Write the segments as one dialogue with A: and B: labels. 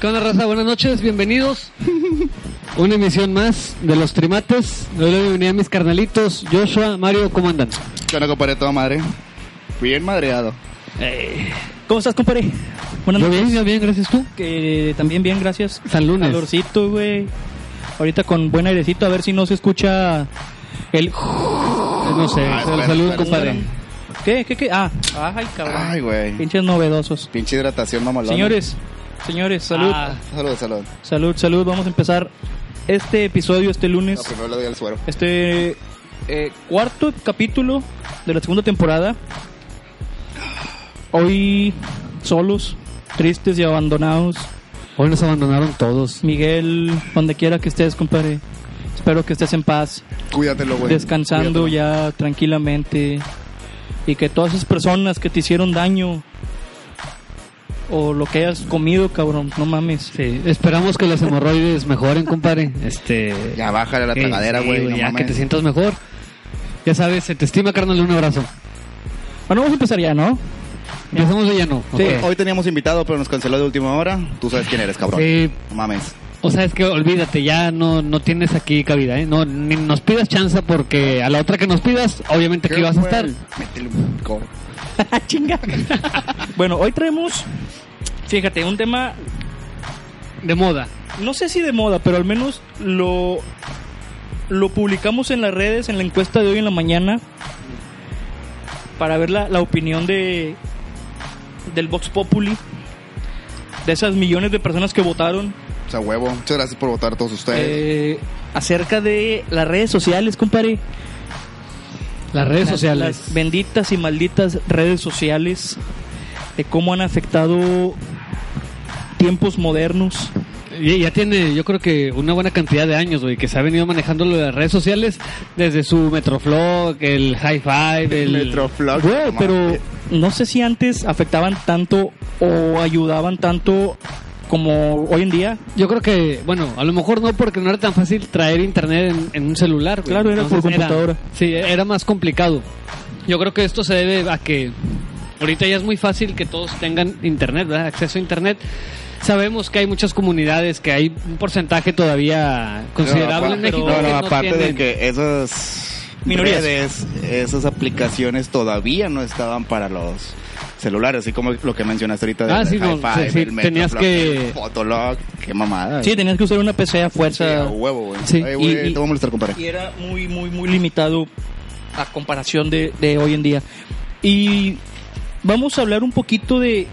A: ¿Qué onda, raza? Buenas noches, bienvenidos. Una emisión más de los Trimates. Le doy la bienvenida a mis carnalitos, Joshua, Mario, ¿cómo andan?
B: Yo no comparé toda madre. Bien madreado.
C: ¿Cómo estás, compadre? Buenas
A: Yo bien,
C: noches.
A: yo bien, gracias tú.
C: Que también bien, gracias.
A: San lunes.
C: Calorcito, güey. Ahorita con buen airecito, a ver si no se escucha el...
A: No sé,
B: Ah,
A: sal-
B: espera,
A: salud,
B: espera,
A: compadre.
B: espera.
C: ¿Qué? ¿Qué? ¿Qué? Ah, ay, cabrón.
B: Ay, güey.
C: Pinches novedosos.
B: Pinche hidratación, mamalón.
C: Señores, señores, salud.
A: Ah.
B: Salud, salud.
C: Salud, salud. Vamos a empezar este episodio este lunes.
B: No, primero le doy al suero.
C: Este eh, cuarto capítulo de la segunda temporada. Hoy solos, tristes y abandonados.
A: Hoy nos abandonaron todos.
C: Miguel, donde quiera que estés, compadre. Espero que estés en paz,
B: Cuídatelo, güey.
C: descansando
B: Cuídatelo.
C: ya tranquilamente. Y que todas esas personas que te hicieron daño o lo que hayas comido, cabrón, no mames.
A: Sí, esperamos que las hemorroides mejoren, compadre. Este.
B: Ya bájale la
A: eh,
B: tragadera,
A: sí,
B: güey. no
A: ya
B: mames.
A: que te sientas mejor. Ya sabes, se te estima, carnal, un abrazo.
C: Bueno, vamos a empezar ya, ¿no?
A: Empezamos de llano.
C: Sí.
A: ok.
B: Hoy teníamos invitado, pero nos canceló de última hora. Tú sabes quién eres, cabrón.
A: Sí,
B: No mames.
A: O sea, es que olvídate, ya no, no tienes aquí cabida, ¿eh? No, ni nos pidas chance porque a la otra que nos pidas, obviamente que vas a
B: pues,
A: estar.
B: Métele un co-
C: Chinga. bueno, hoy traemos, fíjate, un tema,
A: De moda.
C: no sé si de moda, pero al menos lo, lo publicamos en las redes, en la encuesta de hoy en la mañana, para ver la, la opinión de del Vox Populi, de esas millones de personas que votaron
B: O sea, huevo. Muchas gracias por votar todos ustedes.
C: eh, acerca de las redes sociales, compadre.
A: Las redes
C: Las-
A: sociales.
C: Las benditas y malditas redes sociales de cómo han afectado tiempos modernos.
A: Y- Ya tiene, yo creo que una buena cantidad de años, güey, que se ha venido manejando lo de las redes sociales desde su Metroflog, el High Five, el.
B: Metroflog.
A: Güey,
B: No
A: pero.
B: mames.
C: No sé si antes afectaban tanto o ayudaban tanto como hoy en día.
A: Yo creo que, bueno, a lo mejor no porque no era tan fácil traer internet en, en un celular. güey.
C: Claro, era por computadora.
A: sí, era más complicado. Yo creo que esto se debe a que ahorita ya es muy fácil que todos tengan internet, ¿verdad? acceso a internet. Sabemos que hay muchas comunidades, que hay un porcentaje todavía considerable
B: No,
A: en
B: aparte-
A: México.
B: No, no,
A: que no
B: aparte de
A: tienen.
B: que esas
C: Minorías.
B: redes, esas aplicaciones todavía no estaban para los celulares, así como lo que mencionaste ahorita de
A: Ah, sí, no, sí, sí, tenías que-
B: Fotolog, qué mamada.
C: Sí, tenías que usar una PC a
B: Sí, a
C: fuerza.
B: huevo, güey.
A: sí,
B: Ay, güey,
C: y- y-
B: te voy a molestar, compadre.
C: y era muy, muy, muy limitado a comparación de, de hoy en día. Y vamos a hablar un poquito de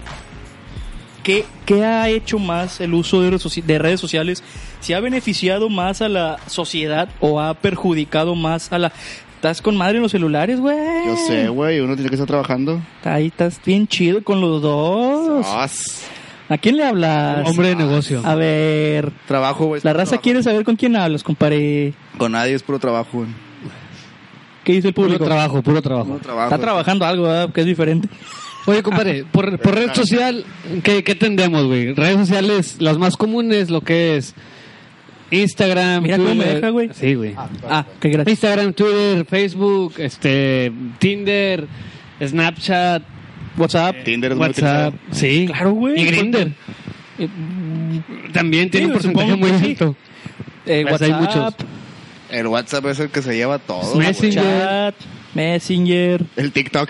C: qué, qué ha hecho más el uso de redes, soci- de redes sociales, si ha beneficiado más a la sociedad o ha perjudicado más a la... Estás con madre en los celulares, güey.
B: Yo sé, güey, uno tiene que estar trabajando. Ah,
C: Ahí estás bien chido con los dos.
B: As.
C: ¿A quién le hablas?
A: Hombre de negocio.
C: A ver,
B: Trabajo, güey. es
C: la
B: puro
C: raza
B: trabajo.
C: quiere saber con quién hablas, compadre.
B: Con nadie es puro trabajo, güey.
C: ¿Qué dice el
A: Puro
C: público?
A: trabajo, puro
B: Puro
A: trabajo.
B: trabajo.
C: Está trabajando algo, ¿verdad? que es diferente.
A: Oye, compadre, por, por red social, ¿qué, qué tendemos, güey? Redes sociales, las más comunes, lo que es Instagram,
C: Mira cómo me deja, güey.
A: Sí, güey.
C: Ah, qué gracias.
A: Instagram, Twitter, Facebook, este, Tinder, Snapchat,
C: WhatsApp.
B: Tinder es muy
A: WhatsApp, sí,
C: Claro, güey.
A: y Grinder
C: Eh,
A: también tiene
C: Sí,
A: un porcentaje
C: supongo
A: muy
C: que sí.
A: alto.
C: eh,
A: Pues hay
C: WhatsApp,
A: muchos.
B: El WhatsApp es el que se lleva todo. güey.
A: Messenger.
C: chat, Messenger.
B: El TikTok.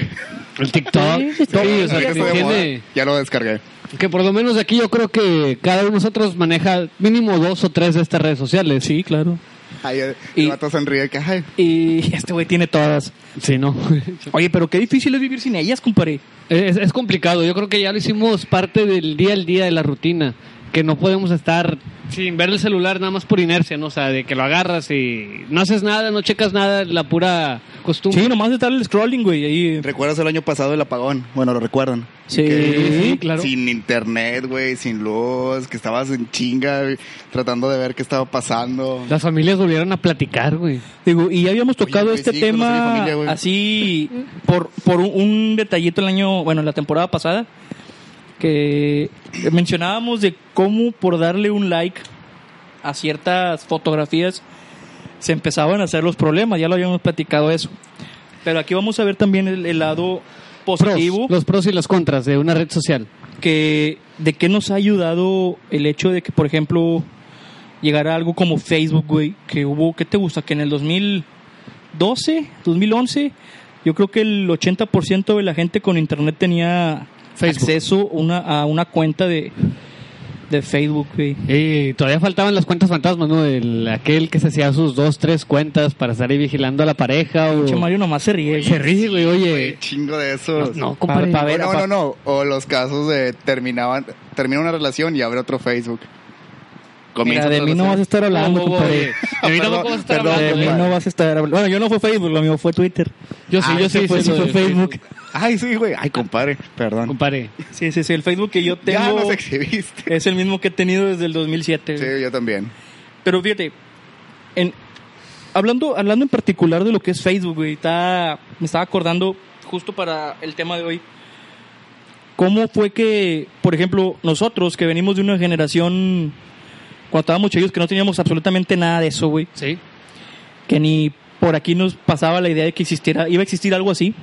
A: El TikTok,
C: Sí,
A: sí,
C: está bien.
A: o sea,
B: Ahorita
A: que
B: está de moda.
A: tiene,
B: Ya lo descargué.
A: que por lo menos aquí yo creo que cada uno de nosotros maneja mínimo dos o tres de estas redes sociales.
C: Sí, claro.
B: Ay, el
C: Y-
B: el vato sonríe que, ay,
C: Y este güey tiene todas.
A: sí no.
C: Oye, pero qué difícil es vivir sin ellas, compadre.
A: Es, es complicado, yo creo que ya lo hicimos parte del día al día de la rutina. que no podemos estar sin ver el celular nada más por inercia, ¿no? O sea, de que lo agarras y no haces nada, no checas nada, la pura costumbre.
C: Sí, nomás de estar el scrolling, güey, ahí.
B: ¿Recuerdas el año pasado el apagón? Bueno, lo recuerdan.
C: Sí,
B: Que-
C: sí,
A: claro.
B: Sin internet, güey, sin luz, que estabas en chinga, güey, tratando de ver qué estaba pasando.
A: Las familias volvieron a platicar, güey.
C: Digo, y ya habíamos tocado
B: güey,
C: este
B: pues sí, conocí a mi
C: tema
B: familia, güey.
C: así por, por un- un detallito el año, bueno, la temporada pasada, que mencionábamos de cómo por darle un like a ciertas fotografías se empezaban a hacer los problemas, ya lo habíamos platicado eso. Pero aquí vamos a ver también el, el lado
A: Pros,
C: positivo
A: los pros y los contras de una red social.
C: que de qué nos ha ayudado el hecho de que, por ejemplo, llegara algo como Facebook, güey, que hubo, ¿qué te gusta? Que en el 2012, 2011, yo creo que el 80% de la gente con internet tenía
A: Facebook.
C: acceso una, a una cuenta de, de Facebook, güey.
A: Y todavía faltaban las cuentas fantasmas, ¿no? El, aquel que se hacía sus dos, tres cuentas para estar ahí vigilando a la pareja o...
C: Che, Mario nomás se ríe.
A: Se ríe, Oh. güey, oye.
B: Chingo de
A: No,
B: esos.
A: no, compadre.
C: Pa- pa- A ver,
B: no,
C: apa-
B: no, no. O los casos de terminaban, termina una relación y abre otro Facebook.
C: Mira,
B: Comienza
C: de
B: otra
C: mí no vas a
B: relación.
C: estar hablando,
A: No,
C: compadre.
A: oye, de mí no me
B: Perdón,
A: puedo estar
B: perdón,
C: De
A: hablando,
C: mí
A: ¿eh?
C: no vas a estar hablando. Bueno, yo no fue Facebook, lo mío fue Twitter.
A: Yo sí,
C: Ah,
A: yo
C: ese
A: sí.
C: fue-
A: hice
C: ese
A: lo
C: fue
A: de
C: Facebook.
B: Ay, sí, güey. Ay, compadre, perdón.
A: Compadre.
C: Sí, sí, sí, el Facebook que yo tengo.
B: Ya nos exhibiste.
C: Es el mismo que he tenido desde el 2007. güey.
B: Sí, yo también.
C: Pero fíjate, en, hablando, hablando en particular de lo que es Facebook, güey, está- me estaba acordando justo para el tema de hoy. ¿Cómo fue que, por ejemplo, nosotros que venimos de una generación, cuando estábamos ellos, que no teníamos absolutamente nada de eso, güey,
A: Sí.
C: que ni por aquí nos pasaba la idea de que existiera, iba a existir algo así?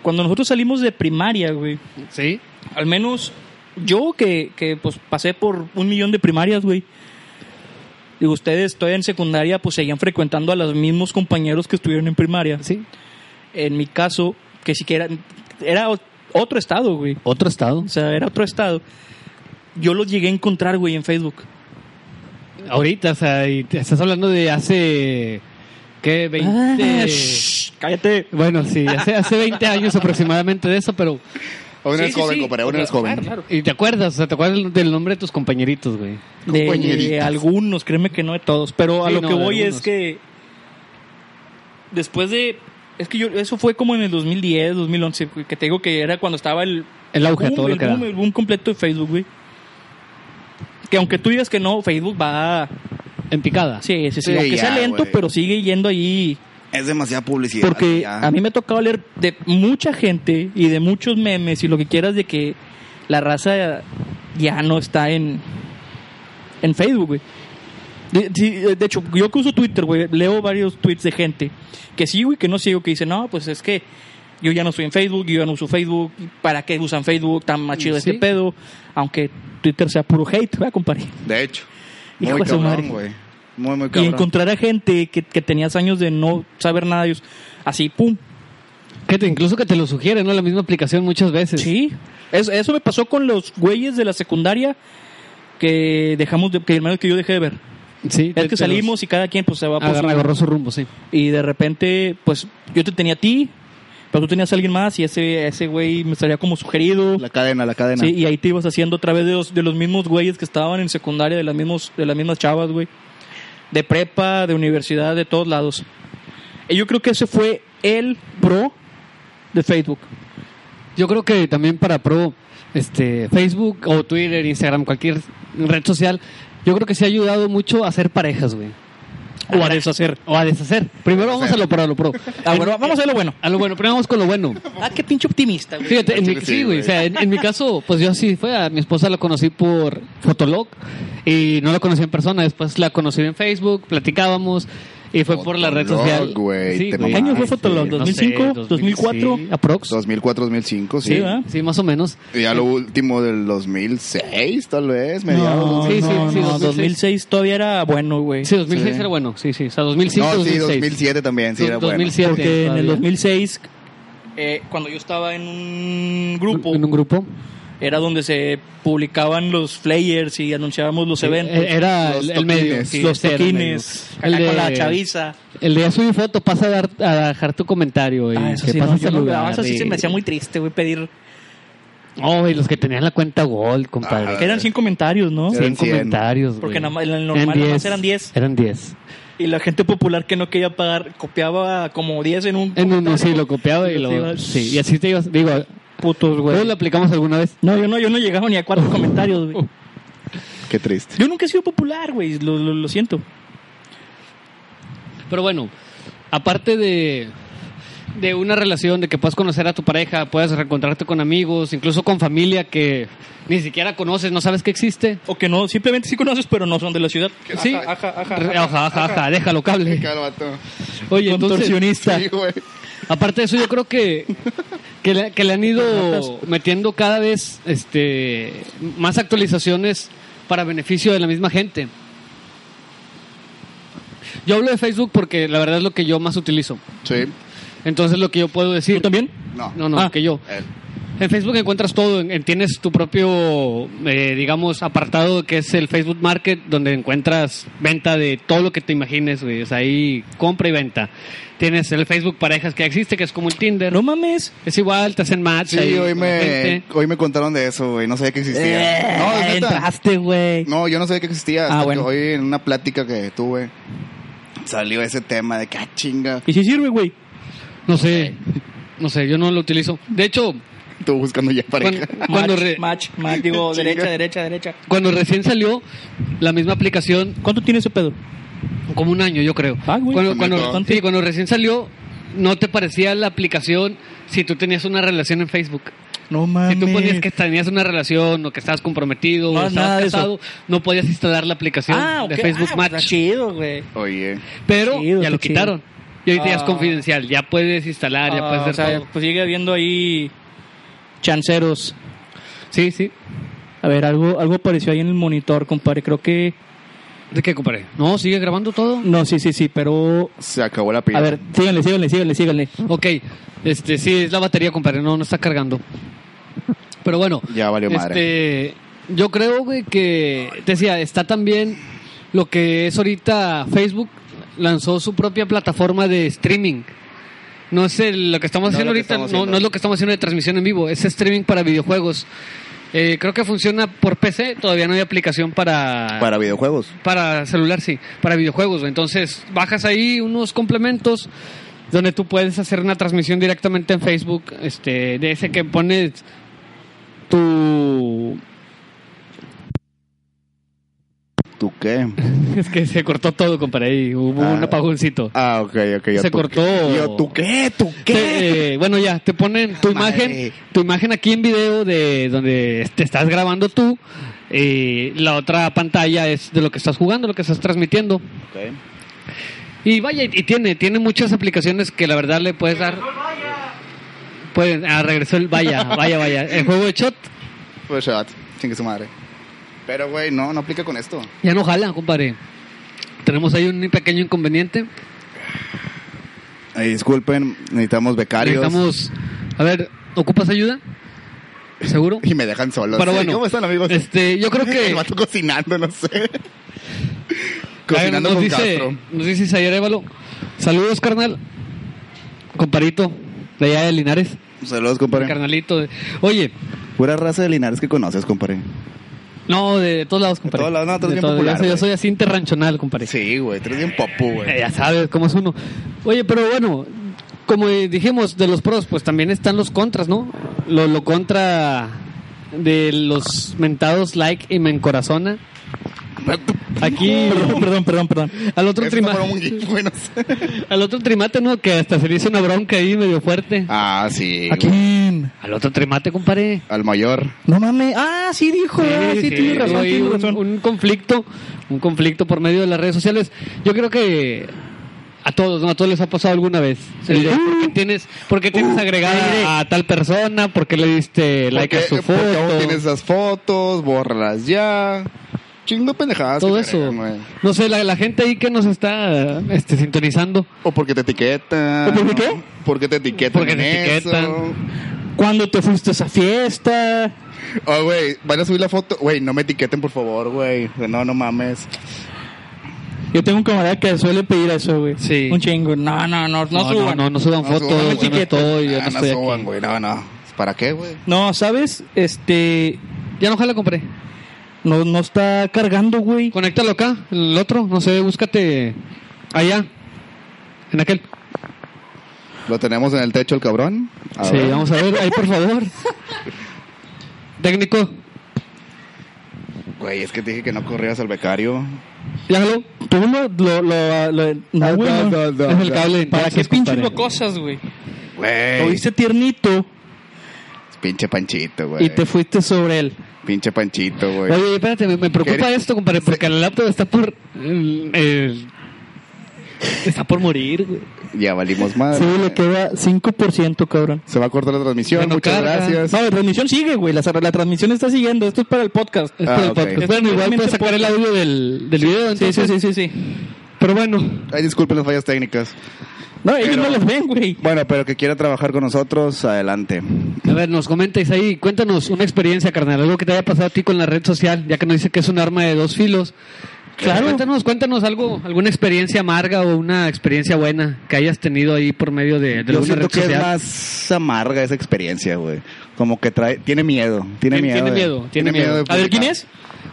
C: Cuando nosotros salimos de primaria, güey,
A: Sí.
C: al menos yo que, que, pues pasé por un millón de primarias, güey. Y ustedes todavía en secundaria pues seguían frecuentando a los mismos compañeros que estuvieron en primaria.
A: Sí.
C: En mi caso, que siquiera era o- otro estado, güey.
A: Otro estado.
C: O sea, era otro estado. Yo los llegué a encontrar, güey, en Facebook.
A: Ahorita, o sea, y te estás hablando de hace. ¿Qué? 20.
C: Ah, shh, cállate.
A: bueno, sí, hace, hace 20 años aproximadamente de eso, pero.
B: Aún
C: Sí,
B: eres
C: sí,
B: joven,
C: sí.
B: compadre, aún eres
C: Claro,
B: joven.
C: claro.
A: ¿Y te acuerdas? O sea, ¿te acuerdas del nombre de tus compañeritos, güey?
C: De,
B: Compañeritos.
C: de algunos, créeme que no de todos. Pero a
A: Sí,
C: lo
A: no,
C: que
A: de
C: voy es
A: algunos.
C: que después de. Es que yo, eso fue como en el 2010, 2011, güey, que te digo que era cuando estaba el,
A: El auge a
C: boom,
A: todo lo
C: el,
A: que da.
C: boom, el boom completo de Facebook, güey. Que aunque tú digas que no, Facebook va.
A: En picada.
C: Sí, sí, sí.
B: Sí,
C: aunque sea
B: ya,
C: lento,
B: güey.
C: pero sigue yendo ahí.
B: Es demasiada publicidad.
C: Porque
B: ya.
C: a mí me ha tocado leer de mucha gente y de muchos memes y lo que quieras de que la raza ya no está en, en Facebook, güey. De, sí, de hecho, yo que uso Twitter, güey, leo varios tweets de gente que sigo y que no sigo, que dicen, no, pues es que yo ya no estoy en Facebook, yo ya no uso Facebook, ¿para qué usan Facebook? Tan más chido
A: Sí.
C: este pedo, aunque Twitter sea puro hate, ¿verdad, compadre?
B: De hecho.
C: Hijo
B: Muy
C: de su
B: cabrón,
C: madre.
B: güey. Muy, muy
C: Y
B: cabrón.
C: encontrar a gente que, que tenías años de no saber nada de ellos, así, pum,
A: Que te- incluso que te lo sugiere, ¿no? La misma aplicación muchas veces.
C: Sí, eso, eso me pasó con los güeyes de la secundaria que dejamos, de, que el menos que yo dejé de ver.
A: Sí.
C: Es que salimos y cada quien pues se va por su-
A: Agarra, agarró su rumbo, sí.
C: y de repente pues yo te tenía a ti, pero tú tenías a alguien más y ese ese güey me salía como sugerido.
B: La cadena, la cadena.
C: Sí, y ahí te ibas haciendo otra vez de los, de los mismos güeyes que estaban en secundaria, de las, mismos, de las mismas chavas, güey. De prepa, de universidad, de todos lados. Y yo creo que ese fue el pro de Facebook.
A: Yo creo que también para pro, este, Facebook o Twitter, Instagram, cualquier red social, yo creo que se ha ayudado mucho a hacer parejas, güey.
C: O a deshacer.
A: O a deshacer. Primero vamos a lo pro, a lo pro.
C: Ah, bueno, vamos a hacer lo bueno.
A: A lo bueno, primero vamos con lo bueno.
C: Ah, qué pinche optimista, güey.
A: Fíjate, en mi,
B: Sí,
A: sí, güey.
B: güey.
A: O sea, en, en mi caso, pues yo sí fue. A mi esposa la conocí por Fotolog y no la conocí en persona. Después la conocí en Facebook, platicábamos y fue por la red
B: Fotolog,
A: social.
B: güey, te
C: ¿Qué año fue Fotolog?
A: No sé,
C: ¿2005? 2004?
A: sí, aprox.
B: 2004, 2005, sí.
C: Sí, ¿verdad?
A: Sí, más o menos.
B: Y ya lo último del 2006, tal vez, mediados.
A: sí, sí, sí,
C: 2006.
A: 2006
C: todavía era bueno, güey.
A: Sí, 2006
B: Sí.
A: era bueno. Sí, sí. O sea, 2005,
B: no, sí,
A: 2006.
B: 2007 también, sí, era bueno.
A: 2007
C: Porque en el
A: todavía.
C: 2006, eh, cuando yo estaba en un grupo,
A: En un grupo.
C: era donde se publicaban los flyers y anunciábamos pues, los eventos.
A: Eh, Era
B: Los
A: el, el medio.
B: toquines.
A: sí,
C: los
A: ese era el medio.
C: toquines,
A: El
C: acá con la
A: de,
C: chaviza.
A: el de ya subí foto, pasa a, dar, a dejar tu comentario. Y
C: Ah, eso
A: que
C: sí,
A: pasa
C: no,
A: a
C: yo no
A: saludar
C: grababa, eso sí
A: y-
C: se me hacía muy triste, güey, pedir
A: No, güey, los que tenían la cuenta Gold, compadre.
B: Ajá.
C: Que eran 100 comentarios, ¿no?
B: Sí.
A: Cien
B: Eran cien.
A: comentarios, güey.
C: Porque nada más- en el normal nada más eran 10.
A: Eran 10.
C: Y la gente popular que no quería pagar copiaba como 10 en un.
A: En uno sí lo copiaba y
C: Y los
A: lo...
C: ibas-
A: Sí, y así te ibas... Digo,
C: Putos,
A: ¿todos lo aplicamos alguna vez?
C: No, yo no, yo no llegaba ni a cuatro comentarios, güey.
B: Qué triste.
C: Yo nunca he sido popular, güey. Lo, lo- lo siento.
A: Pero bueno, aparte de, de una relación, de que puedas conocer a tu pareja, puedas reencontrarte con amigos, incluso con familia que ni siquiera conoces, no sabes que existe.
C: O que no, simplemente sí conoces, pero no son de la ciudad.
A: Sí,
B: Ajá, ajá, ajá,
A: Re-
B: ajá,
A: ajá, ajá,
B: ajá.
A: ajá, déjalo
B: Qué
A: cable.
B: caro, vato.
A: Oye, entonces,
C: Contorsionista.
B: Sí, güey.
A: aparte de eso, yo creo que, que, le, que le han ido metiendo cada vez este, más actualizaciones para beneficio de la misma gente. Yo hablo de Facebook porque la verdad es lo que yo más utilizo.
B: Sí.
A: Entonces lo que yo puedo decir...
C: ¿Tú también?
B: No.
A: No, no,
C: Ah.
A: que yo.
B: Él.
A: En Facebook encuentras todo, en- en- tienes tu propio, eh, digamos, apartado que es el Facebook Market, donde encuentras venta de todo lo que te imagines, güey. O sea, ahí compra y venta. Tienes el Facebook Parejas que existe, que es como el Tinder.
C: No mames.
A: Es igual, te hacen match. ahí
B: Sí, hoy
A: con la
B: me,
A: gente.
B: hoy me contaron de eso, güey. No sabía que existía. no, es neta.
C: güey.
B: No, yo no sabía que existía.
C: Eh, Ah,
B: Hasta
C: bueno.
B: que hoy en una plática que tuve salió ese tema de que, ah, chinga,
C: ¿Y si sirve, güey?
A: No sé, no sé, yo no lo utilizo. De hecho,
B: estuve buscando ya pareja.
A: cuando- Ah, cuando,
C: match,
A: re-
C: match, match, digo,
B: Chinga.
C: derecha, derecha, derecha.
A: cuando recién salió la misma aplicación,
C: ¿Cuánto tiene ese pedo? como
A: un año, yo creo.
C: Ah, güey.
A: cuando,
B: Con
A: cuando-
B: razón,
A: sí, cuando recién salió, no te parecía la aplicación si tú tenías una relación en Facebook.
C: No
A: Si
C: mames.
A: tú ponías que tenías una relación o que estabas comprometido
C: No,
A: o
C: Ah, nada
A: estabas
C: de eso.
A: casado, no podías instalar la aplicación
C: ah,
A: de Facebook
C: Está
A: Match.
C: chido, güey.
B: Oye,
A: Pero
C: chido,
A: ya lo
C: está
A: quitaron. Y ahorita ya es
C: Ah.
A: confidencial, ya puedes instalar, ya puedes
C: Ah,
A: hacer
C: o sea,
A: todo.
C: pues sigue habiendo ahí chanceros.
A: Sí, sí.
C: A ver, algo, algo apareció ahí en el monitor, compadre. Creo que.
A: ¿De qué comparé? No, sigue grabando todo.
C: No, sí, sí, sí, pero.
B: se acabó la pila.
C: A ver, síganle, síganle, síganle, síganle.
A: Ok, este, sí, es la batería, compadre, no, no está cargando. Pero bueno,
B: Ya valió
A: este, yo creo, güey, que, te decía, está también lo que es ahorita Facebook lanzó su propia plataforma de streaming. No es el- lo que estamos
B: No
A: haciendo
B: lo que
A: ahorita,
B: estamos
A: no-
B: haciendo.
A: no es lo que estamos haciendo de transmisión en vivo, es streaming para videojuegos. Eh, creo que funciona por PC, todavía no hay aplicación Ah.
B: Para videojuegos.
A: para celular, sí. Para videojuegos. güey. Entonces, bajas ahí unos complementos donde tú puedes hacer una transmisión directamente en Facebook, este, de ese que pones tu...
B: ¿Tú qué?
A: Es que se cortó todo, compadre, ahí hubo
B: Ah.
A: un apagoncito.
B: Ah, ok, ok. yo,
A: Se
B: ¿tú
A: cortó.
B: qué? Yo, ¿tú qué? ¿Tú qué?
A: Te- eh, bueno, ya, te ponen tu
B: Madre.
A: imagen, tu imagen aquí en video de donde te estás grabando tú, eh, la otra pantalla es de lo que estás jugando, lo que estás transmitiendo.
B: Ok.
A: Y vaya, y tiene, tiene muchas aplicaciones que la verdad le puedes dar. Pueden, ah, regresó el vaya, vaya, vaya. El juego de shot
B: Pues ya, chingue su madre. Pero, güey, no, no aplica con esto.
A: ya no jala, compadre. Tenemos ahí un pequeño inconveniente.
B: Ay, disculpen, necesitamos becarios.
A: Necesitamos. A ver, ¿ocupas ayuda? ¿Seguro?
B: Y me dejan solos.
A: Pero
B: Sí,
A: bueno,
B: ¿Cómo están, amigos?
A: Este, yo creo
B: El
A: que.
B: vato cocinando, no sé.
A: Ay,
B: cocinando
A: nos
B: con
A: dice,
B: Castro.
A: Nos dice Isaías Évalo. Saludos, carnal. Comparito, de allá de Linares.
B: Saludos, compadre.
A: Carnalito. de- Oye,
B: Pura raza de Linares que conoces, compadre.
A: no, de, todos lados, compadre.
B: todos lados, no, tú eres
A: De
B: bien
A: todos-
B: popular,
A: yo, soy, yo
B: güey.
A: soy así interranchonal, compadre.
B: Sí, güey, tú eres bien popu,
A: Eh,
B: güey.
A: ya sabes cómo es uno. Oye, pero bueno, como eh, dijimos de los pros, pues también están los contras, ¿no? Lo, lo contra de los mentados like y me encorazona. Aquí
C: Perdón, perdón, perdón, perdón.
A: al otro
B: Eso no
A: trimate,
B: fue un gif, güey, no sé.
A: al otro trimate, ¿no? Que hasta se le hizo una bronca ahí medio fuerte.
B: Ah, sí.
C: ¿A
B: güey.
C: quién?
A: Al otro trimate, compadre.
B: Al mayor.
C: No mames. Ah, sí dijo. ah, sí,
A: Sí,
C: tiene
A: sí,
C: razón,
A: hay
C: tiene
A: un,
C: razón.
A: un conflicto, un conflicto por medio de las redes sociales. Yo creo que a todos, ¿no? A todos les ha pasado alguna vez. El de, ¿Por qué tienes, por qué tienes agregada a tal persona? ¿Por qué le diste like a
B: Porque-
A: su
B: porque aún tienes
A: foto?
B: esas fotos, bórralas ya. Chingo pendejadas. que
A: Todo
B: te
A: eso.
B: agregan, güey.
A: No sé, la, la gente ahí que nos está este, sintonizando.
B: O porque te etiquetan.
C: ¿O por qué qué?
B: Porque te etiquetan.
A: Porque te
B: en eso.
A: etiquetan.
C: ¿Cuándo te fuiste a esa fiesta?
B: Oh, güey, van a subir la foto. Güey, no me etiqueten, por favor, güey. No, no mames.
C: Yo tengo un camarada que suele pedir eso, güey.
A: Sí.
C: Un chingo. No, no, no, no,
A: No, no,
C: suban.
A: no, no suban
B: No
A: fotos,
B: suban,
A: yo no
B: güey.
A: estoy, yo no
B: Ah,
A: estoy
B: suban,
A: aquí.
B: güey, no, no. ¿Para qué, güey?
C: No, ¿sabes? Este.
A: Ya no la compré.
C: No, no está cargando, güey.
A: Conéctalo acá, el otro, no sé, búscate allá, en aquel.
B: ¿Lo tenemos en el techo el cabrón? A
A: sí,
B: ver.
A: vamos a ver, ahí por favor. Técnico,
B: Güey, es que te dije que no corrías al becario.
A: ya jaló.
C: Tú lo. lo, lo, lo- no,
B: Ah,
C: güey,
B: no, no,
C: no.
B: no.
A: es el cable.
C: ¿Para qué
A: entonces,
C: pinches
A: compadre.
C: lo cosas, güey? Lo
B: Güey,
C: hice tiernito
B: pinche panchito, güey.
C: y te fuiste sobre él.
B: Pinche panchito, güey.
A: Oye, espérate, me, me preocupa
B: ¿Qué-
A: esto, compadre, porque el laptop está por. eh, eh, está por morir, güey.
B: Ya valimos más.
C: Sí, le queda 5%, cabrón.
B: Se va a cortar la transmisión,
A: Ya no
B: muchas
A: carga.
B: gracias.
C: No, la transmisión sigue, güey. La, la transmisión está siguiendo. Esto es para el podcast.
A: Es
B: Ah,
A: por el
B: ok.
A: podcast. pues Bueno, igual puedes sacar el audio del, del video,
C: Sí,
A: entonces.
C: sí, sí, sí, sí.
A: Pero bueno,
B: Ay, disculpen las fallas técnicas.
C: No, ellos
B: Pero-
C: no los ven, güey.
B: Bueno, pero que quiera trabajar con nosotros, adelante.
A: a ver, nos comentáis ahí, cuéntanos una experiencia, carnal, algo que te haya pasado a ti con la red social, ya que nos dice que es un arma de dos filos.
C: Claro.
A: Cuéntanos, cuéntanos algo, alguna experiencia amarga o una experiencia buena que hayas tenido ahí por medio de, de
B: Yo
A: alguna
B: siento
A: red
B: que es
A: social.
B: más amarga esa experiencia, güey. Como que trae, tiene miedo, tiene
A: Tien-
B: miedo.
A: tiene
B: de-
A: miedo, tiene miedo.
B: de
C: A ver, ¿quién
B: publicar.
C: es?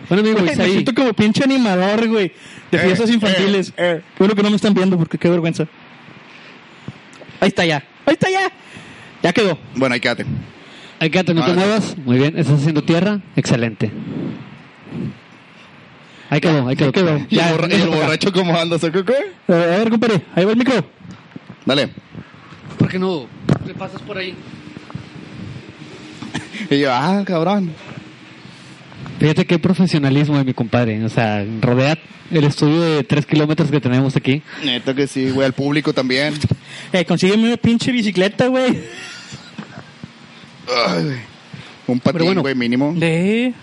A: Bueno, amigo,
C: Güey, me
A: Isaí.
C: siento como pinche animador, güey. De
B: Eh,
C: fiestas
B: eh,
C: infantiles.
B: eh.
C: Qué bueno que no me están viendo porque qué vergüenza. Ahí está ya. Ahí está ya. Ya quedó.
B: Bueno, ahí quédate.
A: Ahí quédate, no te
B: Ahora sí.
A: muevas. Muy bien, estás haciendo tierra. Excelente. Ahí quedó, ahí quedó.
B: Y
A: Ya,
B: el, borra- y el borracho como anda, ¿qué? qué?
C: Eh, a ver, compadre. Ahí va el micro.
B: Dale.
A: ¿Por qué no le pasas por ahí?
B: Y yo, ah, cabrón.
A: Fíjate qué profesionalismo de mi compadre. O sea, rodea el estudio de tres kilómetros que tenemos aquí.
B: Neta que sí, güey, al público también.
C: Eh, consígueme una pinche bicicleta, güey.
B: Ay, güey. un patín,
A: Pero bueno.
B: güey, mínimo.
C: De...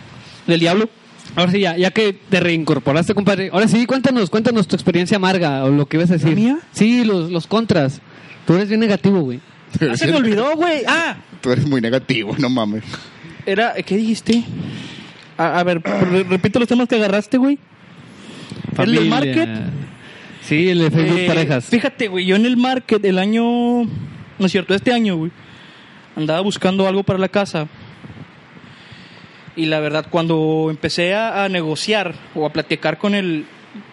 C: Del diablo.
A: Ahora sí, ya, ya que te reincorporaste, compadre. Ahora sí, cuéntanos, cuéntanos tu experiencia amarga o lo que ibas a decir.
C: mía?
A: Sí, los, los contras. Tú eres bien negativo, güey.
C: Ah, se me olvidó, güey. Ah,
B: Tú eres muy negativo, no mames.
C: era... ¿Qué dijiste? A, a ver, re- repito los temas que agarraste, güey. ¿El del market?
A: Sí, el de Facebook
C: Eh,
A: Parejas.
C: Fíjate, güey, yo en el market el año, no es cierto, este año, güey, andaba buscando algo para la casa. Y la verdad, cuando empecé a, a negociar o a platicar con el,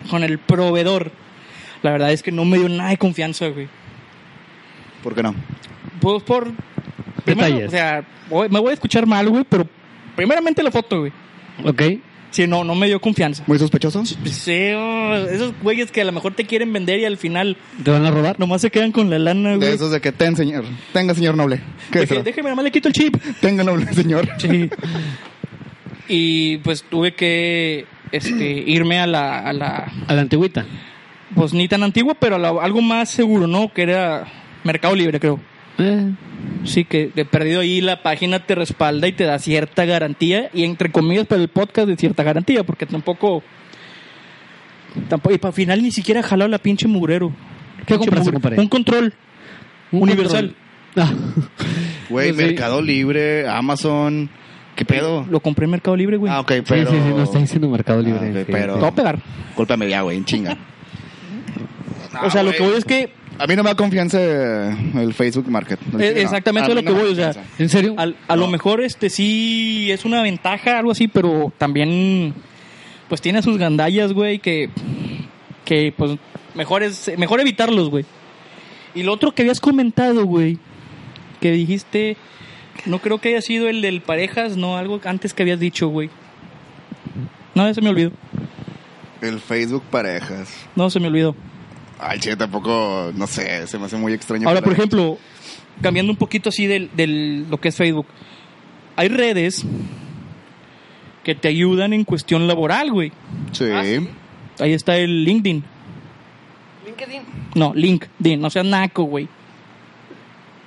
C: con el proveedor, la verdad es que no me dio nada de confianza, güey.
B: ¿Por qué no?
C: Pues por...
A: Detalles.
C: o sea, voy- me voy a escuchar mal, güey, pero primeramente la foto, güey.
A: Ok.
C: Si no, no me dio confianza.
B: ¿Muy sospechoso?
C: Sí, oh, esos güeyes que a lo mejor te quieren vender y al final
A: ¿Te van a robar?
C: nomás se quedan con la lana, güey.
B: De esos de que ten, señor. Tenga, señor noble. ¿Qué
C: Deje-
B: será?
C: déjeme, nomás le quito el chip.
B: Tenga noble, señor.
C: y pues tuve que este, irme a la, a la,
A: A la antigüita.
C: pues ni tan antigua, pero a la- algo más seguro, ¿no? Que era Mercado Libre, creo.
A: Eh,
C: Sí, que de perdido ahí la página te respalda y te da cierta garantía, y entre comillas para el podcast de cierta garantía, porque tampoco... Tampoco, y para final ni siquiera jaló la pinche mugrero.
A: ¿Qué
C: Pinche
A: compraste,
C: mugre-
A: compadre?
C: Un control. Universal.
A: control. Ah.
B: Güey,
A: Pues sí.
B: Mercado Libre, Amazon. ¿Qué pedo?
C: Lo compré en Mercado Libre, güey.
B: Ah, ok,
A: Sí,
B: pero.
A: sí, sí, no está diciendo Mercado Libre.
B: Ah, ok,
A: sí.
B: pero-
C: Te va a pegar.
B: Cólpame ya, güey, en chinga.
C: o sea,
B: Ah,
C: lo que
B: güey.
C: voy es que
B: A mí no me da confianza eh, el Facebook Market. No,
C: Eh,
B: no.
C: exactamente
B: A mí
C: lo que
B: me da
C: voy, o sea,
B: confianza.
A: ¿En serio?
C: Al- a lo mejor este sí es una ventaja, algo así, pero también pues tiene sus gandallas, güey, que, que pues mejor, es, mejor evitarlos, güey. Y lo otro que habías comentado, güey, que dijiste, no creo que haya sido el del parejas, no, algo antes que habías dicho, güey. No, se me olvidó,
B: El Facebook Parejas.
C: no, se me olvidó.
B: Ay, che, tampoco, no sé, se me hace muy extraño.
C: Ahora,
B: que
C: por
B: la-
C: ejemplo, cambiando un poquito así del, del- lo que es Facebook, hay redes que te ayudan en cuestión laboral, güey.
B: Sí.
C: Ah, Ahí está el LinkedIn. No, LinkedIn, no seas naco, güey.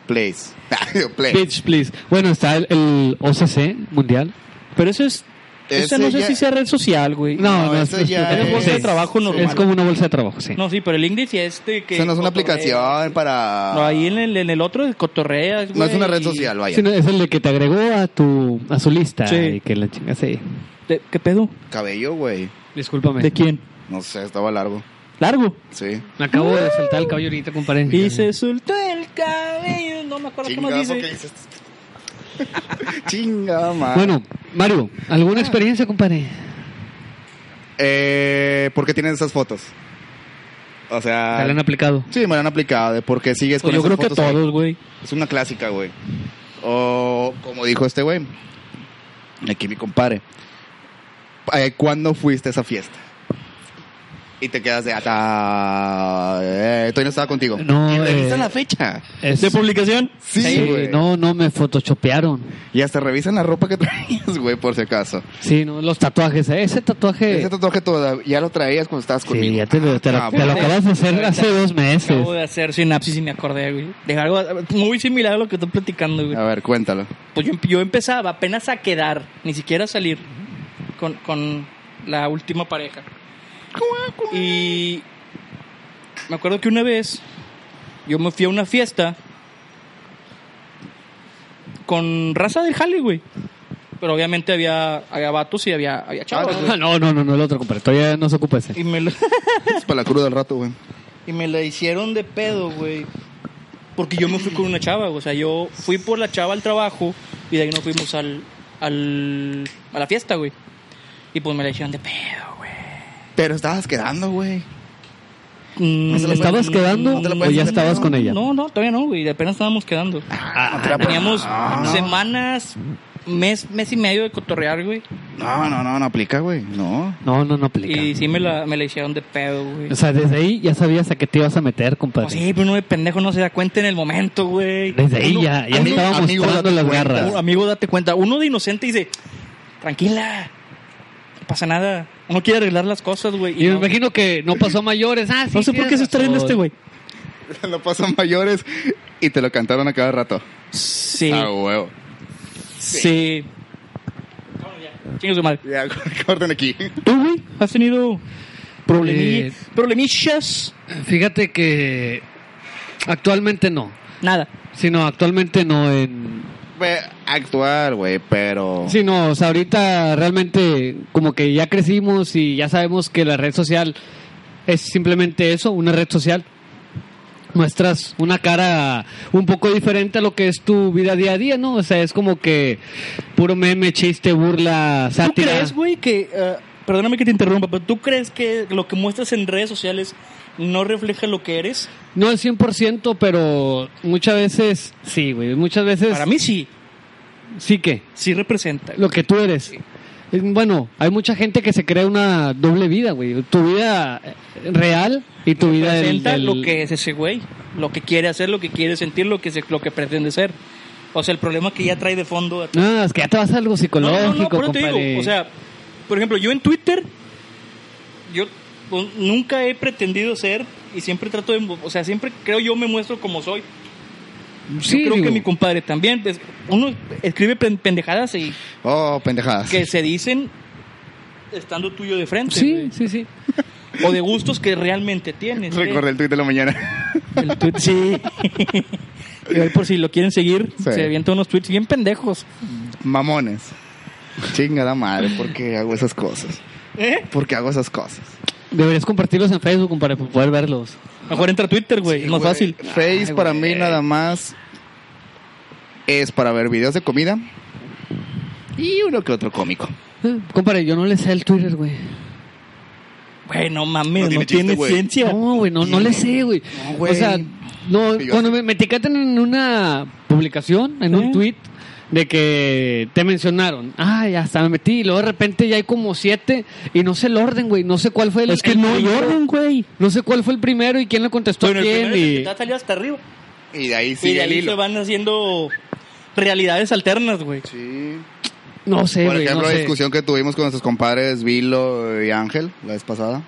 B: Place. Place.
A: Bitch, please. Bueno, está el, el OCC mundial.
C: Pero eso es, esa
B: Ese
C: no sé
B: ya-
C: si sea red social, güey.
A: No, no,
B: ese
A: es-
B: ya
C: es bolsa de trabajo
B: sí.
C: normal.
A: Es como una bolsa de trabajo, sí.
C: No, sí, pero el LinkedIn sí es de que
B: Esa no es una
C: cotorreas.
B: aplicación para.
C: No, ahí en el, en el otro cotorreas, güey.
B: No es una red
C: y-
B: social, vaya.
A: Sí, no, es el de que te agregó a tu a su lista
C: Sí.
A: y que la chinga sí.
C: ¿De- ¿Qué pedo?
B: Cabello, güey.
A: Discúlpame.
C: ¿De quién?
B: No sé, estaba largo.
C: Largo.
B: Sí.
A: Me acabo de soltar el cabello ahorita, compadre.
C: Y se soltó el cabello. No me acuerdo cómo
B: Chingazo,
C: dice.
B: ¿qué dices? Chinga, madre.
A: Bueno, Mario,
B: Ah.
A: ¿alguna experiencia, compadre?
B: Eh, ¿Por qué tienen esas fotos? O sea.
A: ¿Te la han aplicado?
B: Sí, me la han aplicado. De por qué sigues con
C: Pues
B: esas
C: yo creo que
B: fotos ahí?
C: todos, güey.
B: Es una clásica, güey. O, como dijo este güey, aquí mi compadre, eh, ¿cuándo fuiste a esa fiesta? Y te quedas de acá. Eh, todavía no estaba contigo.
A: No,
B: Y revisan
A: eh,
B: la fecha.
A: Es-
C: ¿De publicación?
B: Sí,
A: Sí,
B: güey.
A: no, no, me photoshopearon.
B: Y hasta revisan la ropa que traías, güey, por si acaso.
A: Sí, no, los tatuajes. ¿eh? Ese tatuaje.
B: Ese tatuaje todavía ya lo traías cuando estabas conmigo.
A: Sí, ya te, lo- te lo-
B: Ah,
A: te lo
B: bueno.
A: acabas de hacer hace dos meses.
C: Acabo de hacer sinapsis y me acordé, güey. De algo muy similar a lo que estoy platicando, güey.
B: A ver, cuéntalo.
C: Pues yo, yo empezaba apenas a quedar, ni siquiera a salir con, con la última pareja. Y me acuerdo que una vez yo me fui a una fiesta con raza del jale, güey. Pero obviamente había, había vatos y había, había chavos, güey.
A: Ah, No, no, no, no, el otro, compadre. Todavía no se ocupa ese.
C: Y me lo...
B: Es para la cruda del rato, güey.
C: Y me la hicieron de pedo, güey. Porque yo me fui con una chava, güey. o sea, yo fui por la chava al trabajo y de ahí nos fuimos al, al, a la fiesta, güey. Y pues me la hicieron de pedo, güey.
B: Pero estabas quedando, güey.
C: Mm,
B: se la
A: ¿Estabas
B: no,
A: quedando
B: no te la
A: o
B: puedes
A: ya
B: hacer de
A: estabas
B: pedo.
A: con ella? pues,
C: No, no, todavía no, güey. Apenas estábamos quedando.
B: Ah, no te la puedes-
C: Teníamos
A: ah,
B: No, no.
C: semanas, mes, mes y medio de cotorrear, güey.
B: No, no, no, no aplica, güey. No.
A: No, no, no aplica.
C: Y sí me la, me la hicieron de pedo, güey.
A: O sea, desde ahí ya sabías a qué te ibas a meter, compadre.
C: Pues sí, pero uno de pendejo no se da cuenta en el momento, güey.
A: Desde ahí ya, ya
B: amigo-
A: estaba
B: amigo,
A: mostrando
B: date
A: las
B: cuenta.
A: garras.
C: Un amigo, date cuenta. Uno de inocente dice, tranquila, no pasa nada. Uno quiere arreglar las cosas, güey. y
A: Y me
C: no.
A: imagino que no pasó a mayores. Ah, sí,
C: No sé por
A: tienes
C: qué se está riendo
A: razón.
C: este güey.
B: Lo pasan mayores y te lo cantaron a cada rato.
C: Sí,
B: Ah, huevo.
C: sí. Chingue su madre.
B: Ya, corten aquí.
C: ¿Tú, güey, has tenido problemilla-
A: Eh,
C: problemillas?
A: Fíjate que actualmente no.
C: Nada.
A: Sino actualmente no en...
B: Ve, Actuar, güey, pero...
A: Sí, no, o sea, ahorita realmente como que ya crecimos y ya sabemos que la red social es simplemente eso, una red social. Muestras una cara un poco diferente a lo que es tu vida día a día, ¿no? O sea, es como que puro meme, chiste, burla,
C: ¿Tú
A: sátira.
C: crees, güey, que... eh, perdóname que te interrumpa, pero ¿tú crees que lo que muestras en redes sociales no refleja lo que eres?
A: No al 100%, pero muchas veces, sí, güey, muchas veces
C: Para mí sí,
A: sí que
C: sí representa.
A: lo que tú eres. Eh, Bueno, hay mucha gente que se crea una doble vida, güey. Tu vida eh, real y tu vida del,
C: representa
A: del-
C: lo que es ese güey, lo que quiere hacer, lo que quiere sentir, lo que se- lo que pretende ser. O sea, el problema que ya trae de fondo.
A: No, es que ya te vas a algo psicológico,
C: por eso te
A: compadre.
C: digo, o sea, por ejemplo, yo en Twitter yo pues, nunca he pretendido ser y siempre trato de, o sea, siempre creo yo me muestro como soy.
A: Sí,
C: yo creo
A: digo,
C: que mi compadre también, pues, uno escribe pen- pendejadas y
B: Oh, pendejadas.
C: que se dicen estando tuyo de frente
A: Sí,
C: güey.
A: sí, sí.
C: o de gustos que realmente tienes. güey.
B: Recordé el tweet de la mañana.
C: El tweet, sí. Y ahí por si lo quieren seguir,
B: Sí.
C: se avienta unos tweets bien pendejos.
B: Mamones. Chingada madre, ¿por qué hago esas cosas?
C: ¿Eh?
B: ¿Por qué hago esas cosas?
A: Deberías compartirlos en Facebook para poder verlos.
C: Mejor entra a Twitter, güey. es más
B: Güey,
C: fácil.
B: Face
A: Ay,
B: para
A: güey.
B: mí nada más es para ver videos de comida y uno que otro cómico.
A: Eh, Compadre, yo no le sé el Twitter, güey.
C: Güey, no mames, no
B: No
C: tiene,
B: tiene chiste, güey.
C: ciencia.
A: No, güey, no, no le sé, güey.
B: No, güey.
A: O sea, no,
B: Sí, yo
A: cuando
B: sí.
A: me, me etiquetan en una publicación, en
C: Sí.
A: un tweet, de que te mencionaron, ah, ya hasta me metí, y luego de repente ya hay como siete, y no sé el orden, güey, no sé cuál fue el
C: Es que
A: el
C: no hay
A: primero.
C: orden, güey.
A: No sé cuál fue el primero y quién le contestó
C: Bueno,
A: a
C: el
A: quién.
C: primero
A: y-
C: que te ha salido hasta arriba.
B: Y de ahí
C: y
B: sigue
C: de
B: el
C: ahí se
B: hilo.
C: van haciendo realidades alternas, güey.
B: Sí.
A: No sé,
B: Por
A: güey,
B: ejemplo,
A: no
B: la
A: sé.
B: discusión que tuvimos con nuestros compadres Vilo y Ángel la vez pasada,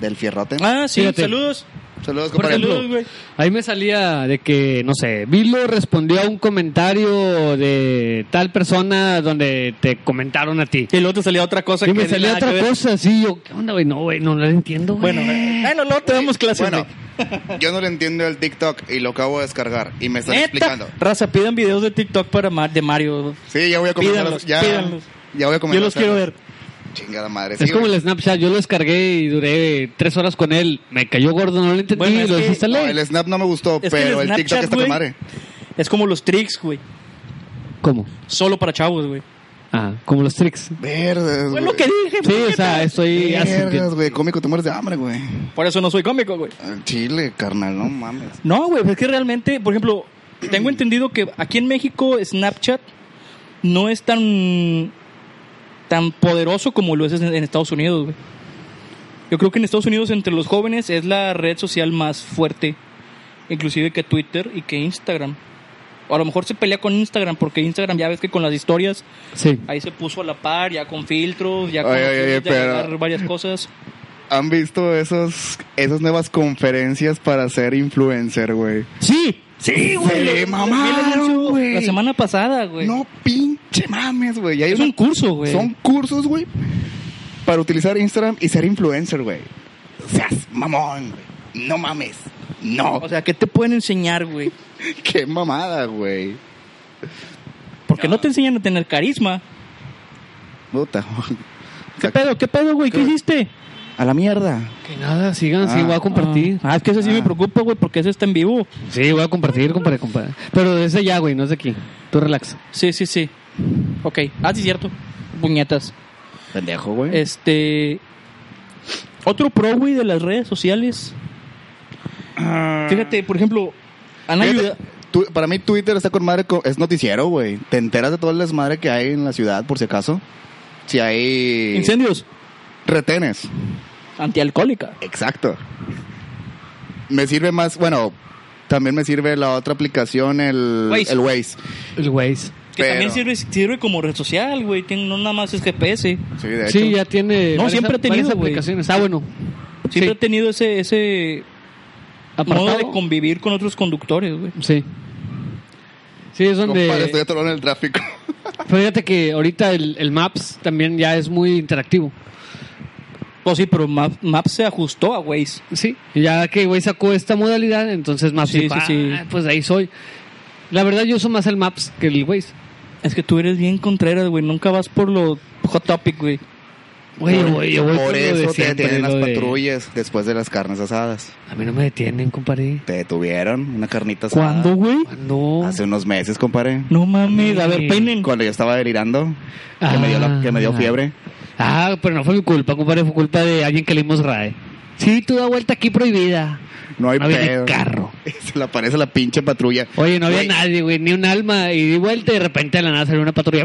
B: del fierrote.
C: Ah, sí,
A: Fíjate.
C: saludos.
B: Saludos,
A: Por
B: compadre.
A: ejemplo,
C: Saludos, güey.
A: Ahí me salía de que, no sé, Vilo respondió a un comentario de tal persona donde te comentaron a ti.
C: Y luego te salía otra cosa
A: Y
C: que
A: me
C: ni
A: salía
C: nada que
A: otra
C: ver.
A: cosa, sí, yo, ¿qué onda, güey? No, güey, no lo entiendo, güey.
C: Bueno, eh, bueno, luego te damos clases.
B: Bueno,
C: güey.
B: yo no le entiendo el TikTok y lo acabo de descargar y me están
C: Neta,
B: explicando.
C: Raza, pidan videos de TikTok para Mar- de Mario.
B: Sí, ya voy a comenzar.
C: Pídanlos,
B: ya,
C: pídanlos.
B: ya voy a
C: Yo
B: comenzar.
C: los quiero ver.
B: Chingada madre.
A: es
B: sí,
A: como
B: güey.
A: el Snapchat, yo lo descargué y duré tres horas con él. Me cayó gordo, no lo entendí,
C: Bueno, es
A: lo
C: que-
A: desinstalé.
B: No, el Snap no me gustó,
C: que el
B: pero el, TikTok
C: Snapchat,
B: está con
C: güey,
B: madre.
C: Es como los tricks, güey.
A: ¿Cómo?
C: Solo para chavos, güey.
A: Ah, como los tricks.
B: Vergas,
C: Fue lo que
A: Sí,
C: dije,
A: o
C: puñeta.
A: sea, estoy así.
B: Vergas, güey. Cómico, te mueres de hambre, güey.
C: Por eso no soy cómico, güey.
B: Al Chile, carnal, no mames.
C: No, güey, pues es que realmente, por ejemplo, tengo entendido que aquí en México Snapchat no es tan tan poderoso como lo es en, en Estados Unidos, güey. Yo creo que en Estados Unidos entre los jóvenes es la red social más fuerte, inclusive que Twitter y que Instagram. O a lo mejor se pelea con Instagram porque Instagram ya ves que con las historias
A: Sí.
C: ahí se puso a la par, ya con filtros, ya con
B: Oye, oye, oye,
C: opciones de
B: pero-
C: agregar varias cosas.
B: ¿Han visto esos, esas nuevas conferencias para ser influencer, güey?
C: Sí, sí,
B: güey,
C: güey.
B: le-
C: lo-
B: le
C: vi el anuncio
B: güey.
C: La semana pasada, güey.
B: No pinche mames, güey. Ya hay
C: Es
B: una-
C: un curso, güey.
B: Son cursos, güey, para utilizar Instagram y ser influencer, güey. Seas mamón, güey. No mames. No.
C: O sea, ¿qué te pueden enseñar, güey?
B: Qué mamada, güey.
C: Porque no te enseñan a tener carisma.
B: Puta.
C: ¿Qué pedo? ¿Qué pedo, güey? ¿Qué hiciste?
B: A la mierda.
A: Que nada, sigan, sí,
B: Ah,
A: voy a compartir.
C: Ah, es que ese sí
B: Ah.
C: me preocupa, güey, porque ese está en vivo.
A: Sí, voy a compartir, compadre, compadre. Pero desde ya, güey, no es de aquí. Tú relax.
C: Sí, sí, sí. Ok. Ah, sí, cierto. Puñetas.
B: Pendejo, güey.
C: Este. Otro pro, güey, de las redes sociales. Fíjate, por ejemplo, han
B: Fíjate,
C: ayudado.
B: tu- para mí Twitter está con madre, co- es noticiero, güey. Te enteras de todo el desmadre que hay en la ciudad, por si acaso. Si hay
C: Incendios.
B: retenes.
C: Antialcohólica.
B: Exacto. Me sirve más, bueno, también me sirve la otra aplicación, el
C: Waze.
B: el Waze.
A: El Waze.
C: Que
B: Pero-
C: también sirve, sirve como red social, güey. tiene- No nada más es GPS.
B: Sí, de
A: Sí,
B: hecho.
A: ya tiene.
C: No, siempre he tenido,
A: varias
C: güey.
A: aplicaciones. Ah, bueno.
C: Siempre
A: Sí.
C: ha tenido ese, ese modo
A: Apartado.
C: de convivir con otros conductores, güey.
A: Sí. Sí, es donde.
B: Compadre, estoy atorado en el tráfico.
A: Pero fíjate que ahorita el, el Maps también ya es muy interactivo.
C: Pues sí, pero Map- Maps se ajustó a Waze.
A: Sí. Y ya que güey sacó esta modalidad, entonces Maps
C: Sí,
A: dijo,
C: sí, sí.
A: "Ah, pues de ahí soy. La verdad yo uso más el Maps que el Waze.
C: Es que tú eres bien contreras, güey. Nunca vas por lo hot topic, güey.
A: Güey, yo voy- yo voy
B: por
A: lo de
B: eso te
A: siempre,
B: detienen las
A: lo de-
B: patrullas después de las carnes asadas.
A: A mí no me detienen, compadre.
B: Te detuvieron una carnita asada.
C: ¿Cuándo, güey?
A: No.
B: Hace unos meses, compadre.
C: No mames, a
A: Sí.
C: ver, peinen.
B: Cuando yo estaba delirando, que, me dio la-
A: Ah.
B: que me dio fiebre.
A: Ah, pero no fue mi culpa, compadre. Fue culpa de alguien que le dimos RAE. Sí, tú da vuelta aquí prohibida.
B: No hay
A: No había ni
B: pedo.
A: carro.
B: Se le aparece la pinche patrulla.
A: Oye, no había
B: Güey,
A: nadie, güey. Ni un alma. Y di vuelta y de repente de la nada salió una patrulla.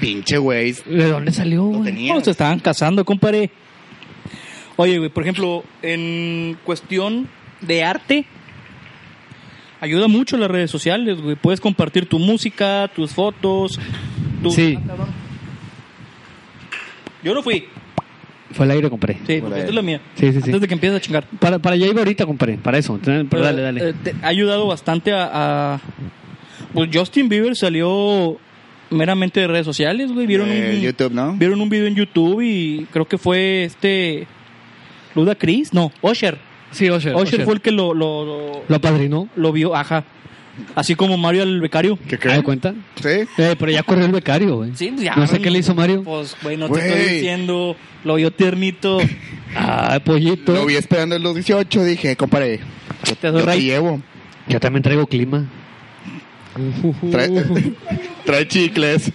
B: Pinche güey.
A: ¿De dónde salió,
B: Lo
A: güey?
B: tenía.
C: No, se estaban casando, compadre. Oye, güey, por ejemplo, en cuestión de arte, ayuda mucho las redes sociales, güey. Puedes compartir tu música, tus fotos, tus...
A: Sí.
C: Ah, cabrón. Yo no fui.
A: Fue el aire, compadre.
C: Sí,
B: Hola,
C: porque
B: eh.
C: esta es la mía.
A: Sí, sí, sí.
C: Antes de que empieces a chingar.
A: Para, para allá iba ahorita, compadre. Para eso. Pero dale, dale.
C: Eh, te- ha ayudado bastante a, a- Pues Justin Bieber salió meramente de redes sociales, güey. Vieron,
B: Eh,
C: un,
B: YouTube, ¿no?
C: vieron un video en YouTube y creo que fue este... Luda Chris, no, Osher.
A: sí, Osher.
C: Osher, fue el que lo, lo, lo,
A: Lo apadrinó.
C: lo vio, ajá. Así como Mario al becario.
B: ¿Qué
A: ¿Te das cuenta?
B: Sí.
A: Eh, pero ya corrió el becario, güey.
C: Sí, pues, ya,
A: No sé
C: güey.
A: qué le hizo Mario.
C: Pues, güey, no
B: Güey.
C: te estoy diciendo, lo vio tiernito.
A: Ah, pollito.
B: Lo vi esperando en los 18. Dije, compadre, yo
C: Te
B: te,
C: doy rey.
B: llevo.
A: Yo también traigo clima.
B: Trae,
C: Uh.
B: trae chicles.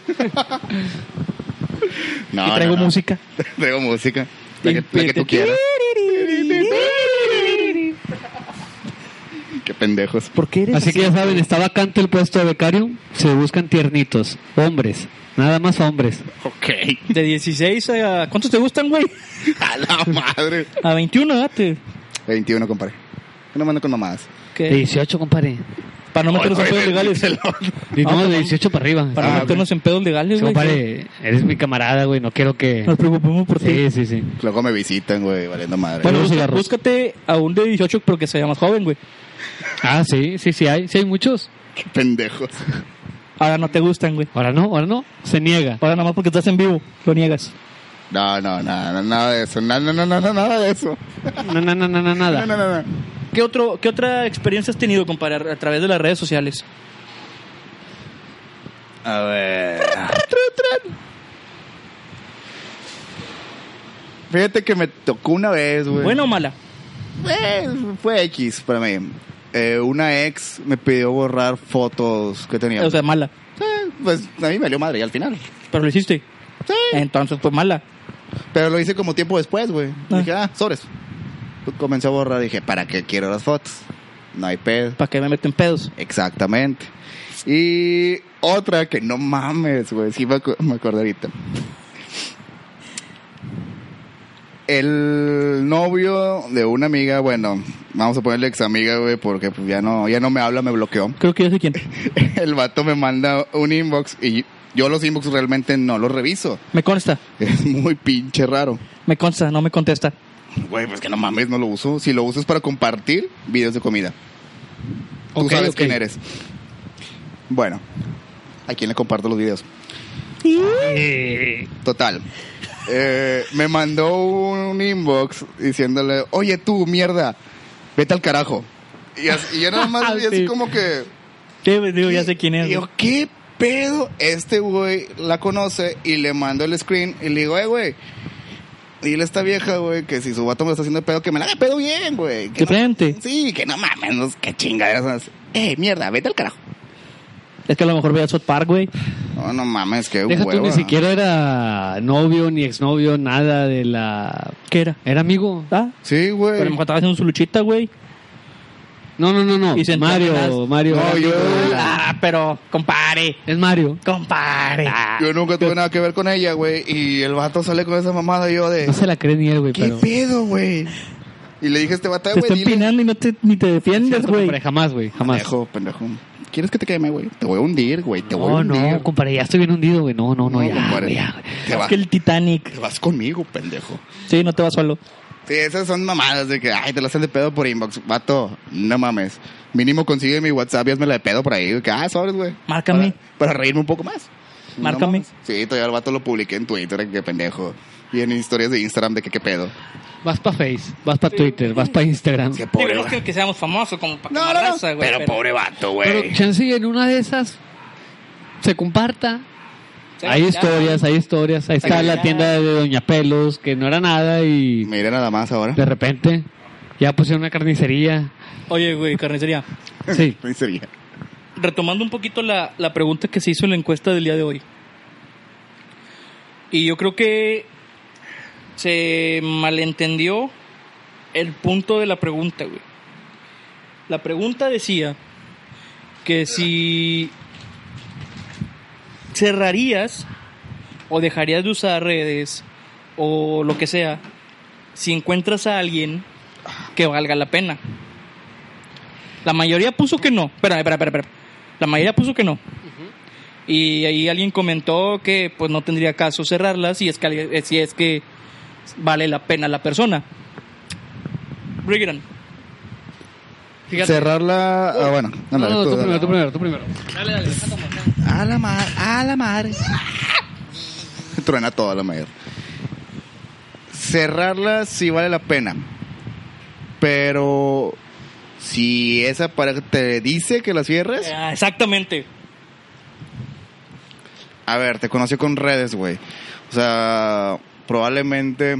B: no,
C: y traigo
B: Ah, no, no.
C: música.
B: Traigo música. La que, la que tú quieras. Qué pendejos.
C: ¿Por qué eres
A: Así que ya saben, está vacante el puesto de becario. Se buscan tiernitos. Hombres. Nada más hombres.
B: Ok.
C: De 16 a... ¿Cuántos te gustan, güey?
B: A la madre.
C: A 21, date.
B: 21, compadre. Que no mando con mamadas.
C: Que-
A: De 18, compadre.
C: Para no meternos en pedos legales.
A: Y no,
C: Ah,
A: de
C: perdón.
A: 18 para arriba.
C: Para no
B: Ah,
C: meternos en pedos legales,
A: Sí,
C: güey.
A: compadre, eres mi camarada, güey. No quiero que...
C: Nos preocupemos por ti.
A: Sí, sí, sí.
B: Luego me visitan, güey, valiendo madre.
C: Bueno,
A: Unos
C: busca-
A: cigarros.
C: búscate a un de 18 pero que se vea más joven, güey.
A: Ah, sí, sí, sí hay. Sí hay muchos.
B: Qué pendejos.
C: Ahora no te gustan, güey.
A: Ahora no, ahora no. Se niega.
C: Ahora nada más porque estás en vivo, lo niegas.
B: No, no, no, no, nada de eso. No, no, no, no, no, nada de eso.
A: Oh, No, no, no, no, no,
B: No,
A: nada.
B: no, no, no.
C: ¿Qué, otro, ¿Qué otra experiencia has tenido, compadre, a través de las redes sociales?
B: A ver. Fíjate que me tocó una vez, güey.
C: Pues, ¿Buena o mala?
B: Fue- fue X para mí. eh, una ex me pidió borrar fotos que tenía.
C: O sea, mala.
B: Sí, pues a mí me dio madre ya al final.
C: Pero lo hiciste.
B: Sí.
C: Entonces fue mala.
B: Pero lo hice como tiempo después, güey.
C: Ah.
B: Dije, ah, sobres. Pues, Comencé a borrar. Dije, ¿para qué quiero las fotos? No hay pedo.
C: ¿Para qué me meten pedos?
B: Exactamente. Y otra que no mames, güey. Sí, me, acu- me acuerdo ahorita. El novio de una amiga, bueno, vamos a ponerle ex amiga, güey, porque pues, ya no, ya no me habla, me bloqueó.
C: Creo que yo sé quién.
B: El vato me manda un inbox y yo los inbox realmente no los reviso.
C: Me consta.
B: Es muy pinche raro.
C: Me consta, no me contesta.
B: Güey, pues que no mames, no lo uso. Si lo usas para compartir videos de comida. Tú
A: Ok,
B: sabes
A: ok.
B: quién eres. Bueno, ¿a quién le comparto los videos? Total. Eh, me mandó un inbox diciéndole, oye tú, mierda, vete al carajo. Y, así- y yo nada
A: Ah,
B: más vi así
C: Sí.
B: como que...
C: Sí, pues, digo, ya sé quién es.
B: Y yo, ¿qué pedo? Este güey la conoce y le mando el screen y le digo, eh, güey. Dile a esta vieja, güey, que si su vato me está haciendo de pedo, que me la haga de pedo bien, güey. Que
C: De frente.
B: Sí, que no mames, no, qué chingaderas. son esas. Eh, mierda, vete al carajo.
C: Es que a lo mejor veía South Park, güey.
B: No, no mames, que
A: Deja tú,
B: hueva.
A: ni siquiera era novio ni exnovio, nada de la...
C: ¿Qué era?
A: Era amigo.
C: Ah,
B: Sí,
C: pero a lo
B: güey.
C: mejor estaba haciendo su luchita, güey.
A: No, no, no, no.
C: Y se
A: Mario,
C: enteró.
A: Mario.
B: No, yo-
C: Ah, pero compare,
A: Es Mario.
C: compare.
B: Yo nunca tuve nada que ver con ella, güey. Y el vato sale con esa mamada y yo de...
A: No se la cree ni él, güey,
B: ¿Qué
A: pero...
B: pedo, güey? Y le dije a este vato, eh,
C: te
B: güey,
C: está
B: dile...
C: empinando y no te, ni te defiendes, güey.
A: Compadre, jamás, güey, jamás.
B: Pendejo, pendejo. ¿Quieres que te queme, güey? Te voy a hundir, güey. Te voy a
A: No,
B: hundir.
A: no, compadre, ya estoy bien hundido, güey. No, no, no,
B: No,
A: ya,
B: compadre.
A: güey, ya, güey.
B: Te
C: Es
B: vas,
C: que el Titanic.
B: te vas conmigo, pendejo.
C: Sí, no te vas solo.
B: Sí, esas son mamadas de que, ay, te la hacen de pedo por inbox. Vato, no mames. Mínimo consigue mi WhatsApp y hazme la de pedo por ahí. Que, ah, sobres, güey.
C: Márcame.
B: Para, para reírme un poco más. No
C: Márcame.
B: mames. sí, todavía el vato lo publiqué en Twitter, que pendejo. Y en historias de Instagram de que qué pedo.
A: Vas pa' Face, vas pa' Twitter, vas pa' Instagram.
B: Qué pobre va-
C: que seamos famosos como para
B: No, no, no. pero, pobre vato,
A: Pero
B: güey.
A: chance y en una de esas se comparta.
C: Sí,
A: hay
C: ya.
A: historias, hay historias. Ahí está
C: Sí,
A: la
C: ya.
A: tienda de Doña Pelos, que no era nada y
B: Mira nada más ahora.
A: de repente ya pusieron una carnicería.
C: Oye, güey, carnicería.
A: Sí.
B: Ahí sería.
C: Retomando un poquito la, la pregunta que se hizo en la encuesta del día de hoy. Y yo creo que se malentendió el punto de la pregunta, güey. La pregunta decía que si cerrarías o dejarías de usar redes o lo que sea si encuentras a alguien que valga la pena. La mayoría puso que no. Espera, espera, espera, espera. La mayoría puso que no. Y ahí alguien comentó que pues no tendría caso cerrarlas si es que alguien- eh, si es que vale la pena la persona. Bring it on. Fíjate.
B: Cerrarla. Ah, bueno,
A: No, no, tú,
B: dale.
A: primero, tú primero, tú primero.
B: A la madre, a la madre. Truena toda la madre. Cerrarla sí vale la pena. Pero si esa pareja te dice que la cierres,
C: Ah, exactamente.
B: a ver, te conoció con redes, güey. O sea, probablemente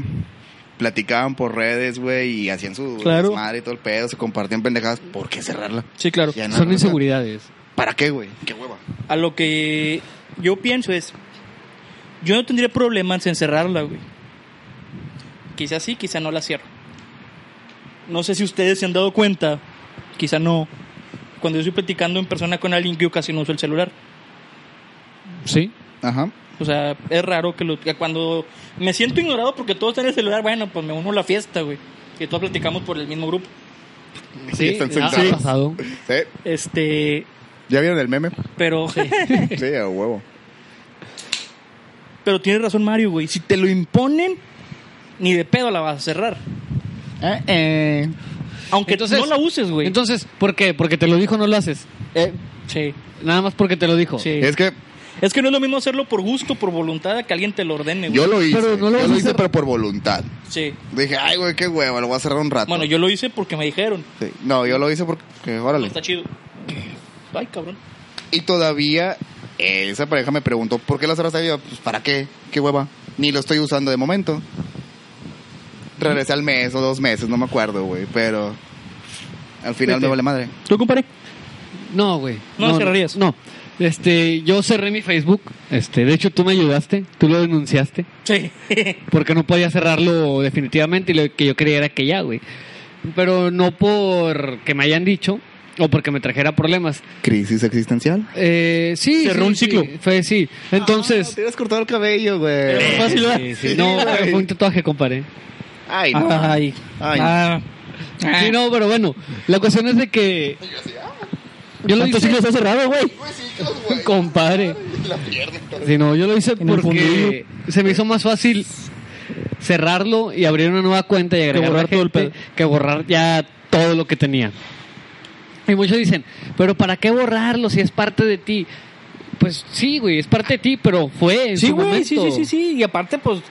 B: platicaban por redes, güey, y hacían su
C: Claro.
B: madre y todo el pedo, se compartían pendejadas. ¿Por qué cerrarla?
C: Sí, claro.
B: Ya no,
A: Son
B: o sea,
A: inseguridades.
B: ¿Para qué, güey? ¿Qué hueva?
C: A lo que yo pienso es, yo no tendría problemas en cerrarla, güey. Quizá sí, quizá no la cierro. No sé si ustedes se han dado cuenta, quizá no. Cuando yo estoy platicando en persona con alguien, yo casi no uso el celular.
A: Sí.
B: Ajá.
C: O sea, es raro que, lo- que cuando me siento ignorado porque todos están en el celular, bueno, pues me uno a la fiesta, güey. Y todos platicamos por el mismo grupo.
B: Sí, están
A: ha- ha
B: sentados.
A: pasado.
B: Sí,
C: Este,
B: ¿Ya vieron el meme?
C: pero,
B: Sí, a huevo.
C: pero tienes razón Mario, güey. Si te lo imponen, ni de pedo la vas a cerrar.
B: Eh, eh.
C: Aunque no la uses, güey.
A: Entonces, ¿por qué? Porque te lo dijo, no lo haces.
C: Eh, sí,
A: Nada más porque te lo dijo.
C: sí. Es,
B: Es que
C: que no es lo mismo hacerlo por gusto, por voluntad, a que alguien te lo ordene, güey.
B: Yo lo hice,
A: Pero no lo
B: yo
A: vas
B: lo
A: a
B: hice
A: hacer.
B: pero por voluntad.
C: Sí.
B: Dije, ay, güey, qué hueva, lo voy a cerrar un rato.
C: Bueno, yo lo hice porque me dijeron.
B: Sí. No, yo lo hice porque, órale.
C: Está chido. Ay, cabrón.
B: Y todavía eh, esa pareja me preguntó, ¿por qué la cerraste? Y yo, pues, ¿para qué? ¿Qué hueva? Ni lo estoy usando de momento. Regresé al mes o dos meses, no me acuerdo, güey, pero... Al final
C: Vete.
B: me vale madre.
C: ¿Tú, compadre?
A: No, güey.
C: No cerrarías.
A: No. Este, yo cerré mi Facebook. Este, de hecho, tú me ayudaste. Tú lo denunciaste.
C: Sí.
A: porque no podía cerrarlo definitivamente y lo que yo creía era que ya, güey. Pero no por que me hayan dicho o porque me trajera problemas.
B: Crisis existencial.
A: Eh, sí,
C: Cerró
A: sí,
C: un ciclo.
A: sí, fue sí. Ah, Entonces,
B: te hubieras cortado el cabello, güey.
C: Pero fácil, ¿verdad?
A: sí, sí, no,
B: Sí, güey.
A: fue un tatuaje, compadre.
B: Ay, no.
C: Ay.
B: Ay.
C: Ah.
A: Sí, no, pero bueno, la cuestión es de que yo lo
C: ¿Cuántos
A: hice, Pues
C: ciclos has cerrado, güey?
A: compadre. Sí, no, yo lo hice
C: En el fundillo.
A: porque se me hizo más fácil cerrarlo y abrir una nueva cuenta y agregar
C: borrar todo el
A: gente
C: pedo.
A: que borrar ya todo lo que tenía. Y muchos dicen, pero ¿para qué borrarlo si es parte de ti? Pues sí, güey, es parte de ti, pero fue en
C: Sí,
A: su
C: güey,
A: momento.
C: sí, sí, sí, sí. Y aparte, pues,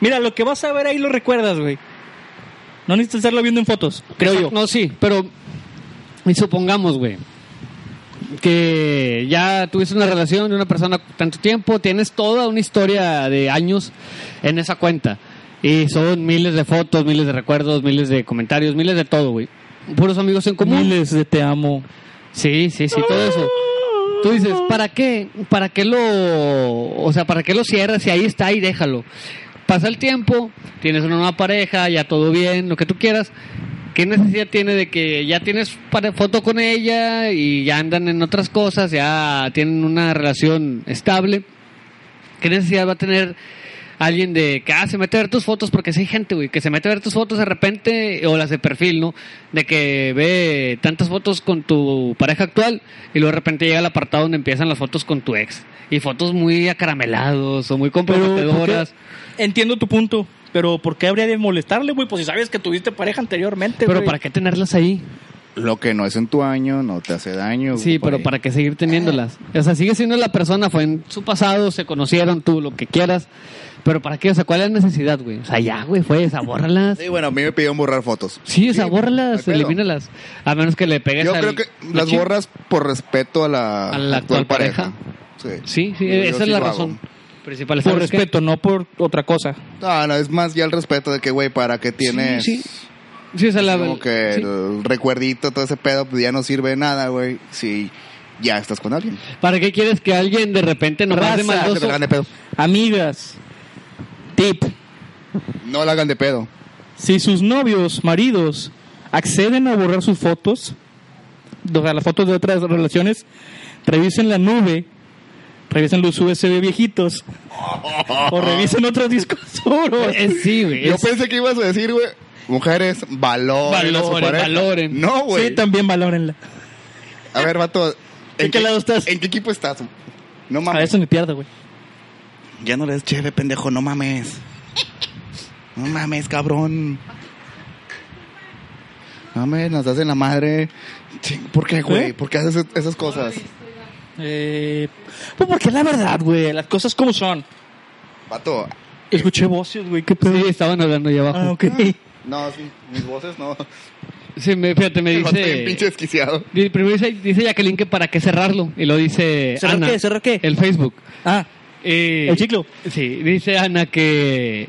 C: mira, lo que vas a ver ahí lo recuerdas, güey. No necesitas estarlo viendo en fotos, creo yo.
A: No, sí, pero y supongamos, güey, que ya tuviste una relación de una persona tanto tiempo, tienes toda una historia de años en esa cuenta. Y son miles de fotos, miles de recuerdos, miles de comentarios, miles de todo, güey. Puros amigos en común.
C: Miles de te amo.
A: Sí, sí, sí, todo eso. Tú dices, ¿para qué? ¿Para qué lo, o sea, para qué lo cierras si ahí está y déjalo? Pasa el tiempo, tienes una nueva pareja, ya todo bien, lo que tú quieras. ¿Qué necesidad tiene de que ya tienes pare- foto con ella y ya andan en otras cosas, ya tienen una relación estable? ¿Qué necesidad va a tener alguien de que ah, se mete a ver tus fotos? Porque sí hay gente, güey, que se mete a ver tus fotos de repente, o las de perfil, ¿no? De que ve tantas fotos con tu pareja actual y luego de repente llega al apartado donde empiezan las fotos con tu ex. Y fotos muy acaramelados o muy
C: Pero,
A: comprometedoras.
C: ¿por qué? entiendo tu punto, pero ¿por qué habría de molestarle, güey? Pues si sabes que tuviste pareja anteriormente,
A: Pero
C: güey.
A: ¿para qué tenerlas ahí?
B: Lo que no es en tu año no te hace daño.
A: Sí,
B: compadre.
A: pero ¿para qué seguir teniéndolas? O sea, sigue siendo la persona, fue en su pasado, se conocieron, tú, lo que quieras. Pero ¿para qué? O sea, ¿cuál es la necesidad, güey? O sea, ya, güey, fue, esa, bórralas.
B: Sí, bueno, a mí me pidieron borrar fotos.
A: Sí, o sea,
B: Sí,
A: bórralas,
B: no hay pedo.
A: elimínalas. A menos que le pegues
B: Yo
A: al-
B: creo que
A: al
B: las
A: chip.
B: borras por respeto a la,
A: A la actual
B: Sí.
A: Sí, sí,
B: Yo- yo
A: esa
B: sí
A: es la
B: lo hago.
A: razón principal.
C: Por
A: ¿Sabes qué?
C: respeto, no por otra cosa.
B: Ah, No, no, es más ya el respeto de que, güey, ¿para qué tienes?
A: Sí, Sí, o sea, la-
B: Como que
A: sí.
B: el recuerdito, todo ese pedo, pues ya no sirve de nada, güey. Si ya estás con alguien.
A: ¿Para qué quieres que alguien de repente no
C: Raza,
A: de
B: Ah, que te
A: maldoso?
B: la hagan de pedo.
C: Amigas, tip.
B: No la hagan de pedo.
C: Si sus novios, maridos, acceden a borrar sus fotos, o sea, las fotos de otras relaciones, revisen la nube, revisen los USB viejitos, o revisen otros discos duros.
A: Eh, sí, güey.
B: Yo
A: es-
B: pensé que ibas a decir, güey, mujeres, valoren. a su
A: Valoren,
B: pareja.
A: valoren.
B: No, güey.
C: Sí, también valórenla.
B: a ver, vato.
C: ¿En qué lado estás?
B: ¿En qué equipo estás? No
C: A
B: mames.
C: veces me pierdo, güey.
B: Ya no le des cheve, pendejo, no mames. No mames, cabrón. No mames, nos das en la madre. Sí, ¿Por qué, güey?
C: ¿Eh?
B: ¿Por qué haces es- esas cosas?
C: Eh, pues porque la verdad, güey, las cosas como son.
B: Pato.
C: Escuché voces, güey, qué pedo.
A: Sí, estaban hablando ahí abajo.
C: Ah, ok.
B: No, sí, mis voces no.
A: Sí, me, fíjate, me
B: Estoy bien pinche
A: dice...
B: desquiciado.
A: di- Primero dice, dice Jacqueline que para qué cerrarlo. Y lo dice
C: ¿Cerrar
A: Ana.
C: qué? ¿Cerrar qué?
A: El Facebook.
C: Ah,
A: Eh,
C: ¿El ciclo?
A: Sí, dice Ana que,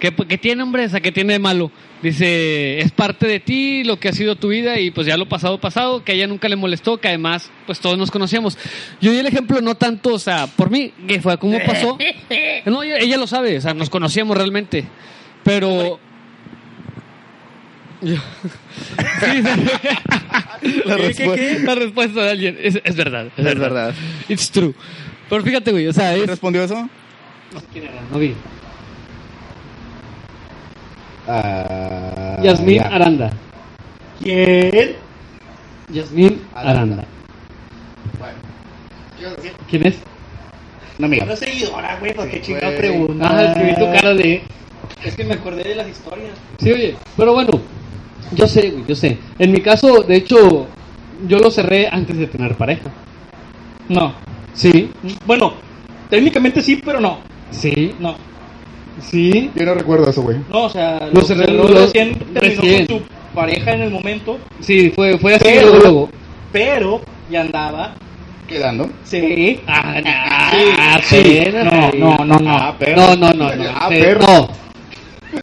A: que, que tiene, hombre, esa que tiene de malo. Dice, es parte de ti, lo que ha sido tu vida y pues ya lo pasado, pasado, que a ella nunca le molestó, que además pues todos nos conocíamos. Yo di el ejemplo no tanto, o sea, por mí, que fue como pasó. No, ella, ella lo sabe, o sea, nos conocíamos realmente, pero... Yo- Sí, sí.
B: La
A: ¿Eh, ¿Qué, qué, qué?
B: respuesta.
A: La respuesta de alguien. Es, es verdad.
B: Es verdad.
A: It's true. Pero fíjate, güey, o sea,
B: ¿Quién
A: es...
B: respondió eso?
A: No vi.
D: Ah,
A: Yasmín Aranda.
C: ¿quién?
A: Yasmín Aranda. ¿Quién es?
B: No,
D: No seguidora, güey, porque qué chingado
B: güey.
D: pregunta.
A: Ah, escribí tu cara de...
D: Es que me acordé de las historias.
A: Sí, oye, pero bueno, yo sé, güey, yo sé. En mi caso, de hecho, yo lo cerré antes de tener pareja.
D: No.
A: Sí,
D: Bueno, técnicamente sí, pero no.
A: sí,
D: No.
A: sí.
B: Yo no recuerdo eso, güey.
D: No, o sea,
A: Lo
D: lo
A: cerré-
D: cerró
A: lo-
D: recién terminó
A: recién.
D: con su pareja en el momento,
A: Sí, fue, fue así
D: Pero-
A: luego, luego.
D: pero ya andaba.
B: ¿Quedando?
D: Sí.
A: Ah,
D: ah, sí. No, no, no, no.
A: No, no, no. no,
B: Ah,
A: sí,
B: perro.
A: no.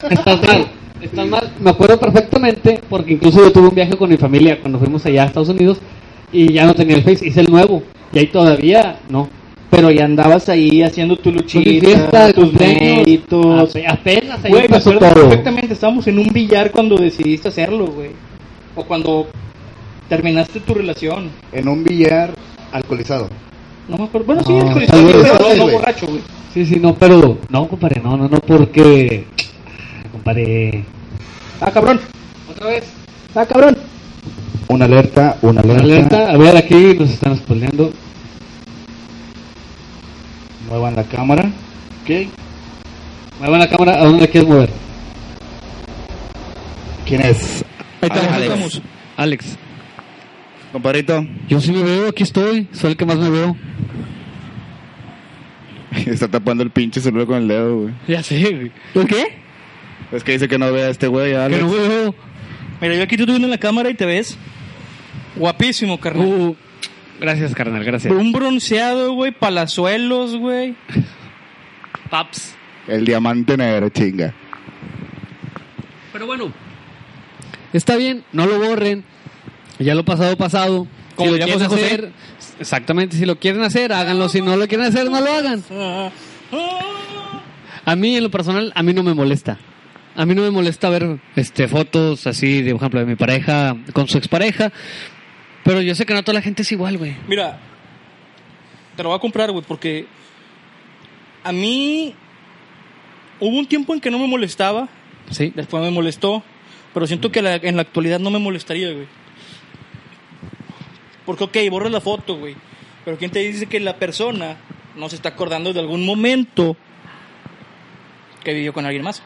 A: Estás mal.
E: Este, Estás mal, me acuerdo perfectamente porque incluso yo tuve un viaje con mi familia cuando fuimos allá a Estados Unidos y ya no tenía el Face, hice el nuevo y ahí todavía no.
D: Pero ya andabas ahí haciendo tu
E: Mi
D: luchita,
E: fiesta de
D: tus
E: cumpleaños.
A: Ah,
D: méritos.
E: Ape- Apenas ahí
D: Güey, me
E: pasó
D: acuerdo
E: todo.
D: perfectamente, estábamos en un billar cuando decidiste hacerlo, güey. O cuando terminaste tu relación.
F: En un billar alcoholizado.
D: No me acuerdo. Bueno, sí,
E: No,
D: es que
E: tal vez,
D: no,
F: tal
D: no
F: vez.
D: borracho, güey.
E: Sí, sí, no, pero no, compadre, no, no, no, porque. ah, Compadre.
D: Ah, cabrón.
E: Otra vez.
D: Ah, cabrón.
F: Una alerta, una alerta.
E: Alerta, a ver, aquí nos están spoileando.
F: Muevan la cámara. ¿Qué?
E: Muevan la cámara, ¿a dónde quieres mover?
F: ¿Quién es?
C: Ah,
B: Alex,
A: Alex,
B: compadrito,
A: yo sí me veo, aquí estoy, soy el que más me veo.
B: está tapando el pinche celular con el dedo, güey.
A: Ya sé,
C: Eh,
A: güey.
C: ¿Tú qué?
B: Es que dice que no vea a este güey,
A: Que
B: Alex.
A: no me veo.
C: Mira, yo aquí te estoy viendo en la cámara y te ves guapísimo, carnal.
A: Uh, gracias, carnal, gracias.
C: Un bronceado, güey, palazuelos, güey.
A: Paps.
B: El diamante negro, chinga.
A: Pero bueno, está bien, no lo borren. Ya lo pasado, pasado. si
C: Como
A: lo
C: diría
A: quieren
C: José José.
A: hacer, exactamente, si lo quieren hacer, háganlo. Si no lo quieren hacer, no lo hagan.
C: Ah,
A: A mí, en lo personal, a mí no me molesta. A mí no me molesta ver este, fotos así, de, por ejemplo, de mi pareja con su expareja. Pero yo sé que no toda la gente es igual, güey.
C: Mira, te lo voy a comprar, güey, porque a mí hubo un tiempo en que no me molestaba,
A: Sí.
C: después me molestó, pero siento que la- en la actualidad no me molestaría, güey. Porque, ok, borras la foto, güey, pero ¿quién te dice que la persona no se está acordando de algún momento que vivió con alguien más?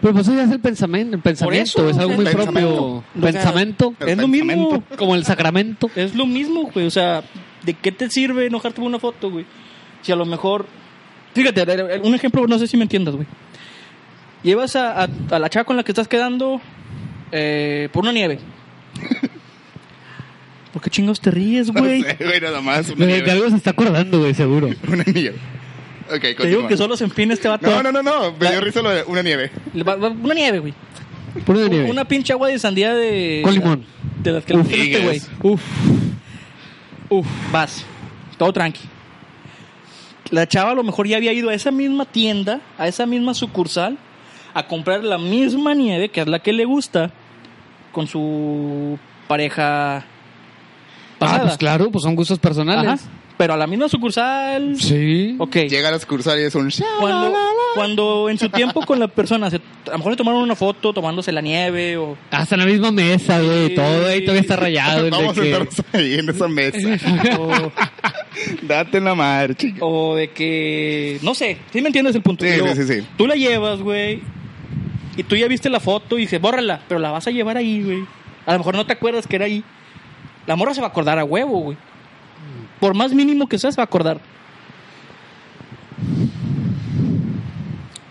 A: Pero pues eso ya es el pensamiento. El pensamiento
C: eso,
A: es algo muy
B: Pensamento.
A: propio. Pensamiento.
C: O sea, es lo mismo.
A: Como el sacramento.
C: Es lo mismo, güey. O sea, ¿de qué te sirve enojarte por una foto, güey? Si a lo mejor. Fíjate, a ver, un ejemplo, no sé si me entiendas, güey. Llevas a, a- a la chava con la que estás quedando eh, por una nieve. ¿Por qué chingados te ríes, güey?
B: No sé, güey, nada más. Una
A: De, de
B: nieve.
A: algo se está acordando, güey, seguro.
B: Una nieve. Ok,
C: Te digo
B: continúa.
C: que solo se empina este vato.
B: No, no, no, no. Me dio risa lo de una nieve.
C: Va- va- Una nieve, güey.
A: Puro de nieve.
C: Una pinche agua de sandía de.
A: Con limón.
C: De las que le gustan a este güey.
B: Sigues.
A: Uf.
C: Uf, vas. Todo tranqui. La chava a lo mejor ya había ido a esa misma tienda, a esa misma sucursal, a comprar la misma nieve, que es la que le gusta, con su pareja
A: Ah,
C: pasada.
A: pues claro, pues son gustos
C: Ajá.
A: personales.
C: Pero a la misma sucursal.
A: Sí.
C: Ok.
B: Llega a las cursar y es un...
C: Cuando, cuando en su tiempo con la persona, se- a lo mejor le tomaron una foto tomándose la nieve o
A: Hasta en la misma mesa, güey.
C: Sí.
A: Todo ahí todavía está rayado. el de
B: Vamos a
A: que-
B: sentarnos ahí en esa mesa.
C: o-
B: Date la madre, chinga.
C: O de que. No sé, ¿sí me entiendes el punto?
B: Sí,
C: Pero
B: sí, sí, sí.
C: Tú la llevas, güey. Y tú ya viste la foto y dices, bórrala, pero la vas a llevar ahí, güey. A lo mejor no te acuerdas que era ahí. La morra se va a acordar a huevo, güey. Por más mínimo que sea, se va a acordar.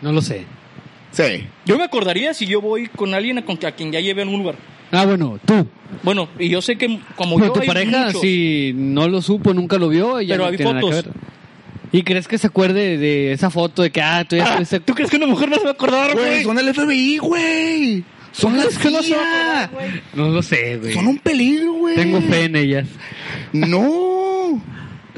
A: No lo sé.
B: Sí.
C: Yo me acordaría si yo voy con alguien a, con- a quien ya lleve a algún lugar.
A: Ah, bueno, tú.
C: Bueno, y yo sé que como
A: Pero
C: yo.
A: tu
C: hay
A: pareja,
C: muchos-
A: si no lo supo, nunca lo vio, ella
C: Pero
A: no
C: hay
A: tiene nada
C: fotos.
A: que ver. ¿Y crees que se acuerde de esa foto de que, ah, tú ya
C: Ah,
A: estuviste-
C: ¿Tú crees que una mujer no se va a acordar, güey?
B: son el FBI, güey. Son las que no son.
A: No lo sé, güey.
B: Son un peligro, güey.
A: Tengo fe en ellas.
B: No.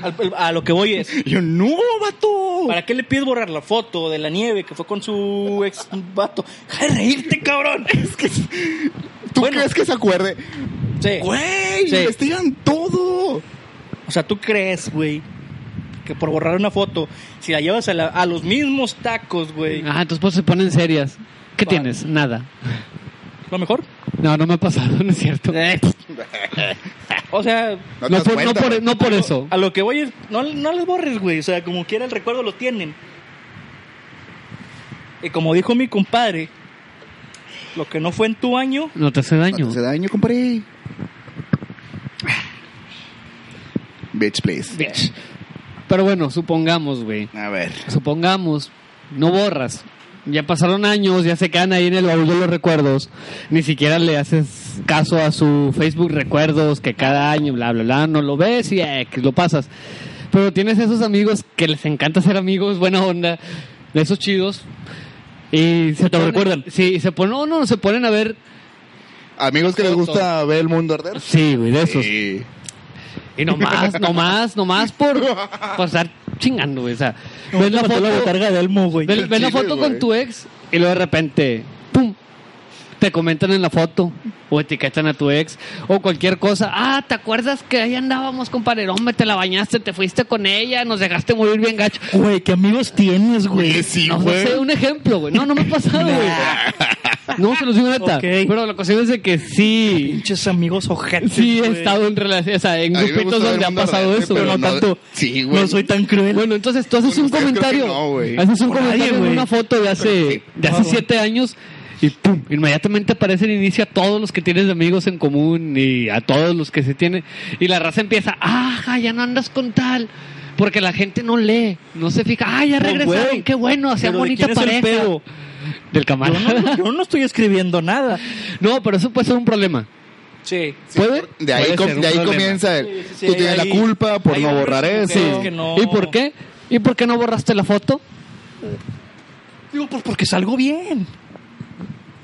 C: Al- A lo que voy es.
B: Yo no, vato.
C: ¿Para qué le pides borrar la foto de la nieve que fue con su ex vato? ¡Deja de reírte, cabrón! Es que...
B: ¿Tú
C: Bueno.
B: crees que se acuerde?
C: Sí.
B: Güey,
C: Sí.
B: investigan todo.
C: O sea, ¿tú crees, güey, que por borrar una foto, si la llevas a, la- a los mismos tacos, güey,
A: Ah, entonces pues se ponen serias. ¿Qué
C: Va.
A: tienes? Nada.
C: lo mejor?
A: No, no me ha pasado, no es cierto.
C: Eh, pues, O sea,
B: No,
A: no,
B: te das
A: por, no,
B: cuenta,
A: por,
B: güey.
A: no por eso.
C: a lo que voy es, no, no les borres, güey. O sea, como quiera el recuerdo lo tienen. Y como dijo mi compadre, lo que no fue en tu año,
A: No te hace daño.
B: No te hace daño, compadre. Bitch, please.
A: Bitch. Pero bueno, supongamos, güey.
B: A ver.
A: Supongamos, no borras. Ya pasaron años, ya se quedan ahí en el baúl de los recuerdos. Ni siquiera le haces caso a su Facebook recuerdos que cada año, bla, bla, bla, no lo ves y eh, que lo pasas. Pero tienes esos amigos que les encanta ser amigos, buena onda, de esos chidos. Y se
C: ¿Te lo recuerdan?
A: Sí, se ponen, no, no, se ponen a ver.
B: Amigos que les gusta ver el mundo arder. pues,
A: Sí, güey, de esos.
B: Sí.
A: Y nomás, nomás, nomás por pasar chingando, güey. O sea, ves la
C: mató
A: foto,
C: la botarga de Elmo, güey.
A: ves,
B: El
A: ves la
B: chile,
A: foto
B: güey.
A: con tu ex y luego de repente, ¡pum! Te comentan en la foto o etiquetan a tu ex o cualquier cosa. Ah, ¿te acuerdas que ahí andábamos, compadre? Hombre, te la bañaste, te fuiste con ella, nos dejaste morir bien gacho.
C: Güey, ¿qué amigos tienes, güey?
B: Sí,
A: No, no
B: güey.
A: sé, un ejemplo, güey. No, no me ha pasado, güey. No, se los digo neta.
C: Ok.
A: Pero la cuestión es de que sí,
C: Pinches amigos ojetes.
A: sí he
C: güey.
A: estado en relaciones, o sea, en
B: A mí me
A: grupitos
B: gusta ver
A: donde ha
B: mundo
A: pasado
B: arder,
A: eso,
B: pero
A: güey.
C: no tanto.
B: Sí, güey.
C: No soy tan cruel.
A: Bueno, entonces tú haces
B: Con
A: un
B: ustedes creo
A: comentario,
B: que no, güey.
A: haces un
C: Con nadie,
A: comentario en
C: güey.
A: una foto de hace, de hace
C: No, güey.
A: siete años y pum, inmediatamente aparecen inicia a todos los que tienes de amigos en común y a todos los que se tienen y la raza empieza, ajá, ya no andas con tal. Porque la gente no lee, no se fija. Ah, ya
C: Pues,
A: regresaron,
C: güey,
A: qué bueno, hacía
C: pero ¿de
A: bonita
C: quién es el
A: pareja.
C: pedo?
A: Del camarada.
C: Yo no, yo no estoy escribiendo nada.
A: No, pero eso puede ser un problema.
C: Sí.
A: ¿Puede?
B: De ahí,
A: Puede
B: com-
A: ser un
B: de ahí
A: problema.
B: comienza el.
C: Sí, sí, sí,
B: tú
C: hay-
B: tienes
C: hay-
B: la culpa por
C: hay
B: no
C: hombres
B: borrar
C: que
B: eso.
C: creo que no.
A: ¿Y por qué? ¿Y por qué no borraste la foto?
C: Digo, pues porque salgo bien.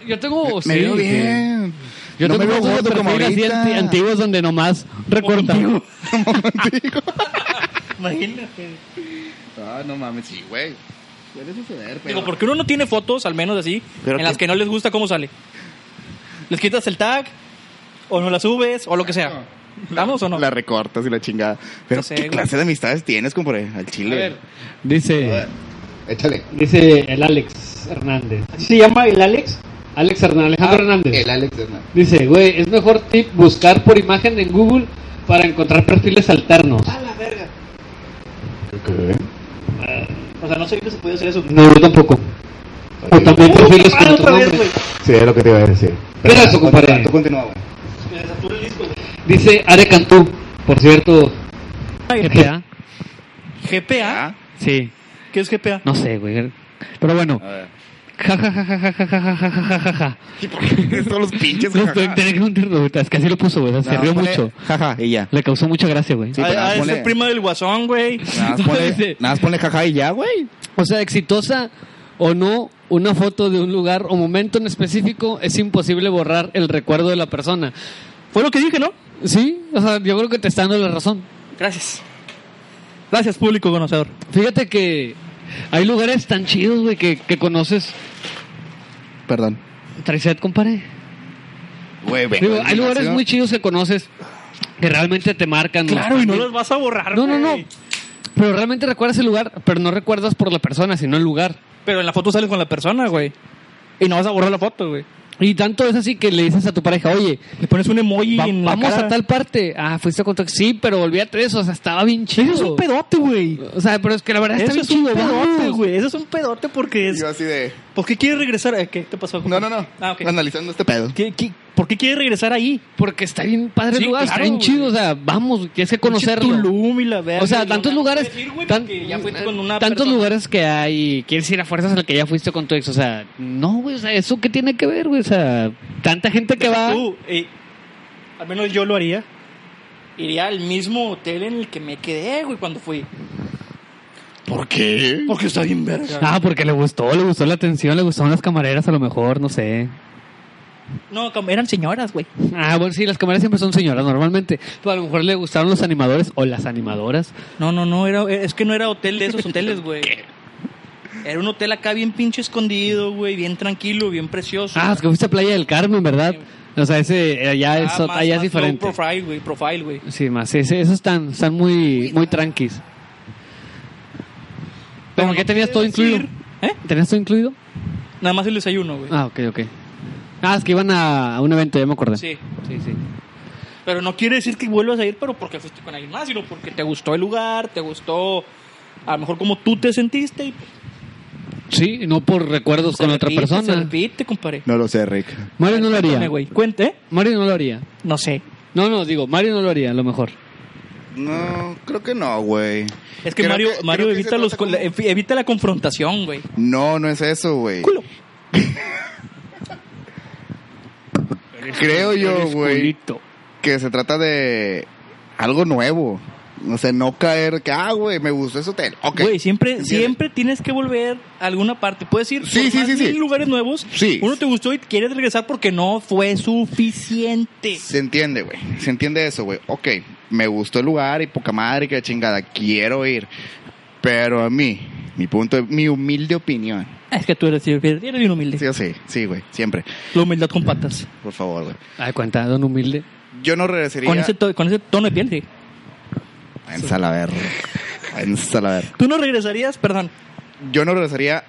A: Yo tengo...
B: Me veo bien.
A: Yo
B: no me
A: tengo
B: veo
A: fotos de
B: gordo como
A: perfil así
B: ahorita.
A: anti- antiguos donde nomás recortan.
C: Imagínate.
B: Ah, no mames, sí, güey. Puede suceder, pero.
C: Digo, porque uno no tiene fotos, al menos así,
B: Pero
C: en las
B: que-
C: que no les gusta cómo sale. Les quitas el tag, o no la subes, o lo que sea. ¿Vamos o no?
B: La recortas y la chingada. Pero,
C: No sé,
B: ¿qué
C: güey.
B: clase de amistades tienes, compadre? Al chile.
A: Dice,
F: Échale.
E: Dice el Alex Hernández.
D: ¿Así se llama el Alex?
E: Alex Hernández, Alejandro Hernández.
F: El Alex Hernández.
E: Dice, güey, es mejor tip buscar por imagen en Google para encontrar perfiles alternos. Ah,
D: O sea, no sé que se puede hacer eso.
E: No, yo tampoco. O también perfiles con tu
D: otra vez,
E: nombre.
D: güey!
F: Sí, es lo que te iba a decir.
E: Pero eso,
F: tú
E: compadre.
F: continúa, Tú continúa, güey.
D: Me desatura el disco, güey.
E: Dice Are Cantú, por cierto.
A: GPA.
C: ¿GPA?
B: ¿Ah?
A: Sí,
C: ¿Qué es GPA?
A: no sé, güey. Pero bueno,
B: A ver.
A: ja, ja, ja, ja, ja, ja, ja, ja, ja, ja.
B: ¿Y por qué todos los pinches?
A: No,
B: jaja?
A: tenía que contarlo, güey. Es que así lo puso, güey. Se
B: Nada,
A: rió
B: ponle-
A: mucho.
B: Jaja, y ya.
A: Le causó mucha gracia, güey.
B: Sí, pero
C: ah,
B: nada,
C: ah, es el
B: ponle-
C: primo del guasón, güey.
B: Nada más
A: Dice-
C: eh,
B: ponle, nada más ponle jaja y ya, güey.
A: O sea, exitosa o no, una foto de un lugar o momento en específico es imposible borrar el recuerdo de la persona.
C: Fue lo que dije, ¿no?
A: Sí, o sea, yo creo que te está dando la razón.
C: Gracias. Gracias, público conocedor.
A: Fíjate que hay lugares tan chidos, güey, que, que conoces.
B: Perdón.
A: Tricet, compadre.
B: Güey, vengo
A: Digo,
B: del
A: hay lugares
B: gimnasio.
A: muy chidos que conoces que realmente te marcan.
C: Claro, y no los vas a borrar,
A: No, no, no.
C: güey.
A: Pero realmente recuerdas el lugar, pero no recuerdas por la persona, sino el lugar.
C: Pero en la foto sales con la persona, güey. Y no vas a borrar la foto, güey.
A: Y tanto es así que le dices a tu pareja, oye,
C: Le pones un emoji
A: va-
C: en la
A: vamos
C: cara.
A: a tal parte. Ah, fuiste con tu... Sí, pero olvídate de eso, o sea, estaba bien chido.
C: Es un pedote, güey.
A: O sea, pero es que la verdad está
C: Eso
A: bien
C: es un
A: chido,
C: pedote,
A: vamos.
C: güey. Eso es un pedote porque
B: Y
C: es...
B: Yo así de.
C: ¿Por qué quiere regresar? Eh, ¿Qué te pasó?
B: No, no, no.
C: Ah, ok.
B: Analizando este pedo.
C: ¿Qué- qué- por qué quiere regresar ahí?
A: Porque está bien padre
C: Sí,
A: el lugar,
C: claro,
A: está bien
C: güey.
A: chido, o sea, vamos, tienes que
C: Pinche
A: conocerlo.
C: Tulum y la verga.
A: O sea,
C: Y
A: tantos
C: no me
A: lugares,
C: puedes ir, güey,
A: tan-
C: porque ya fuiste con una
A: tantos
C: persona.
A: lugares que hay, y quieres ir a fuerzas al que ya fuiste con tu ex, o sea, no, güey, o sea, eso qué tiene que ver, güey, o sea, tanta gente que va.
C: Tú, eh, al menos yo lo haría. Iría al mismo hotel en el que me quedé, güey, cuando fui.
B: ¿Por qué?
C: Porque está bien verga.
A: Ah, porque le gustó, le gustó la atención, le gustaron las camareras a lo mejor, no sé.
C: No, como eran señoras, güey.
A: Ah, bueno, sí, las camareras siempre son señoras normalmente, pero a lo mejor le gustaron los animadores o las animadoras.
C: No, no, no, era, es que no era hotel de esos hoteles, güey. Era un hotel acá bien pinche escondido, güey, bien tranquilo, bien precioso.
A: Ah, es que fuiste a Playa del Carmen, ¿verdad? O sea, ese eh, allá es,
C: Ah,
A: ot-
C: más-
A: allá es
C: más low
A: diferente.
C: Profile, güey, profile, güey.
A: Sí, más, ese- esos están, están muy, muy tranquis.
C: Pero
A: ¿Pero qué
C: no
A: tenías
C: quiere
A: todo
C: decir-
A: incluido?
C: ¿Eh?
A: ¿Tenías todo incluido?
C: Nada más el desayuno, güey.
A: Ah, ok, ok. Ah, es que iban a, a un evento, ya me acordé.
C: Sí.
A: sí, sí.
C: Pero no quiere decir que vuelvas a ir, pero porque fuiste con alguien más, sino porque te gustó el lugar, te gustó a lo mejor como tú te sentiste y
A: Sí, y no por recuerdos
C: se
A: con otra
C: repite, Se
A: persona.
C: repite, compadre.
B: No lo sé, Rick.
A: Mario no lo haría.
C: Cuéntame, güey. Cuente, ¿eh?
A: Mario no lo haría.
C: No sé.
A: No, no, digo, Mario no lo haría, a lo mejor.
B: No, creo que no, güey.
C: Es que
B: Creo
C: Mario,
B: creo
C: Mario
B: que se
C: evita,
B: trata
C: los,
B: como-
C: la- evita la confrontación, güey.
B: No, no es eso, güey.
C: Culo.
B: Creo yo,
A: Eres
B: güey,
A: culito.
B: que se trata de algo nuevo. No sé, no caer que, ah, güey, me gustó ese hotel. Ok.
C: Güey, siempre,
B: ¿Entiendes?
C: siempre tienes que volver a alguna parte. Puedes ir
B: Sí,
C: por
B: sí,
C: más
B: sí, sí.
C: mil lugares nuevos.
B: Sí.
C: Uno te gustó y quieres regresar porque no fue suficiente.
B: Se entiende, güey. Se entiende eso, güey. Ok, me gustó el lugar y poca madre, que chingada. Quiero ir. Pero a mí, mi punto, mi humilde opinión.
C: Ah, Es que tú eres, eres bien humilde.
B: Sí o sí, sí, güey, siempre.
C: La humildad con patas.
B: Por favor, güey.
A: Ay, cuánta don humilde.
B: Yo no regresaría.
C: Con ese, to- con ese tono de piel, sí.
B: En Salaver. En Salaver.
C: Tú no regresarías, perdón.
B: Yo no regresaría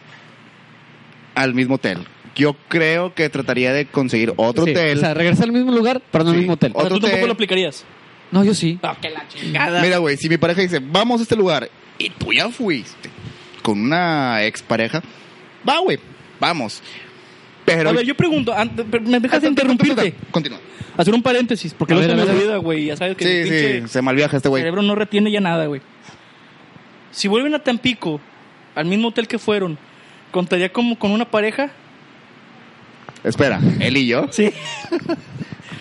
B: al mismo hotel. Yo creo que trataría de conseguir otro
A: Sí,
B: hotel.
A: O sea, regresa al mismo lugar, pero no al
B: Sí.
A: mismo hotel.
C: O sea,
B: Otro
C: tú tampoco
B: hotel.
C: lo aplicarías.
A: No, yo sí.
C: Ah, que la chingada.
B: Mira, güey, si mi pareja dice, vamos a este lugar, y tú ya fuiste con una expareja, va, güey, vamos. Pero.
C: a ver, yo pregunto, antes- pero me dejas
B: Ah,
C: interrumpirte.
B: Continúa.
C: Hacer un paréntesis, porque
A: A
C: luego
A: ver,
C: se
A: a
C: me
A: ver.
C: olvida, güey. Ya sabes que
B: Sí,
C: el pinche
B: sí, se malviaja este güey.
C: cerebro no retiene ya nada, güey. Si vuelven a Tampico, al mismo hotel que fueron, ¿contaría como con una pareja?
B: Espera, él y yo.
C: Sí.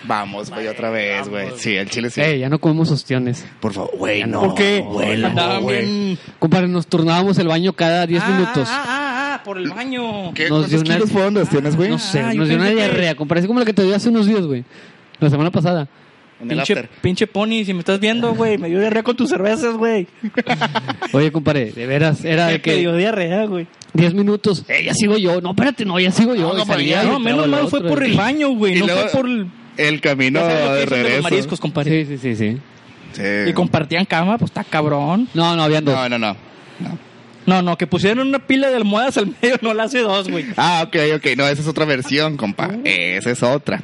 B: Vamos, güey, otra vez, güey. Sí, el chile sí.
A: Eh, ya no comemos ostiones.
B: Por favor, güey, no.
C: ¿Por qué?
B: güey, no,
C: Andaban
B: güey.
C: bien.
A: Compadre, nos turnábamos el baño cada 10
C: Ah,
A: minutos.
C: Ah, ah, ah, por el baño.
B: ¿Qué?
A: Nos dio
B: ¿Cuántos
A: una-
B: kilos fueron de tienes, güey?
A: No sé,
C: Ah, yo
A: nos dio una
C: pensé que-
A: diarrea, compadre. Es como la que te dio hace unos días, güey. La semana pasada.
B: En el
C: Pinche,
B: after.
C: pinche pony, si me estás viendo, güey, me dio diarrea con tus cervezas, güey.
A: Oye, compadre, de veras, era de
C: Me dio
A: Ah, que
C: diarrea, güey.
A: 10 minutos. Eh, ya sigo yo. No, espérate, no, ya sigo yo.
B: No,
A: Y
B: compadre,
A: salía
B: ya,
A: y
C: No, menos
A: luego la
C: mal fue
A: otra,
C: por
A: y-
C: el baño, güey.
B: Y
C: No
B: luego-
C: fue por el...
B: El camino
C: Ya sabes lo
B: de
C: que dicen de los
B: regreso.
C: mariscos, compadre.
A: Sí, sí, sí, sí.
B: Sí.
C: Y compartían cama, pues está cabrón.
A: No, no, habían dos.
B: No, no, no.
C: No, no, que pusieron una pila de almohadas al medio, no la hace dos, güey.
B: Ah, ok, ok. No, esa es otra versión, compa. Esa es otra.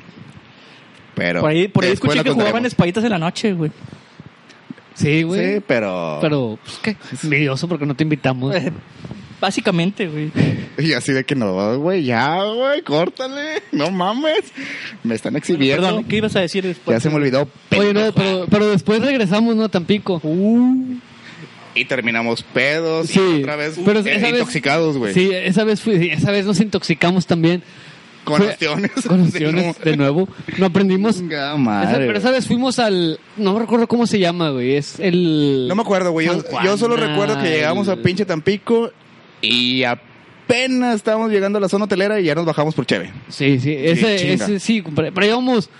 B: Pero.
C: Por ahí, por ahí
B: después
C: escuché
B: la
C: que jugaban
B: contaremos.
C: espaditas en la noche, güey.
A: Sí, güey.
B: Sí, pero.
A: Pero, pues, ¿qué? Envidioso porque no te invitamos.
C: Básicamente, güey.
B: Y así de que no, güey, ya, güey, córtale. No mames. Me están exhibiendo.
C: Perdón, ¿qué ibas a decir después?
B: ya se me olvidó.
A: Oye, no, pero, pero después regresamos, ¿no? A Tampico. Uh,
B: Y terminamos pedos.
A: Sí.
B: Y Uh, otra vez
A: Pero
B: eh,
A: esa vez-
B: intoxicados, güey.
A: Sí, esa vez, fui, sí, esa vez nos intoxicamos también.
B: Con
A: Fue-
B: opciones.
A: Con opciones, de nuevo. No aprendimos.
B: Chinga
A: Esa-
B: madre,
A: pero esa vez fuimos al. No me recuerdo cómo se llama, güey. Es el.
B: No me acuerdo, güey. Yo,
A: San Juan,
B: yo solo recuerdo que
A: el-
B: llegamos a pinche Tampico y apenas estábamos llegando a la zona hotelera y ya nos bajamos por Cheve.
A: Sí, sí. Ese,
B: chinga.
A: ese sí, compadre. Pero íbamos.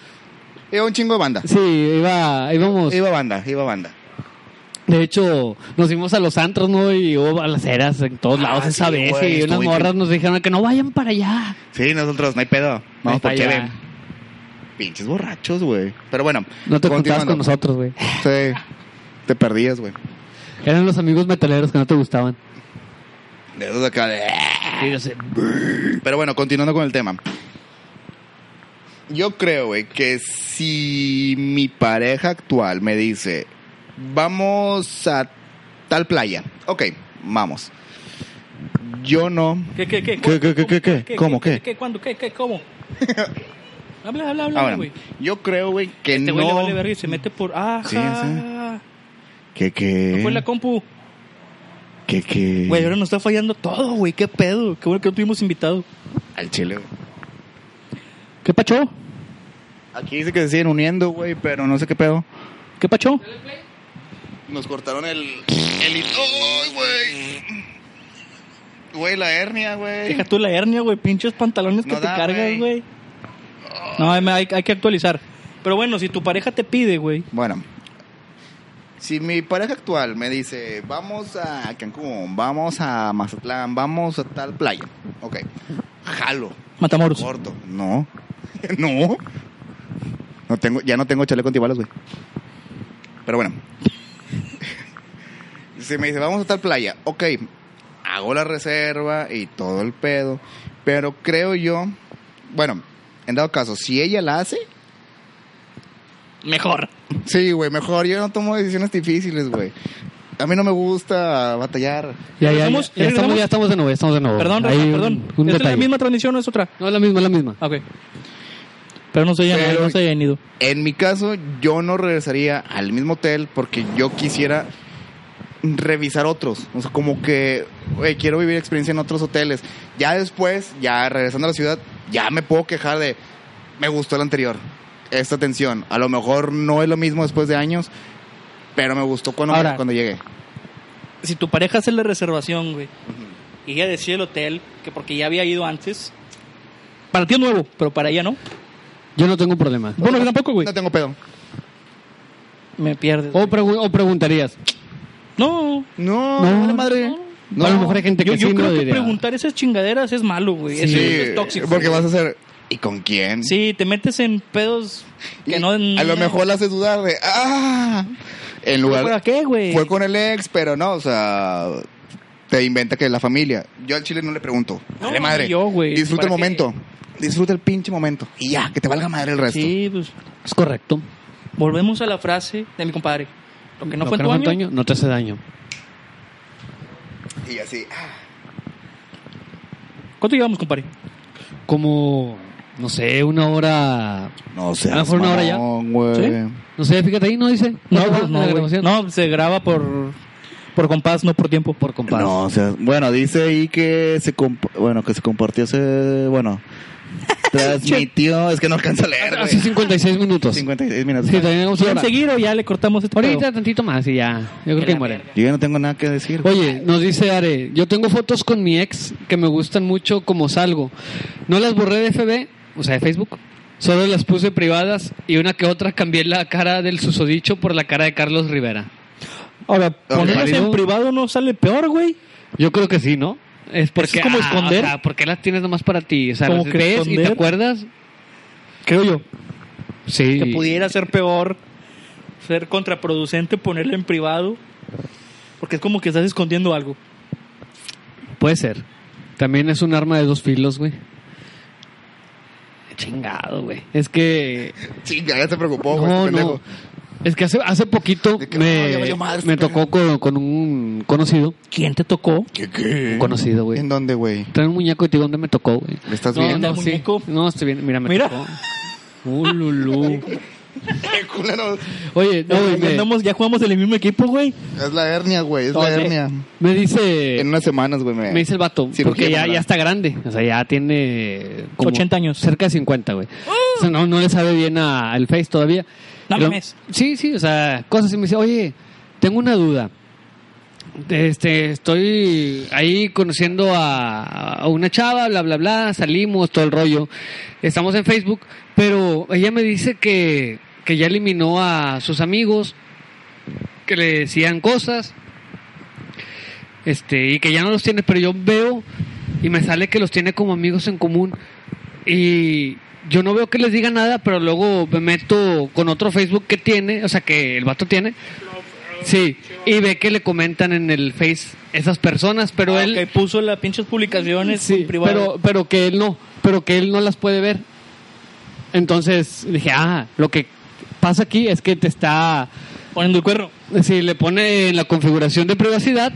B: Iba un chingo de banda.
A: Sí, iba, íbamos.
B: Iba banda, iba banda.
A: De hecho, nos fuimos a los antros, ¿no? Y hubo balaceras en todos lados
B: Ah,
A: esa
B: sí,
A: vez.
B: güey,
A: y
B: estuvo
A: unas
B: bien
A: morras nos dijeron que no vayan para allá.
B: Sí, nosotros, no hay pedo.
A: Ahí
B: Vamos por
A: para allá.
B: Cheve. Pinches borrachos, güey. Pero bueno.
A: No te juntabas con
B: continuando.
A: nosotros, güey.
B: Sí. Te perdías, güey.
A: Eran los amigos metaleros que no te gustaban.
B: De esos acá de...
A: Sí, yo sé.
B: Pero bueno, continuando con el tema. Yo creo, güey, que si mi pareja actual me dice, vamos a tal playa, ok, vamos. Yo no.
C: ¿Qué, qué, qué?
B: ¿Qué, qué, qué, qué, qué? ¿Cómo, qué?
C: ¿Qué, cuándo, qué, qué, cómo? habla, habla, habla,
B: Ahora,
C: güey.
B: Ah, yo creo, güey, que
C: Este güey le vale
B: no.
C: verga y se mete por... Ajá.
B: Sí, sí. Que
C: No
B: que.
C: fue la compu.
B: Que que.
C: Güey, ahora nos está fallando todo, güey. ¿Qué pedo? Qué bueno que no tuvimos invitado.
B: Al chile, güey.
C: ¿Qué pacho?
B: Aquí dice que se siguen uniendo, güey, pero no sé qué pedo.
C: ¿Qué pacho?
B: Nos cortaron el. El. ¡Ay, güey! Güey, la hernia, güey.
C: Deja tú la hernia, güey. Pinches pantalones que
B: No
C: te
B: da,
C: cargas,
B: güey.
C: güey. No, hay, hay- hay que actualizar. Pero bueno, si tu pareja te pide, güey.
B: Bueno, si mi pareja actual me dice, vamos a Cancún, vamos a Mazatlán, vamos a tal playa, ok, jalo,
C: Matamoros.
B: corto, no, no, no tengo, ya no tengo chaleco antibalas, güey. Pero bueno, si me dice, vamos a tal playa, ok, hago la reserva y todo el pedo, pero creo yo, bueno, en dado caso, si ella la hace,
C: Mejor.
B: Sí, güey, mejor. Yo no tomo decisiones difíciles, güey. A mí no me gusta batallar.
A: Ya, ya, ya,
C: ¿Regresamos?
A: ya estamos, ya estamos de nuevo, ya estamos de nuevo.
C: Perdón,
A: Hay
C: Rafa,
A: un-
C: perdón.
A: un
C: ¿Esta es la
A: detalle.
C: misma transmisión o es otra?
A: No, es la misma, es la misma.
C: Ah, Ok. Pero no se hayan,
B: Pero-
C: no se hayan ido.
B: En mi caso, yo no regresaría al mismo hotel porque yo quisiera revisar otros. O sea, como que, güey, quiero vivir experiencia en otros hoteles. Ya después, ya regresando a la ciudad, ya me puedo quejar de, me gustó el anterior. Esta atención. A lo mejor no es lo mismo después de años, Pero me gustó cuando,
C: Ahora.
B: cuando llegué.
C: Si tu pareja hace la reservación, güey, y ella decide el hotel, que porque ya había ido antes, para ti es nuevo, pero para ella no.
A: Yo no tengo problema.
C: Bueno, yo tampoco, güey.
B: No tengo pedo.
C: Me pierdes.
A: O, pregu- o preguntarías.
C: No.
B: No,
A: No,
B: vale madre. No,
A: a lo mejor hay gente que
C: Yo, yo
A: sí
C: creo
A: no
C: que
A: diría.
C: preguntar esas chingaderas es malo, güey.
B: Sí,
C: Eso es tóxico.
B: porque
C: güey.
B: vas a hacer. ¿Y con quién?
C: Sí, te metes en pedos que
B: Y
C: no...
B: A lo mejor la haces dudar de. ¡Ah! En lugar.
C: ¿Para qué, güey?
B: Fue con el ex, pero no, o sea, te inventa que es la familia. Yo al chile no le pregunto.
C: No,
B: Vale madre.
C: ni yo, güey.
B: Disfruta el
C: ¿Para qué?
B: momento. Disfruta el pinche momento. Y ya, que te valga madre el resto.
C: Sí, pues...
A: Es correcto.
C: Volvemos a la frase de mi compadre. Lo que no
A: Lo
C: fue
A: que
C: en tu año,
A: no te hace daño.
B: Y así. ah,
C: ¿Cuánto llevamos, compadre?
A: Como, no sé, una hora.
B: No sé.
A: A lo mejor una hora ya.
B: güey.
A: No sé, fíjate ahí, ¿no dice?
C: pues,
A: ¿En la
C: güey.
A: grabación?
C: No, se graba por, por compás, no por tiempo. Por compás.
B: No, o sea, bueno, dice ahí que se comp- bueno, que se compartió ese, bueno, transmitió, es que no alcanza a leer,
A: Hace
B: güey.
A: 56 minutos.
B: 56 minutos.
A: Sí, también vamos a
C: ¿Quieren seguir o ya le cortamos este
A: Ahorita
C: pedo?
A: tantito más y ya. Yo creo que muere.
B: Yo ya no tengo nada que decir.
A: Oye, nos dice Are, yo tengo fotos con mi ex que me gustan mucho como salgo. No las borré de FB, o sea, de Facebook. Solo las puse privadas y una que otra cambié la cara del susodicho por la cara de Carlos Rivera.
C: Ahora, ponerlas
A: válido.
C: en privado no sale peor, güey.
A: Yo creo que sí, ¿no? Es porque ah,
C: es como esconder.
A: o sea, ¿por qué las tienes nomás para ti? O sea,
C: Como
A: las
C: que
A: crees y
C: esconder.
A: te acuerdas.
C: Creo yo.
A: Sí.
C: Que pudiera ser peor, ser contraproducente ponerla en privado. Porque es como que estás escondiendo algo.
A: Puede ser. También es un arma de dos filos, güey. Chingado, güey. Es que
B: Chinga, ya se preocupó, güey,
A: No,
B: este pendejo.
A: no. Es que hace, hace poquito
B: De que, no, ya
A: me,
B: valió madre,
A: me
B: este
A: tocó con, con un conocido.
C: ¿Quién te tocó?
B: ¿Qué qué?
A: Conocido, güey.
B: ¿En dónde, güey?
A: Trae un muñeco y te digo dónde me tocó, güey.
B: ¿Me estás
A: no,
B: viendo?
A: No, sí.
C: ¿Muñeco?
A: no, estoy bien. Mira, me
C: Mira.
A: tocó. Ululú.
B: Qué culero.
A: Oye, no, güey,
C: Ya
A: me,
C: andamos- ya jugamos en el mismo equipo, güey.
B: Es la hernia, güey, es la
A: Oye.
B: hernia.
A: me dice...
B: En unas semanas, güey, me...
A: Me dice el vato,
B: Cirugía
A: porque ya,
B: manual.
A: ya está grande. O sea, ya tiene...
C: 80 años.
A: Cerca de 50, güey. O sea, no, no le sabe bien a- al Face todavía.
C: No
A: Pero-
C: mames.
A: Sí, sí, o sea, cosas y me dice, oye, tengo una duda. Este, estoy ahí conociendo a, a una chava, bla, bla, bla, salimos, todo el rollo. Estamos en Facebook, pero ella me dice que, que ya eliminó a sus amigos, que le decían cosas, este, y que ya no los tiene, pero yo veo y me sale que los tiene como amigos en común. Y yo no veo que les diga nada, pero luego me meto con otro Facebook que tiene, o sea, que el vato tiene. Sí, y ve que le comentan en el Face esas personas, pero
C: Ah,
A: él
C: ok, puso las pinches publicaciones
A: sí,
C: en privado.
A: Pero, pero que él no, pero que él no las puede ver. Entonces dije, ah, lo que pasa aquí es que te está,
C: poniendo el cuerno.
A: si le pone en la configuración de privacidad,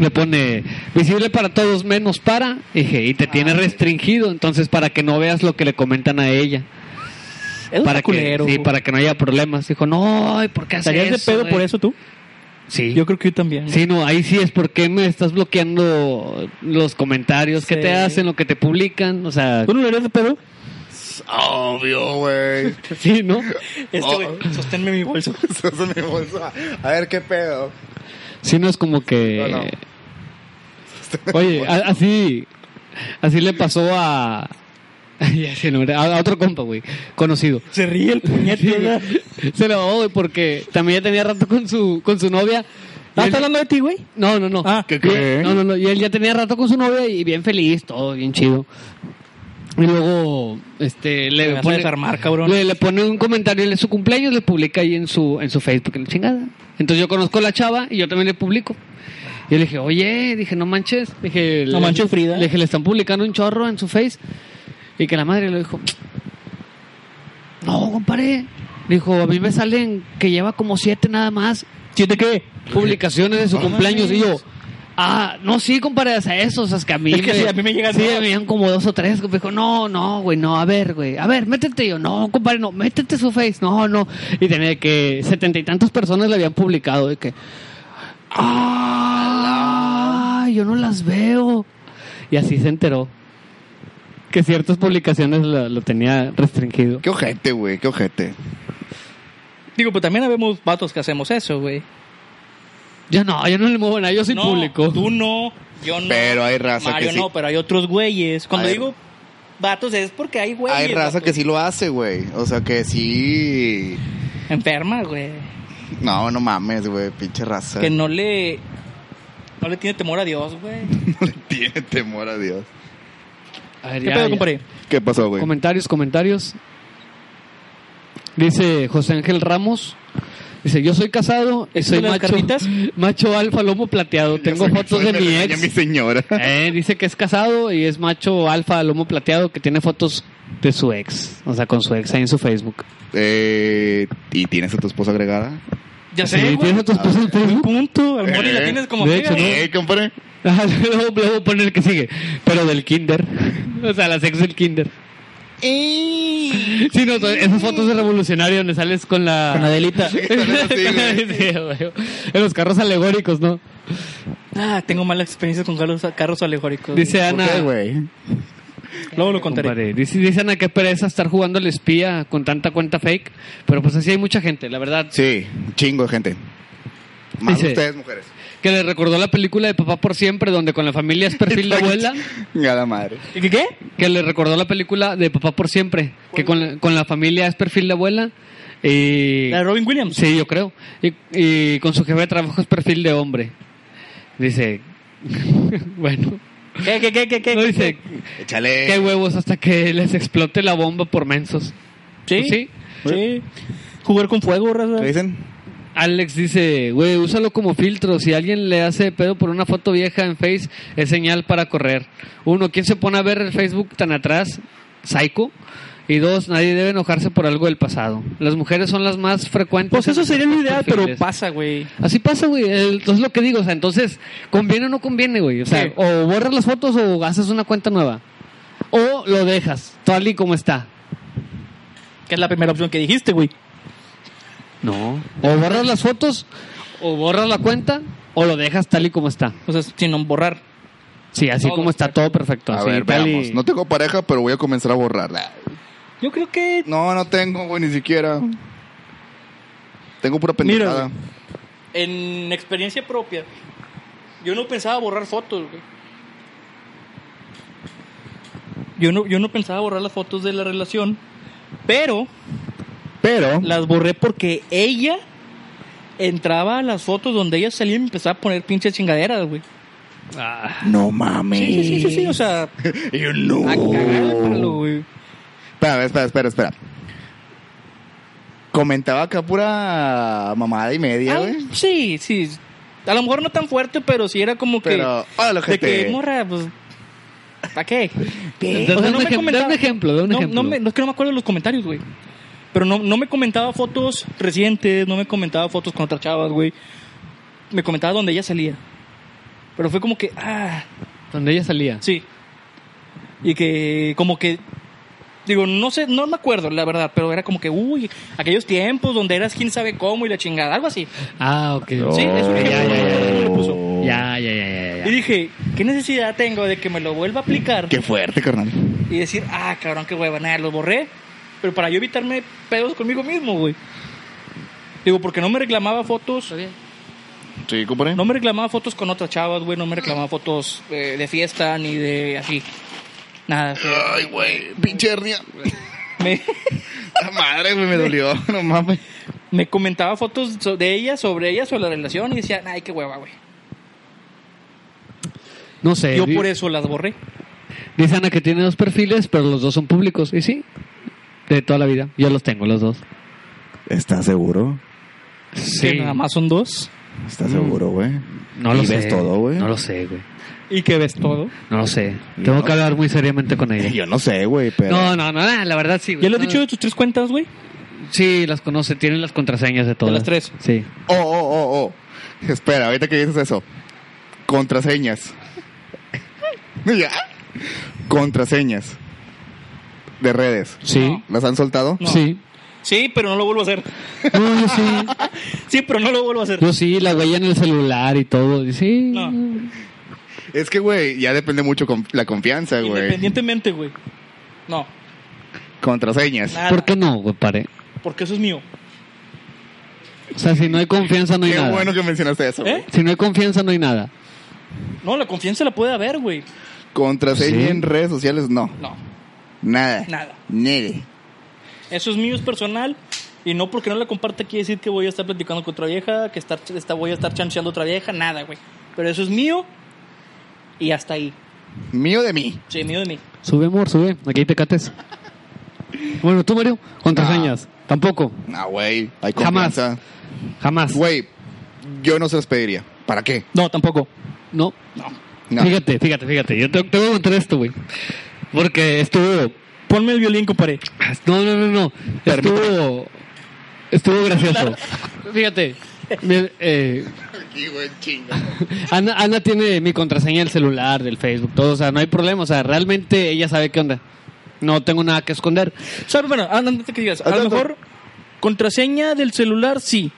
A: le pone visible para todos menos para, dije, y te tiene
C: Ah.
A: restringido, entonces para que no veas lo que le comentan a ella.
C: Es
A: para
C: un culero.
A: que, sí,
C: güey.
A: para que no haya problemas. Dijo, no, ay, ¿por qué haces
C: ¿Estarías de pedo por eso tú?
A: Sí.
C: Yo creo que yo también.
A: Sí, no, ahí sí es porque me estás bloqueando los comentarios que
C: Sí.
A: te hacen, lo que te publican, o sea,
C: ¿Tú no lo harías de pedo?
B: Obvio, güey.
A: sí, ¿no?
C: Este, güey,
A: Oh.
C: sosténme mi bolso.
B: Eso es mi bolsa. A ver, ¿qué pedo?
A: Sí, no es como que... eh,
B: No, no.
A: Oye, a- así, así le pasó a... ya sé el nombre, a a otro compa, güey, conocido.
C: Se ríe el puñete. ¿verdad?
A: Se lo güey, porque también ya tenía rato con su, con su novia. Y
C: Ah,
A: él-
C: ¿está hablando de ti, güey?
A: No, no, no.
C: Ah,
A: Y-
B: qué?
A: No, no, no. Y él ya tenía rato con su novia y bien feliz, todo bien chido. Y luego, este,
C: Me
A: le
C: vas a
A: pone,
C: desarmar, cabrón.
A: le, le pone un comentario en su cumpleaños, le publica ahí en su, en su Facebook, la chingada. Entonces yo conozco a la chava y yo también le publico. Y yo le dije, oye, dije, no manches. Dije,
C: No
A: le-
C: manches, Frida.
A: Le dije, le están publicando un chorro en su Face. Y que la madre le dijo, no, compadre. Dijo, a mí me salen que lleva como siete nada más
C: ¿Siete qué?
A: publicaciones de su cumpleaños y yo ah no sí comparas a esos es que a mí
C: Es que sí, a mí me llegan
A: sí,
C: todas.
A: me llegan como dos o tres me dijo no no güey no a ver güey a ver métete yo no compadre no métete su face no no y tenía que setenta y tantas personas le habían publicado de que ah yo no las veo y así se enteró que ciertas publicaciones lo, lo tenía restringido
B: Qué ojete, güey, qué ojete.
C: Digo, pues también habemos vatos que hacemos eso, güey.
A: Yo no, yo no le muevo nada, yo soy
C: no,
A: público.
C: Tú no, yo no.
B: Pero hay raza
C: Mario
B: que sí.
C: no, pero hay otros güeyes. Cuando
B: Hay-
C: digo vatos es porque hay güeyes.
B: Hay raza
C: vatos.
B: que sí lo hace, güey. O sea que sí.
C: Enferma, güey.
B: No, no mames, güey. Pinche raza.
C: Que no le. No le tiene temor a Dios, güey.
B: Tiene temor a Dios.
A: A ver,
C: ¿Qué
A: ya,
C: pedo,
A: ya.
C: compadre?
B: ¿Qué pasó, güey?
A: Comentarios, comentarios. Dice José Ángel Ramos. Dice, yo soy casado y
C: ¿Es
A: soy
C: de las
A: macho,
C: carnitas?
A: macho alfa, lomo plateado. Tengo
B: Yo soy-
A: fotos
B: soy-
A: de
B: me
A: mi
B: regaña mi
A: ex.
B: señora.
A: Eh, dice que es casado y es macho alfa, lomo plateado, que tiene fotos de su ex. O sea, con su ex ahí en su Facebook.
B: Eh, ¿Y tienes a tu esposa agregada?
C: Ya
A: Sí,
C: sé, güey.
A: tiene fotos de su
C: Buen
A: Facebook.
C: punto. A lo mejor y la
B: Eh,
C: tienes como
A: de
C: amiga,
A: hecho, ¿no?
C: güey.
B: Eh, compadre.
A: Ajá, luego, luego pone el que sigue. Pero del kinder. O sea, las ex del kinder. Sí, no, to- esas fotos de revolucionario donde sales con la...
C: Con Adelita.
A: Sí, güey. en los carros alegóricos, ¿no?
C: Ah, tengo malas experiencias con carros, carros alegóricos. güey.
A: Dice Ana...
C: Luego lo contaré.
A: compadre, dice, dice Ana que pereza estar jugando al espía con tanta cuenta fake. Pero pues así hay mucha gente, la verdad.
B: Sí, un chingo de gente. Más
A: Dice-
B: ustedes, mujeres.
A: Que le recordó la película de Papá por Siempre, donde con la familia es perfil de abuela.
B: Nada madre.
C: ¿Y qué? qué?
A: Que le recordó la película de Papá por Siempre. Que con la, con la familia es perfil de abuela. Y...
C: La de Robin Williams.
A: Sí, yo creo. Y, y con su jefe de trabajo es perfil de hombre. Dice, bueno,
C: ¿Qué, qué, qué, qué, qué?
A: no dice,
B: Échale.
A: qué huevos hasta que les explote la bomba por mensos.
C: ¿Sí?
A: Pues sí.
C: Sí. Jugar con fuego, raza.
B: ¿Qué dicen?
A: Alex dice, güey, úsalo como filtro. Si alguien le hace pedo por una foto vieja en Face, es señal para correr. Uno, ¿quién se pone a ver el Facebook tan atrás? Psycho. Y dos, nadie debe enojarse por algo del pasado. Las mujeres son las más frecuentes.
C: Pues eso
A: en
C: sería lo
A: estos
C: ideal,
A: perfiles.
C: pero pasa, güey.
A: Así pasa, güey. El- Entonces lo que digo, o sea, entonces, ¿conviene o no conviene, güey? O sea,
C: Sí.
A: o borras las fotos o haces una cuenta nueva. O lo dejas, tal y como está.
C: Que es la primera opción que dijiste, güey.
A: No. O borras las fotos, o borras la cuenta, o lo dejas tal y como está.
C: O sea, sin borrar.
A: Sí, así
C: Todo
A: como está, todo perfecto.
B: A
A: así,
B: ver,
A: tal y-
B: veamos. No tengo pareja, pero voy a comenzar a borrarla.
C: Yo creo que
B: No, no tengo, güey, ni siquiera. Tengo pura pendejada.
C: Mira, en experiencia propia, yo no pensaba borrar fotos, güey. Yo no, yo no pensaba borrar las fotos de la relación, pero
B: Pero.
C: las borré porque ella entraba a las fotos donde ella salía y me empezaba a poner pinches chingaderas, güey.
B: No mames.
C: Sí, sí, sí, sí, sí, o sea, a
B: Y yo, no.
C: cagar el palo, güey.
B: Espera, espera, espera, espera. Comentaba acá pura mamada y media,
C: Ah,
B: güey.
C: sí, sí. A lo mejor no tan fuerte, pero sí era como que...
B: Pero, hola,
C: De que,
B: gente.
C: morra, pues. ¿Para qué?
A: Da- da un ejem- da un ejemplo, da un
C: no,
A: ejemplo.
C: No, me- no es que no me acuerdo de los comentarios, güey. Pero no, no me comentaba fotos recientes, no me comentaba fotos con otras chavas, güey. Me comentaba donde ella salía. Pero fue como que, ah,
A: Donde ella salía.
C: sí. Y que, como que. Digo, no sé, no me acuerdo, la verdad, pero era como que, uy, aquellos tiempos donde eras quién sabe cómo y la chingada, algo así.
A: Ah, ok.
C: Sí, es un
A: ya,
C: ejemplo.
A: ya, ya,
C: me lo puso.
A: Oh. Ya, ya, ya, ya,
C: Y
A: ya.
C: dije, ¿qué necesidad tengo de que me lo vuelva a aplicar?
B: Qué fuerte, carnal.
C: y decir, ah, cabrón, qué hueva, nada, lo borré. Pero para yo evitarme pedos conmigo mismo, güey. Digo, porque no me reclamaba fotos.
B: Sí, compadre.
C: No me reclamaba fotos con otras chavas, güey. No me reclamaba fotos eh, de fiesta ni de así. Nada. o sea,
B: Ay, güey, pinche hernia.
C: me,
B: La madre, güey, me dolió. No mames.
C: me comentaba fotos so- de ella, sobre ella, sobre la relación. Y decía, ay, qué hueva, güey.
A: No sé.
C: Yo
A: di-
C: por eso las borré.
A: Dice Ana que tiene dos perfiles, pero los dos son públicos. Y sí, de toda la vida. Yo los tengo, los dos.
B: ¿Estás seguro?
C: Que nada más son dos.
B: ¿Estás seguro, güey?
A: Mm. No lo
B: ¿Y
A: sé.
B: ves todo, güey?
A: No lo sé, güey.
C: Y que ves todo.
A: No lo sé. Tengo que hablar muy seriamente con ella.
B: Yo no sé, güey, pero.
A: No, no, no, nah, la verdad sí. güey.
C: ¿Ya lo has
A: No,
C: dicho de tus tres cuentas, güey?
A: Sí, las conoce, tienen las contraseñas de todas.
C: las tres?
A: Sí.
B: Oh, oh, oh, oh. Espera, ahorita que dices eso. Contraseñas. ¿Ya? Contraseñas. De redes.
A: Sí.
B: ¿Las han soltado?
C: No.
A: Sí.
C: Sí, pero no lo vuelvo a hacer.
A: No, yo sí.
C: Sí, pero no lo vuelvo a hacer.
A: Yo sí, la huella en el celular y todo. y Sí.
C: No.
B: Es que, güey, ya depende mucho con la confianza, güey.
C: Independientemente, güey. No.
B: Contraseñas.
C: Nada.
A: ¿Por qué no, güey, pare?
C: Porque eso es mío.
A: O sea, si no hay confianza, no hay
B: Qué
A: nada.
B: bueno que mencionaste eso. güey.
C: ¿Eh?
A: Si no hay confianza, no hay nada.
C: No, la confianza la puede haber, güey.
B: Contraseña
F: Sí.
B: en redes sociales, no.
C: No,
B: Nada.
C: nada.
B: Nere.
C: Eso es mío, es personal. Y no porque no la comparta quiere decir que voy a estar platicando con otra vieja, que estar, esta- voy a estar chanceando a otra vieja, nada, güey. Pero eso es mío y hasta ahí.
B: Mío de mí.
C: Sí, mío de mí.
A: Sube, amor, sube. Aquí te cates. Bueno, tú, Mario, contraseñas.
B: Ah.
A: Tampoco.
B: No, güey. Hay
A: Jamás.
B: confianza.
A: Jamás.
B: Güey, yo no se las pediría. ¿Para qué?
C: No, tampoco.
A: No.
B: No.
A: Fíjate, fíjate, fíjate. Yo te, te voy a contar esto, güey. Porque estuvo.
C: Ponme el violín, compadre.
A: No, no, no, no. Estuvo. Estuvo gracioso. Fíjate. mi- eh,
B: Aquí, güey, chinga.
A: Ana, Ana tiene mi contraseña del celular, del Facebook, todo. O sea, no hay problema. O sea, realmente ella sabe qué onda. No tengo nada que esconder.
C: O sea, bueno, ah, antes que digas, a lo
B: Adelante.
C: mejor contraseña del celular sí.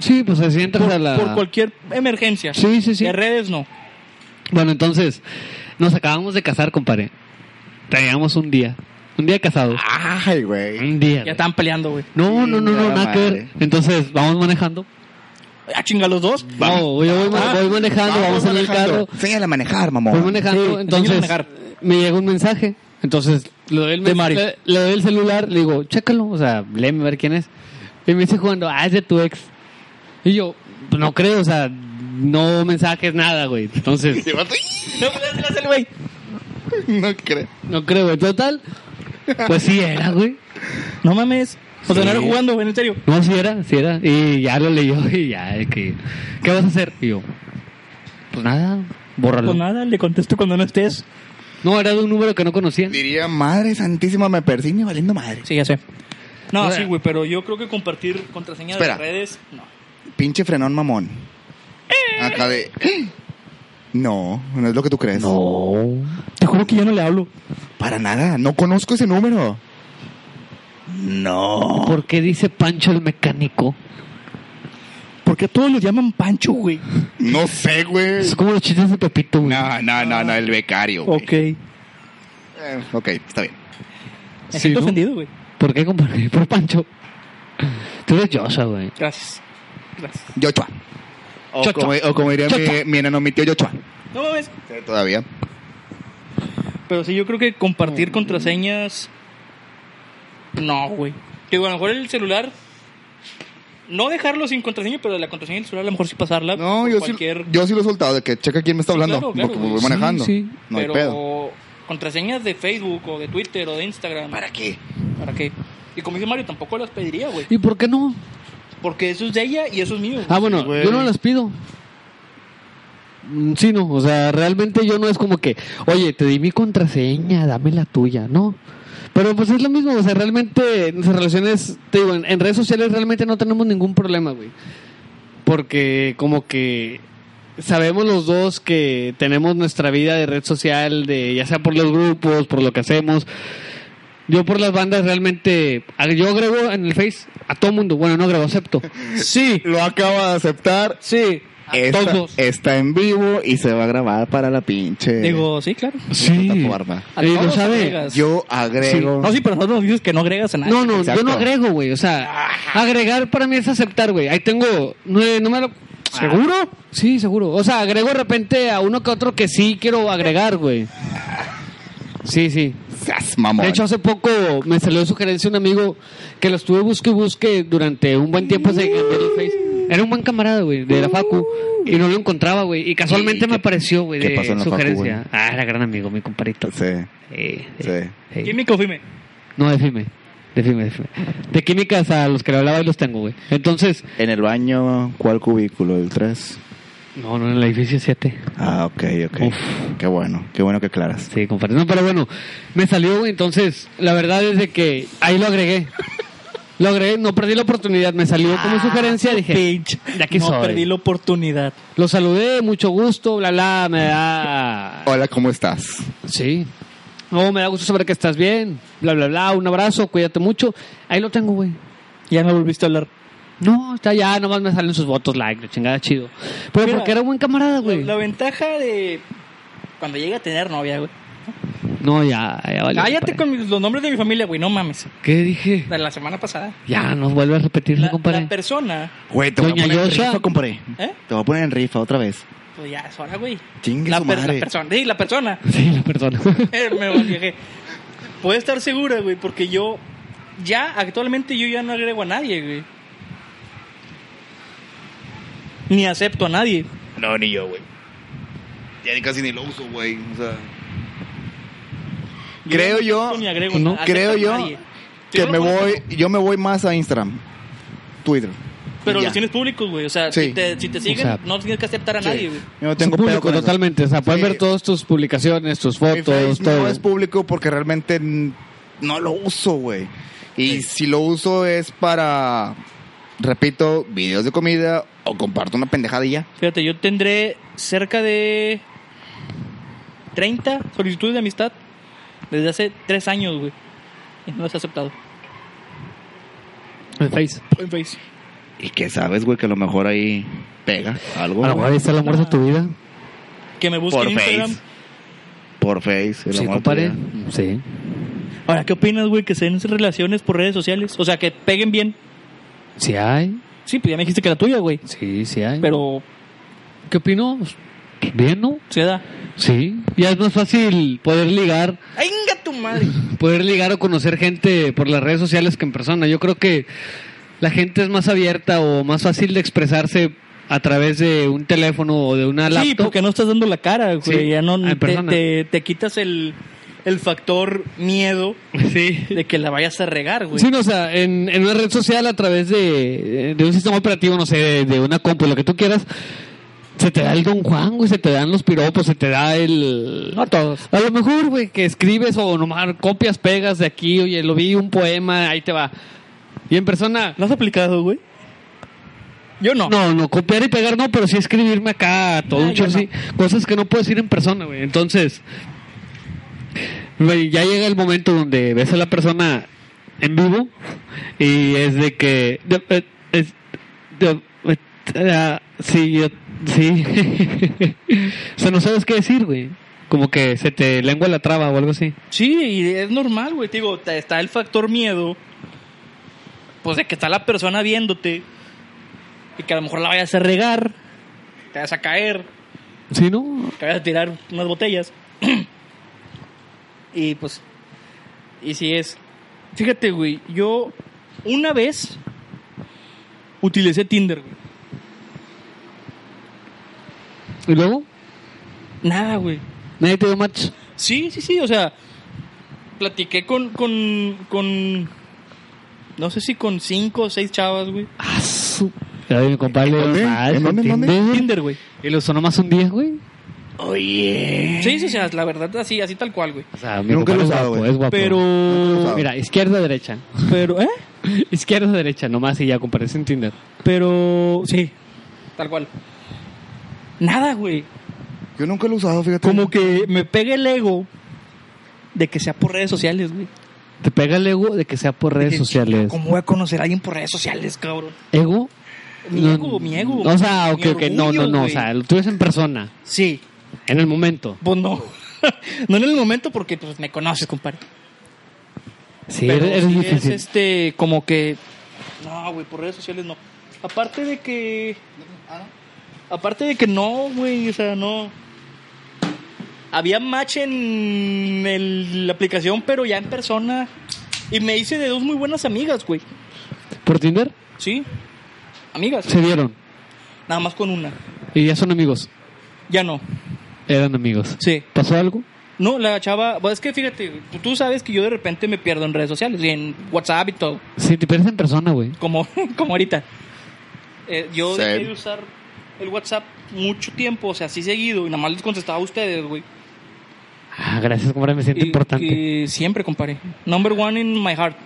A: Sí, pues así entras
C: Por,
A: a la.
C: por cualquier emergencia.
A: Sí, sí, sí.
C: De redes no.
A: Bueno, entonces, nos acabamos de casar, compadre. Teníamos un día. Un día casado.
B: Ay, güey.
A: Un día.
C: Ah, Ya
A: güey.
C: estaban peleando, güey.
A: No, no, no, no,
B: Chingada
A: nada que ver.
B: madre.
A: Entonces, vamos manejando.
C: Ah, chinga los dos.
A: No, yo voy, ma-
C: Ah,
A: voy manejando, vamos, en el carro.
B: Enséñale a manejar,
A: Voy
B: mamón.
A: manejando,
C: Sí,
A: entonces
C: manejar.
A: me llega un mensaje. Entonces le doy, el
C: De
A: mes-
C: Mari.
A: le, le doy el celular, le digo, chécalo, o sea, léeme a ver quién es. Y me dice jugando, ah, es de tu ex. Y yo, "Pues no creo, o sea, no mensajes, nada, güey. Entonces,
B: Ese vato,
C: No, pues, hazle, hazle, güey.
B: No creo.
A: no creo. En total, pues sí era, güey.
C: No mames. O sea, no era
A: Sí.
C: jugando, güey, en serio.
A: No, sí era, sí era. Y ya lo leyó y ya, de que, ¿qué vas a hacer? Y yo, pues nada, bórralo.
C: Pues nada, le contesto cuando no estés.
A: No, era de un número que no conocía.
B: Diría, madre santísima, me persigue valiendo madre.
C: Sí, ya sé. No,
A: Ahora-
C: sí, güey, pero yo creo que compartir contraseña
B: Espera.
C: de redes, no.
B: Pinche frenón mamón. Acá de... "Eh". No, no es lo que tú crees.
A: No.
C: Te juro que yo no le hablo.
B: Para nada, no conozco ese número. No.
A: ¿Por qué dice Pancho el mecánico?
C: Porque a todos los llaman Pancho, güey.
B: No sé, güey.
A: Es como los chistes de Pepito, güey.
B: No, no, no, no, el becario. güey.
C: Ok. Me
B: Eh, ok, está bien.
A: Sí,
C: siento
A: ¿no?
C: ofendido, güey.
A: ¿Por qué compadre? Por Pancho. Tú eres Joshua, güey.
C: Gracias. Gracias.
B: Yochua. O,
C: Chochua.
B: Como, o como diría mi, mi enano, mi tío Yochua.
C: No mames.
B: Eh, Todavía.
C: Pero sí, yo creo que
B: Mm.
C: compartir contraseñas. No, güey. Digo, a lo mejor el celular. No dejarlo sin contraseña, pero la contraseña del celular a lo mejor sí pasarla.
B: No,
C: por
B: yo,
C: cualquier...
B: sí, yo sí lo he soltado, de que checa quién me está
C: Sí,
B: hablando.
C: claro, claro,
B: porque
C: güey.
B: voy manejando.
A: Sí, sí.
B: No
C: pero
B: hay pedo.
C: contraseñas de Facebook o de Twitter o de Instagram.
B: ¿Para qué?
C: ¿Para qué? Y como dice Mario, tampoco las pediría, güey.
A: ¿Y por qué no?
C: Porque eso es de ella y eso es mío.
A: Ah, bueno,
B: güey.
A: yo no las pido. Mm, Sí, no, o sea, realmente yo no es como que, oye, te di mi contraseña, dame la tuya, no. Pero pues es lo mismo, o sea, realmente nuestras relaciones, te digo, en, en redes sociales realmente no tenemos ningún problema, güey. Porque como que sabemos los dos que tenemos nuestra vida de red social, de ya sea por los grupos, por lo que hacemos. Yo por las bandas realmente, yo agrego en el Face a todo mundo, bueno, no agrego, acepto.
C: Sí,
B: Lo acaba de aceptar.
C: sí.
B: Está,
C: todos.
B: está en vivo y se va a grabar para la pinche.
C: Digo, sí, claro.
B: plataforma.
C: A
A: Eh, lo
C: todos
A: sabe.
C: agregas.
B: Yo agrego.
C: No, sí, pero nosotros nos dices que no agregas a nadie.
A: No, no, yo
B: Exacto.
A: no agrego, güey. O sea, agregar para mí es aceptar, güey. Ahí tengo nueve números. ¿Seguro? Sí, seguro. O sea, agrego de repente a uno que otro que sí quiero agregar, güey. Sí, sí.
B: Sas, mamón.
A: De hecho, hace poco me salió de sugerencia un amigo que lo estuve busque y busque durante un buen tiempo. se cambió el Face. Era un buen camarada, güey, de la Facu. Y no lo encontraba, güey. Y casualmente
B: ¿Y qué-
A: me apareció, güey,
B: qué
A: de
B: pasó en la Facu,
A: sugerencia.
B: güey?
A: ah, era gran amigo, mi compadrito.
B: Sí,
A: Eh, eh,
B: sí.
A: eh.
C: ¿Quién me confirme?
A: No, de FIME. De FIME, de FIME. De químicas a los que le hablaba y los tengo, güey. Entonces.
B: En el baño, ¿cuál cubículo? ¿El 3?
A: No, no, en el edificio 7.
B: Ah, ok, ok.
A: Uf.
B: Qué bueno, qué bueno que aclaras.
A: Sí, compadre. No, pero bueno, me salió, güey. Entonces, la verdad es de que ahí lo agregué. Lo agregué, no perdí la oportunidad. Me salió
C: Ah,
A: como sugerencia. Dije,
C: Pinche.
A: de aquí
C: no
A: soy.
C: perdí la oportunidad.
A: Lo saludé, mucho gusto, bla, bla, me da.
B: Hola, ¿cómo estás?
A: Sí. No, me da gusto saber que estás bien, bla, bla, bla. Un abrazo, cuídate mucho. Ahí lo tengo, güey.
C: Ya no volviste a hablar.
A: No, está ya, nomás me salen sus votos, like, la chingada, chido. Pero
C: Mira,
A: porque era buen camarada,
C: La,
A: güey.
C: la ventaja de cuando llegue a tener novia, güey.
A: No, ya, ya valió.
C: Cállate
A: compadre.
C: con mis- los nombres de mi familia, güey, no mames.
A: ¿Qué dije?
C: De la semana pasada.
A: Ya, nos vuelve a repetirlo,
C: La,
A: compadre.
C: la persona,
B: Güey, te voy
A: Doña
B: a poner en
A: Yosha.
B: rifa, compadre.
C: ¿eh?
B: Te voy a poner en rifa otra vez.
C: Pues ya, es hora, güey.
B: Chingue
C: La,
B: su
C: per- la
B: madre.
C: persona, sí, la persona.
A: Sí, la persona.
C: Eh, Me volvieje. Puede estar segura, güey, porque yo ya, actualmente yo ya no agrego a nadie, güey. Ni acepto a nadie.
B: No, ni yo, güey. Ya ni casi ni lo uso, güey. O sea. Creo
C: no
B: yo-
C: acepto ni agrego
A: no,
C: na- acepto
B: Creo
C: a
B: yo
C: nadie.
B: que
C: Yo no
B: me
C: lo
B: voy.
C: conozco,
B: Yo me voy más a Instagram, Twitter.
C: Pero
B: Ya.
C: los tienes públicos, güey. O sea,
B: Sí.
C: si, te, si te siguen,
A: sea,
C: no tienes que aceptar a
B: Sí.
C: nadie, güey.
B: Yo no tengo
A: Es público
B: pedo con eso.
A: totalmente. O sea, puedes
B: Sí.
A: ver todas tus publicaciones, tus
B: Mi
A: fotos,
B: Face no
A: todo.
B: es público porque realmente n- no lo uso, güey. Y si lo uso es para, repito, videos de comida o comparto una pendejada y ya.
C: Fíjate, yo tendré cerca de 30 solicitudes de amistad desde hace 3 años, güey. Y no las he aceptado.
A: En Face.
C: En Face.
B: Y que sabes, güey, que a lo mejor ahí pega algo.
A: A lo mejor
B: güey.
A: ahí está el amor de tu vida.
C: Que me busquen
B: Por
C: en Instagram.
B: Face. Por Face. el
A: Sí,
B: amor
A: compadre.
B: tuyo.
A: Sí.
C: Ahora, ¿qué opinas, güey, que se den relaciones por redes sociales? O sea, que peguen bien.
A: Sí hay.
C: Sí, pues ya me dijiste que la tuya, güey.
A: Sí, sí hay.
C: Pero
A: ¿Qué opino? Pues, Bien, ¿no?
C: se da.
A: Sí. Ya es más fácil poder ligar,
C: ¡Ay, venga tu madre!
A: poder ligar o conocer gente por las redes sociales que en persona. Yo creo que la gente es más abierta o más fácil de expresarse a través de un teléfono o de una laptop.
C: Sí, porque no estás dando la cara, güey.
A: Sí,
C: ya no
A: en
C: te,
A: persona.
C: te- te quitas el, el factor miedo
A: Sí.
C: de que la vayas a regar, güey.
A: Sí, no, o sea, en, en una red social a través de, de un sistema operativo, no sé, de, de una compu, lo que tú quieras, se te da el Don Juan, güey, se te dan los piropos, se te da el...
C: No todos.
A: A lo mejor, güey, que escribes o nomás copias, pegas de aquí, oye, lo vi, un poema, ahí te va. Y en persona...
C: ¿Lo has aplicado, güey? Yo no.
A: No, no, copiar y pegar no, pero sí escribirme acá, todo
C: Ah,
A: un
C: yo
A: chorro, sí. Cosas que no puedes ir en persona, güey. Entonces, güey, ya llega el momento donde ves a la persona en vivo y es de que... de- eh, es- de- eh, ah, sí, yo- sí. o sea, no sabes qué decir, güey. Como que se te lengua la traba o algo así.
C: Sí, y es normal, güey. Te Digo, te- está el factor miedo. Pues de que está la persona viéndote. Y que a lo mejor la vayas a regar. Te vas a caer.
A: Sí, ¿no?
C: Te vayas a tirar unas botellas. y pues. Y si es. Fíjate, güey. Yo una vez utilicé Tinder, güey.
A: Y luego,
C: Nada, güey.
A: nadie te dio match.
C: Sí, sí, sí, o sea, platiqué con, con, con, no sé si con cinco o seis chavas, güey.
A: Ah, su... Ya, mi compadre,
B: ¿Dónde?
A: ah,
B: ¿En dónde? ¿En dónde?
A: Tinder.
C: Tinder, güey.
A: Y lo sonó más un 10, güey.
B: Oye.
C: Sí, sí, o sea, la verdad, así, así tal cual, güey.
A: O sea, mi compadre
B: Nunca lo he
A: es
B: usado,
A: guapo,
B: güey.
A: es guapo.
C: Pero,
A: Mira, izquierda, derecha.
C: pero, ¿eh?
A: Izquierda, derecha, nomás y ya comparece en Tinder.
C: Pero, sí, tal cual. Nada, güey.
B: Yo nunca lo he usado, fíjate.
C: Como que me pega el ego de que sea por redes sociales, güey.
A: Te pega el ego de que sea por redes sociales.
C: ¿Cómo voy a conocer a alguien por redes sociales, cabrón?
A: ¿Ego?
C: Mi
A: No,
C: ego, mi ego.
A: O sea, ok,
C: mi
A: ok, no, no,
C: orgullo,
A: no. O
C: güey.
A: sea, lo tuyo es en persona,
C: Sí,
A: en el momento.
C: pues no. no en el momento porque pues me conoces, compadre.
A: Sí,
C: Pero
A: eres,
C: sí
A: difícil.
C: Es este, como que. No, güey, por redes sociales no. Aparte de que. Aparte de que no, güey, o sea, no. Había match en el- la aplicación, pero ya en persona. Y me hice de dos muy buenas amigas, güey.
A: ¿Por Tinder?
C: ¿Sí? Amigas.
A: Se vieron.
C: Nada más con una.
A: Y ya son amigos.
C: Ya no.
A: Eran amigos.
C: Sí.
A: ¿Pasó algo?
C: No, la chava. bueno, Es que fíjate, güey, tú- tú sabes que yo de repente me pierdo en redes sociales y en WhatsApp y todo.
A: Sí, te pierdes en persona, güey.
C: como, como ahorita. Eh, yo
B: Sí.
C: dejé de usar el WhatsApp mucho tiempo, o sea, así seguido, y nada más les contestaba a ustedes, güey.
A: Ah, gracias, compadre, me siento
C: Y-
A: importante.
C: y siempre, compadre. Number one in my heart.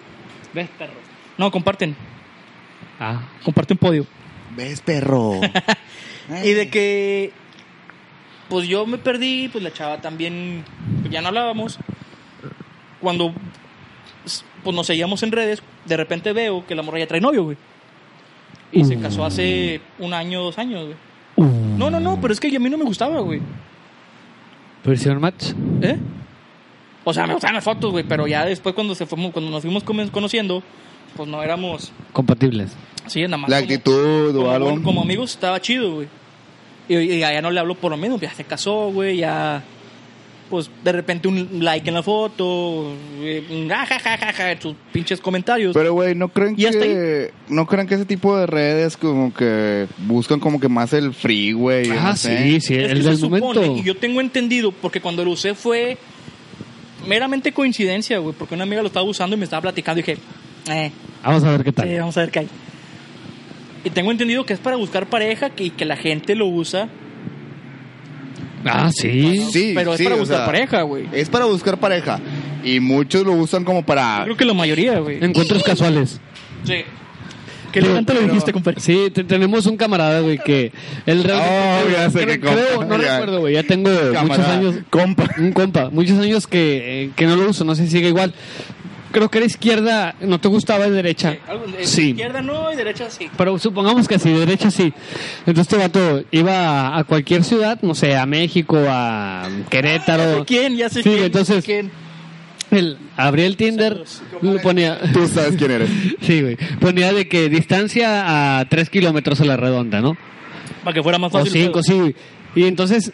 C: Ves, perro. No, comparten.
A: Ah,
C: Comparten podio.
B: ¿Ves, perro?
C: Y de que, pues yo me perdí, pues la chava también, pues, ya no hablábamos. Cuando, pues nos seguíamos en redes, de repente veo que la morra ya trae novio, güey. Y se casó hace un año, dos años, güey.
A: Uh,
C: No, no, no, pero es que a mí no me gustaba, güey.
A: ¿Pero hicieron match?
C: ¿Eh? O sea, me gustaban las fotos, güey, pero ya después cuando se fuimos, cuando nos fuimos comen- conociendo, pues no éramos
A: Compatibles.
C: así, nada más.
B: La
C: como-
B: actitud o
C: como,
B: algo.
C: como amigos estaba chido, güey. Y, y allá no le hablo por lo menos, ya se casó, güey, ya. Pues de repente un like en la foto, eh, un ja, ja, ja, ja, ja, sus pinches comentarios.
B: Pero, güey, ¿no creen
C: Pues, Y hasta
B: que no creen que ese tipo de redes como que buscan como que más el free, güey?
A: Ah,
B: no sé?
A: sí, sí,
C: Es que
A: el
C: se
A: del
C: supone,
A: momento.
C: Y yo tengo entendido, porque cuando lo usé fue meramente coincidencia, güey, porque una amiga lo estaba usando y me estaba platicando y dije, eh,
A: Vamos a ver qué
C: eh,
A: tal.
C: vamos a ver qué hay. Y tengo entendido que es para buscar pareja que- y que la gente lo usa,
A: Ah, sí.
B: Sí,
C: pero es
B: sí,
C: para
B: o
C: buscar
B: sea,
C: pareja, güey.
B: Es para buscar pareja. Y muchos lo usan como para.
C: Yo creo que la mayoría, güey.
A: Encuentros casuales.
C: Sí. ¿Qué tanto lo dijiste, compadre?
A: Sí, te- tenemos un camarada, güey, que él realmente...
B: Oh, ya sé
A: creo-
B: qué compa.
A: creo- no
B: Ya.
A: recuerdo, güey, ya tengo muchos
B: Camarada,
A: años...
B: Compa.
A: Un compa, muchos años que, eh, que no lo uso, no sé si sigue igual. Creo que era izquierda, no te gustaba, es derecha.
C: Eh, Algo de-
A: Sí.
C: Izquierda no y derecha sí.
A: Pero supongamos que sí, derecha sí. Entonces este vato iba a, a cualquier ciudad, no sé, a México, a
C: Ya sé
A: Querétaro.
C: ¿Quién? Ya sé
A: Eh, Sí,
C: quién. ya
A: entonces-
C: sé quién.
A: Él abría el Tinder, le ponía...
B: Tú sabes quién eres.
A: Sí, güey. Ponía de que distancia a 3 kilómetros a la redonda, ¿no?
C: Para que fuera más
A: O
C: fácil.
A: cinco,
C: pero-
A: sí, güey. Y entonces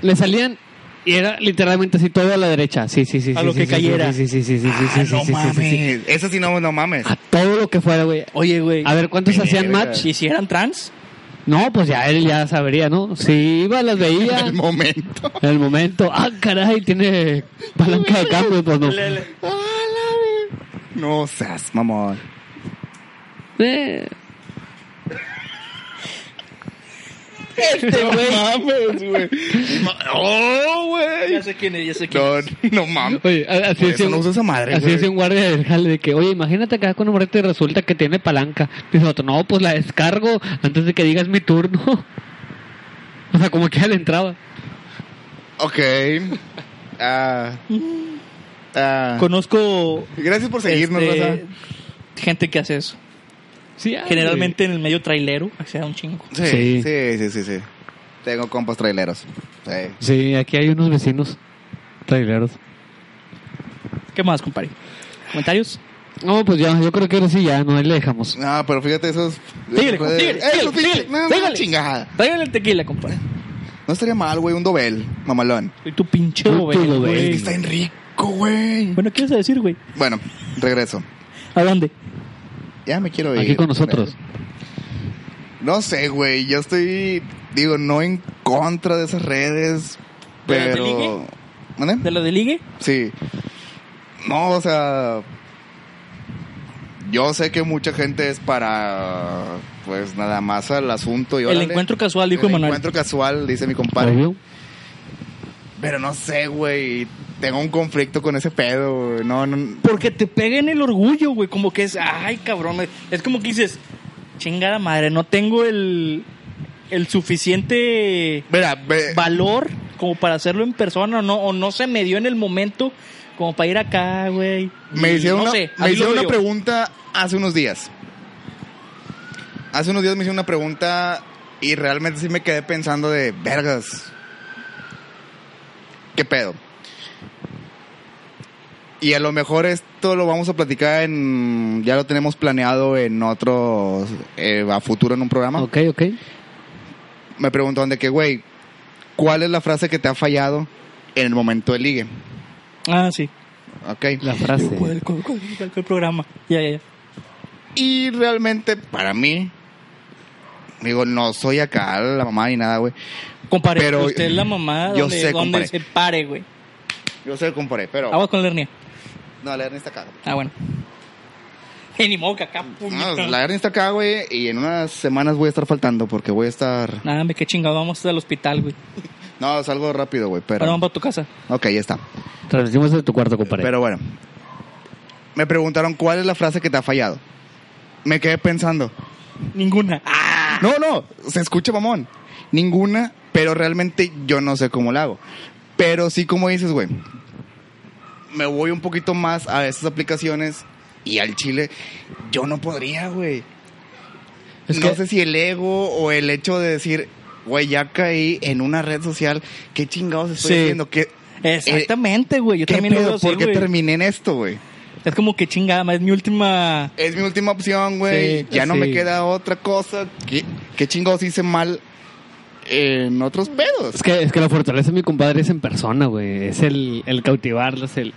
A: le salían y era literalmente así todo a la derecha. Sí, sí, sí.
C: A
A: sí,
C: lo
A: sí,
C: que
A: sí,
C: cayera.
A: Sí, sí, sí, sí, sí, sí,
B: Ah,
A: sí,
B: no
A: sí, Ah, sí,
B: mames.
A: sí, sí.
B: Ese sí no, no mames.
A: A todo lo que fuera, güey.
C: Oye, güey.
A: A ver, ¿cuántos
B: Verga.
A: hacían match?
C: ¿Y si eran trans?
A: No, pues ya él ya sabría, ¿no? Si iba, las veía
B: El momento.
A: en el momento. Ah, caray, tiene palanca de cambio, pues no.
C: Le- le-
B: No seas, mamón.
A: Eh, Este
B: No mames, güey. Ma- Oh, güey.
C: Ya sé quién es, ya sé quién
B: No,
C: es.
B: no mames.
A: Oye, a- así
B: Por
A: es
B: eso no uso esa madre,
A: Así
B: güey.
A: es un guardia del jale de que, oye, imagínate acá con un morete y resulta que tiene palanca. Dice otro, no, pues la descargo antes de que digas mi turno. O sea, como que ya le entraba.
B: Ok. Ah. Ah.
C: Conozco
B: Gracias por seguirnos,
C: este,
B: Rosa.
C: gente que hace eso.
A: Sí, ah,
C: Generalmente en el medio trailero, se da un chingo.
B: Sí, sí,
A: Sí.
B: sí, sí, sí. Tengo compas traileros. Sí.
A: güey. Sí, aquí hay unos vecinos traileros.
C: ¿Qué más, compadre? ¿Comentarios?
A: No, pues ya, yo creo que ahora sí ya, no, ahí le dejamos.
B: No, pero fíjate, esos.
C: Síguele,
B: esos-
C: síguele,
B: eh, esos
C: síguele,
B: pinches-
C: síguele,
B: no, no,
C: síguele.
B: chingada.
C: Tráigale el tequila, compadre.
B: No estaría mal, güey, un dobel, mamalón.
C: Soy tu pinche
A: Tú,
C: güey.
A: tú lo
B: Es que
A: ves.
B: está en rico, güey.
C: Bueno, ¿qué ibas a decir, güey?
B: Bueno, regreso.
C: ¿A dónde?
B: Ya me quiero ir.
A: Aquí con nosotros.
B: No sé, güey. Yo estoy, digo, no en contra de esas redes,
C: ¿De las de
B: pero.
C: ligue?
B: ¿Mande?
C: ¿De la de ligue?
B: Sí. No, o sea. Yo sé que mucha gente es para. Pues nada más al asunto. Y
C: El
B: órale.
C: encuentro casual, dijo
B: El
C: Emanuel.
B: encuentro casual, dice mi compadre.
A: Obvio.
B: Pero no sé, güey. Tengo un conflicto con ese pedo, güey. No, no.
C: Porque te pega en el orgullo, güey. Como que es, ay, cabrón. güey. Es como que dices, chingada madre, no tengo el, el suficiente
B: Mira, ve-
C: valor como para hacerlo en persona o no, o no se me dio en el momento como para ir acá, güey.
B: me
C: Y
B: hicieron,
C: no
B: una,
C: sé,
B: me
C: así lo
B: hicieron
C: veo
B: una
C: yo.
B: pregunta hace unos días. Hace unos días me hicieron una pregunta y realmente sí me quedé pensando de vergas. ¿Qué pedo? Y a lo mejor esto lo vamos a platicar en. Ya lo tenemos planeado en otro. eh, a futuro en un programa.
A: Ok, ok.
B: me preguntaron de que, güey, ¿cuál es la frase que te ha fallado en el momento del ligue?
C: Ah, sí.
B: Ok.
A: La frase.
C: ¿Cuál, cuál, cuál- cuál fue el programa? Ya, ya, ya.
B: Y realmente, para mí, digo, no soy acá la mamá ni nada, güey.
C: Compadre,
B: Pero-
C: usted es la mamá
B: yo
C: donde,
B: sé, compadre.
C: donde se pare, güey.
B: Yo se lo comparé, pero.
C: Aguas con la hernia.
B: No, la hernia está acá.
C: Ah, bueno. Eh, ni modo que acá, puñeta.
B: No, la hernia está acá, güey, y en unas semanas voy a estar faltando porque voy a estar.
C: Nada, me qué chingado, vamos al hospital, güey.
B: No, salgo rápido, güey,
C: Ahora
B: pero.
C: vamos para tu casa.
B: Ok, ya está.
A: Transmitimos de tu cuarto, compadre.
B: Pero bueno. Me preguntaron cuál es la frase que te ha fallado. Me quedé pensando.
C: Ninguna. ¡Ah!
B: No, no, se escucha mamón. Ninguna, pero realmente yo no sé cómo la hago. Pero sí, como dices, güey, me voy un poquito más a esas aplicaciones y al chile, yo no podría, güey.
A: Es
B: no
A: que-
B: sé si el ego o el hecho de decir, güey, ya caí en una red social, ¿qué chingados estoy
C: Sí.
B: haciendo? ¿Qué,
C: Exactamente, güey. Yo
B: eh, ¿Qué
C: también lo
B: pedo?
C: veo así,
B: ¿Por qué
C: güey.
B: terminé en esto, güey?
C: Es como que chingada, es mi última.
B: Es mi última opción, güey.
C: Sí,
B: ya no
A: sí.
B: me queda otra cosa. ¿Qué, qué chingados hice mal eh, en otros pedos?
A: Es que, es que la fortaleza de mi compadre es en persona, güey. Es el, el cautivarlos, el...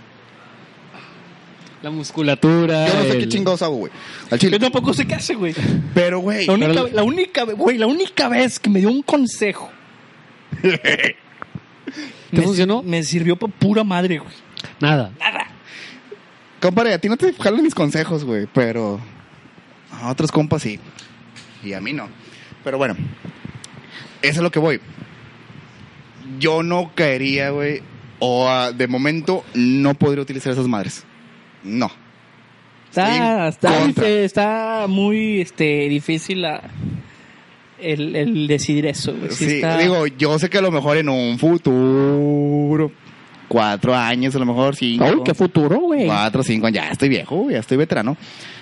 A: La musculatura.
B: Yo no sé
A: el-
B: qué chingados hago, güey. Al chile.
C: Yo tampoco sé qué hace, güey.
B: Pero, güey.
C: La única, la única, güey, la única vez que me dio un consejo.
A: ¿Te
C: me-
A: funcionó?
C: Me sirvió para pura madre, güey.
A: Nada.
C: Ah,
B: Compadre, a ti no te jalan mis consejos, güey, pero a otros compas sí. Y a mí no. Pero bueno, eso es lo que voy. Yo no caería, güey, o ah, de momento no podría utilizar esas madres. No.
C: Está,
B: En
C: está,
B: contra.
C: este, está muy este, difícil la- el, el decidir eso, güey. Sí
B: Pues Sí,
C: está-
B: digo, yo sé que a lo mejor en un futuro, cuatro años, a lo mejor cinco.
C: Ay, qué futuro, güey.
B: Cuatro, cinco, años. ya estoy viejo, güey, ya estoy veterano.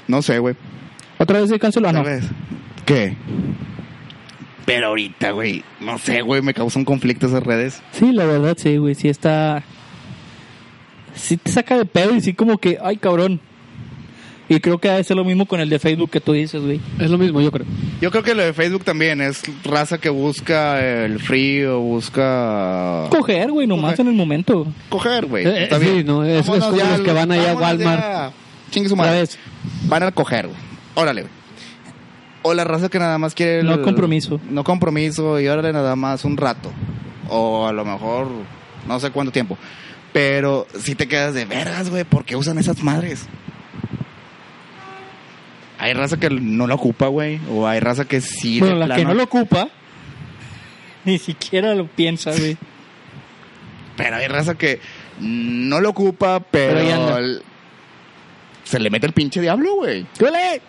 B: No sé, güey.
C: Otra vez se canceló, ah, no.
B: Tal vez. ¿Qué? Pero ahorita, güey, no sé, güey, me causa un conflicto esas redes.
C: Sí, la verdad, sí, güey. Sí está. Sí te saca de pedo y sí, como que, ay, cabrón. Y creo que ha de ser lo mismo con el de Facebook que tú dices, güey.
A: Es lo mismo, yo creo.
B: Yo creo que lo de Facebook también es raza que busca el frío, busca
C: Coger, güey, nomás
B: Ah. Coger.
C: en el momento.
B: coger, güey.
A: Eh,
B: Está
A: eh, sí, no, es- es
B: Vámonos
A: como
B: ya
A: los que van ahí a
B: vámonos ya.
A: Walmart.
B: Chingue su
A: Otra
B: madre.
A: vez.
B: Van a coger, güey. Órale, güey. O la raza que nada más quiere... el-
C: No compromiso.
B: No compromiso y órale nada más un rato. O a lo mejor no sé cuánto tiempo. Pero si te quedas de vergas, güey, ¿por qué usan esas madres? Hay raza que no la ocupa, güey. O hay raza que sí.
C: bueno,
B: de
C: la que
B: plano.
C: no lo ocupa, ni siquiera lo piensa, güey.
B: Pero hay raza que no lo ocupa, pero,
C: Pero ahí anda.
B: el- se le mete el pinche diablo, güey. ¡Duele!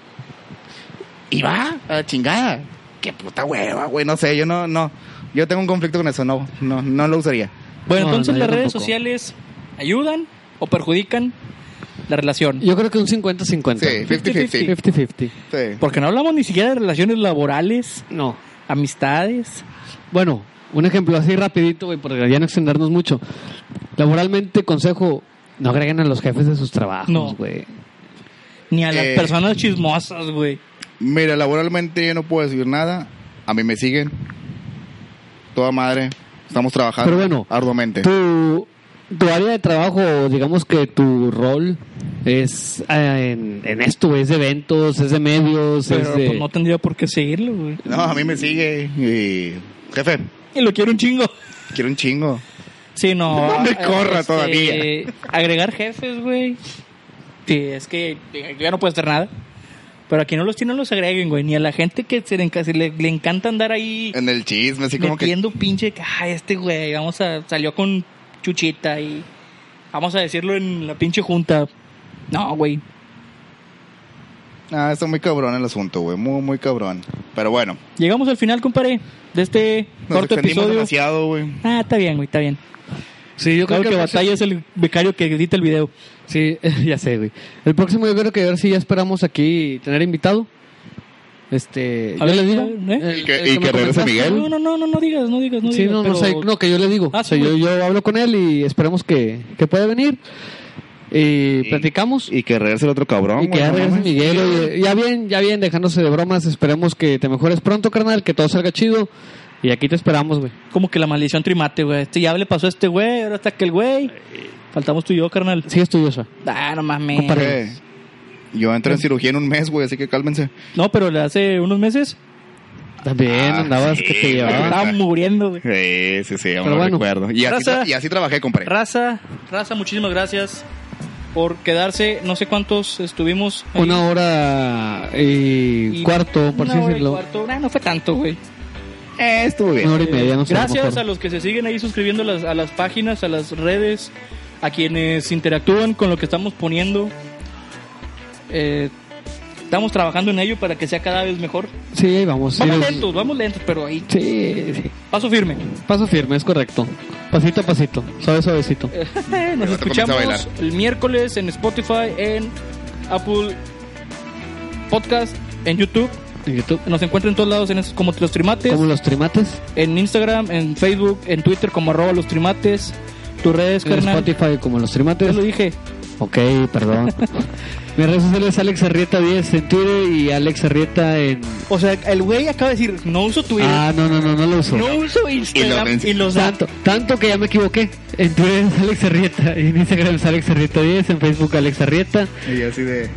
B: Y va a la chingada. ¡Qué puta hueva, güey! No sé, yo no, no. Yo tengo un conflicto con eso, no, no, no lo usaría.
C: Bueno,
A: No,
C: entonces
A: no, yo
C: las redes
A: tampoco.
C: sociales ayudan o perjudican la relación.
A: Yo creo que un 50-50.
B: Sí, 50-50.
A: 50-50.
B: Sí.
C: Porque no hablamos ni siquiera de relaciones laborales,
A: No.
C: amistades.
A: Bueno, un ejemplo así rapidito, güey, porque ya no extendernos mucho. Laboralmente, consejo, no agreguen a los jefes de sus
C: No.
A: trabajos, güey.
C: Ni a las
B: Eh.
C: personas chismosas, güey.
B: Mira, laboralmente yo no puedo decir nada. A mí me siguen. Toda madre. Estamos trabajando
A: Pero bueno,
B: arduamente.
A: Tu, tu área de trabajo, digamos que tu rol es eh, en, en esto, güey, es de eventos, es de medios,
C: Pero
A: es de...
C: pues, no tendría por qué seguirlo, güey.
B: No, a mí me sigue. Y... Jefe,
C: Y lo quiero un chingo.
B: quiero un chingo.
C: Sí, no.
B: No me
C: eh,
B: corra todavía.
C: Agregar jefes, güey. Sí, es que ya no puedes hacer nada. Pero aquí no los tienen, los agreguen, güey. Ni a la gente que se le, enca- se le- le encanta andar ahí
B: En el chisme, así como que.
C: metiendo pinche. que, Ay, este güey, vamos a. Salió con chuchita y. Vamos a decirlo en la pinche junta. No, güey.
B: Ah, está muy cabrón el asunto, güey. Muy, muy cabrón. Pero bueno,
C: Llegamos al final, compadre, de este
B: nos
C: corto
B: extendimos
C: episodio.
B: demasiado, güey.
C: Ah, está bien, güey, está bien.
A: Sí, yo
C: Yo creo que Batalla es el becario que edita el video.
A: Sí, ya sé, güey. El próximo yo creo que a ver si ya esperamos aquí tener invitado. Este, yo
C: A ver,
A: le digo.
C: a ver, ¿eh?
A: El-
B: Y que-
A: el
B: y
A: me
B: que regrese
A: comentaste,
B: Miguel.
A: güey.
C: No, no, no, no, no digas, no digas, no
A: Sí,
C: digas.
A: no, no
C: pero-
A: sé, no, que yo le digo.
C: Ah,
A: O sea,
C: sí,
A: yo,
C: güey.
A: yo hablo con él y esperemos que, que pueda venir. Y platicamos. Y,
B: Y que regrese el otro cabrón,
A: que
B: güey,
A: ya
B: no
A: regrese
B: mames.
A: Miguel. oye, ya bien, ya bien, dejándose de bromas. Esperemos que te mejores pronto, carnal, que todo salga chido. Y aquí te esperamos, güey.
C: Como que la maldición trimate, güey. Este ya le pasó a este güey, ahora está aquel güey. Faltamos tú y yo, carnal.
A: Sí, estudiosa.
C: Ah, no mames.
B: Compadre, Eh, Yo entré en cirugía en un mes, güey, así que cálmense.
C: No, pero le hace unos meses
A: También
B: Ah,
A: andabas
B: sí,
A: que te
B: Ah,
A: llevaban.
C: estaba
B: está.
C: muriendo, güey.
B: Eh, Sí, sí, sí, aún
A: Pero
B: lo
A: bueno.
B: recuerdo. Y así,
C: Raza.
B: tra- y así trabajé, compadre.
C: Raza, raza, muchísimas gracias por quedarse. No sé cuántos estuvimos. ahí.
A: Una hora y,
C: Y-
A: cuarto, por
C: una
A: así
C: hora y
A: decirlo.
C: cuarto. Nah, no fue tanto, güey.
B: Eh, estuvo bien.
A: Una hora y media, no sé. a lo
C: Gracias
A: mejor.
C: a los que se siguen ahí suscribiendo a las, a las páginas, a las redes, a quienes interactúan con lo que estamos poniendo. Eh, estamos trabajando en ello para que sea cada vez mejor.
A: Sí, ahí vamos.
C: Vamos
A: sí,
C: lentos, vamos lentos, pero ahí.
A: Sí, sí.
C: Paso firme.
A: Paso firme, es correcto. Pasito a pasito, suave, suavecito.
C: Nos
B: Luego te comienza a
C: escuchamos el miércoles en Spotify, en Apple Podcast, en YouTube.
A: En YouTube.
C: Nos encuentran en todos lados en esos, como los trimates.
A: Como los trimates.
C: en Instagram, en Facebook, en Twitter como arroba los trimates. Tus redes,
A: En
C: carnal.
A: Spotify como los
C: Ya
A: trimates.
C: lo dije.
A: Ok, perdón. Mi redes sociales es Alex Arrieta 10 en Twitter y Alex Arrieta en...
C: O sea, el güey acaba de decir, no uso Twitter,
A: Ah, no, no, no, no lo uso.
C: no uso Instagram
B: menc-
C: y los da.
A: Tanto, tanto que ya me equivoqué. En Twitter es Alex Arrieta, y en Instagram es Alex Arrieta 10, en Facebook Alex Arrieta.
B: Y así de.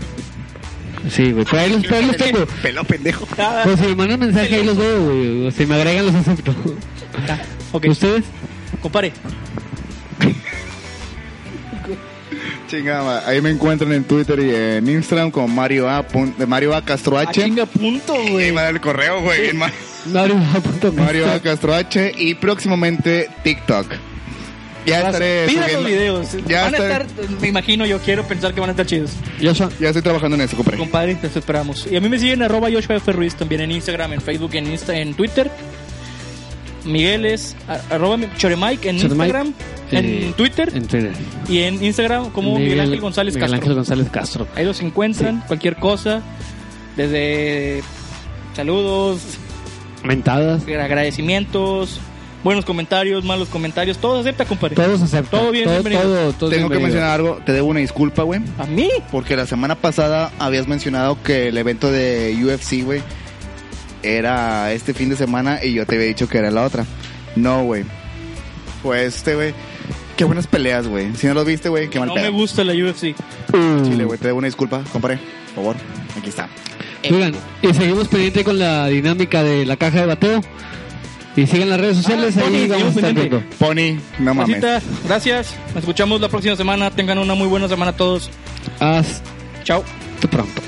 A: Sí, güey, pero ahí los, pero ahí los tengo.
B: Pelo pendejo.
A: Pues si me mandan mensaje ahí los veo, güey. O si me agregan los acepto.
C: Ah, ok,
A: ¿Ustedes?
C: compare.
B: Chingada, ahí me encuentran en Twitter y en Instagram con Mario A. pun- de Mario A. Castro
C: A
B: H.
C: Ah, chinga punto,
B: Ahí
C: güey.
B: va el correo, güey. en ma-
A: Mario punto com.
B: Mario A. Castro H. Y próximamente TikTok. Ya estaré.
C: Pida los
B: subiendo-
C: videos.
B: Ya
C: van a
B: estaré-
C: estar, me imagino, yo quiero pensar que van a estar chidos.
A: Joshua.
B: Ya estoy trabajando en eso, compadre.
C: Compadre, te esperamos. Y a mí me siguen arroba Joshua F. Ruiz también en Instagram, en Facebook, en Insta, en Twitter. Miguel es a- arroba mi- Choremike en
A: Choremike.
C: Instagram, en
A: Eh,
C: Twitter
A: En Twitter.
C: y en Instagram como Miguel, Ángel González
A: Miguel
C: Castro.
A: Ángel González Castro.
C: Ahí los encuentran, cualquier cosa, desde saludos,
A: Mentadas.
C: agradecimientos, buenos comentarios, malos comentarios, todo acepta, compadre.
A: Todos aceptan.
C: Todo bien,
A: todo,
C: bienvenido.
A: todo, todo
B: Tengo que
A: bienvenido.
B: mencionar algo. Te debo una disculpa, güey.
C: ¿A mí?
B: Porque la semana pasada habías mencionado que el evento de UFC, güey, era este fin de semana y yo te había dicho que era la otra. No, güey. Fue este, güey. Qué buenas peleas, güey. Si no lo viste, güey, qué mal
C: No
B: pedo.
C: me gusta la UFC.
A: Uh.
B: Chile, güey, te debo una disculpa, compadre. Por favor, aquí está.
A: Oigan, y seguimos pendiente con la dinámica de la caja de bateo. Y sigan las redes sociales,
C: Ah,
A: ahí
C: Tony,
A: vamos a estar
C: pendiente.
A: viendo.
B: Pony, no mames.
C: Racita, gracias. Nos escuchamos la próxima semana. Tengan una muy buena semana todos.
A: Hasta
C: Chao.
A: pronto.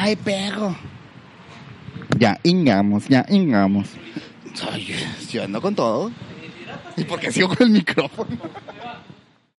B: Ay, perro. Ya, ingamos, ya, ingamos. Ay, yo ando con todo. ¿Y por qué sigo con el micrófono?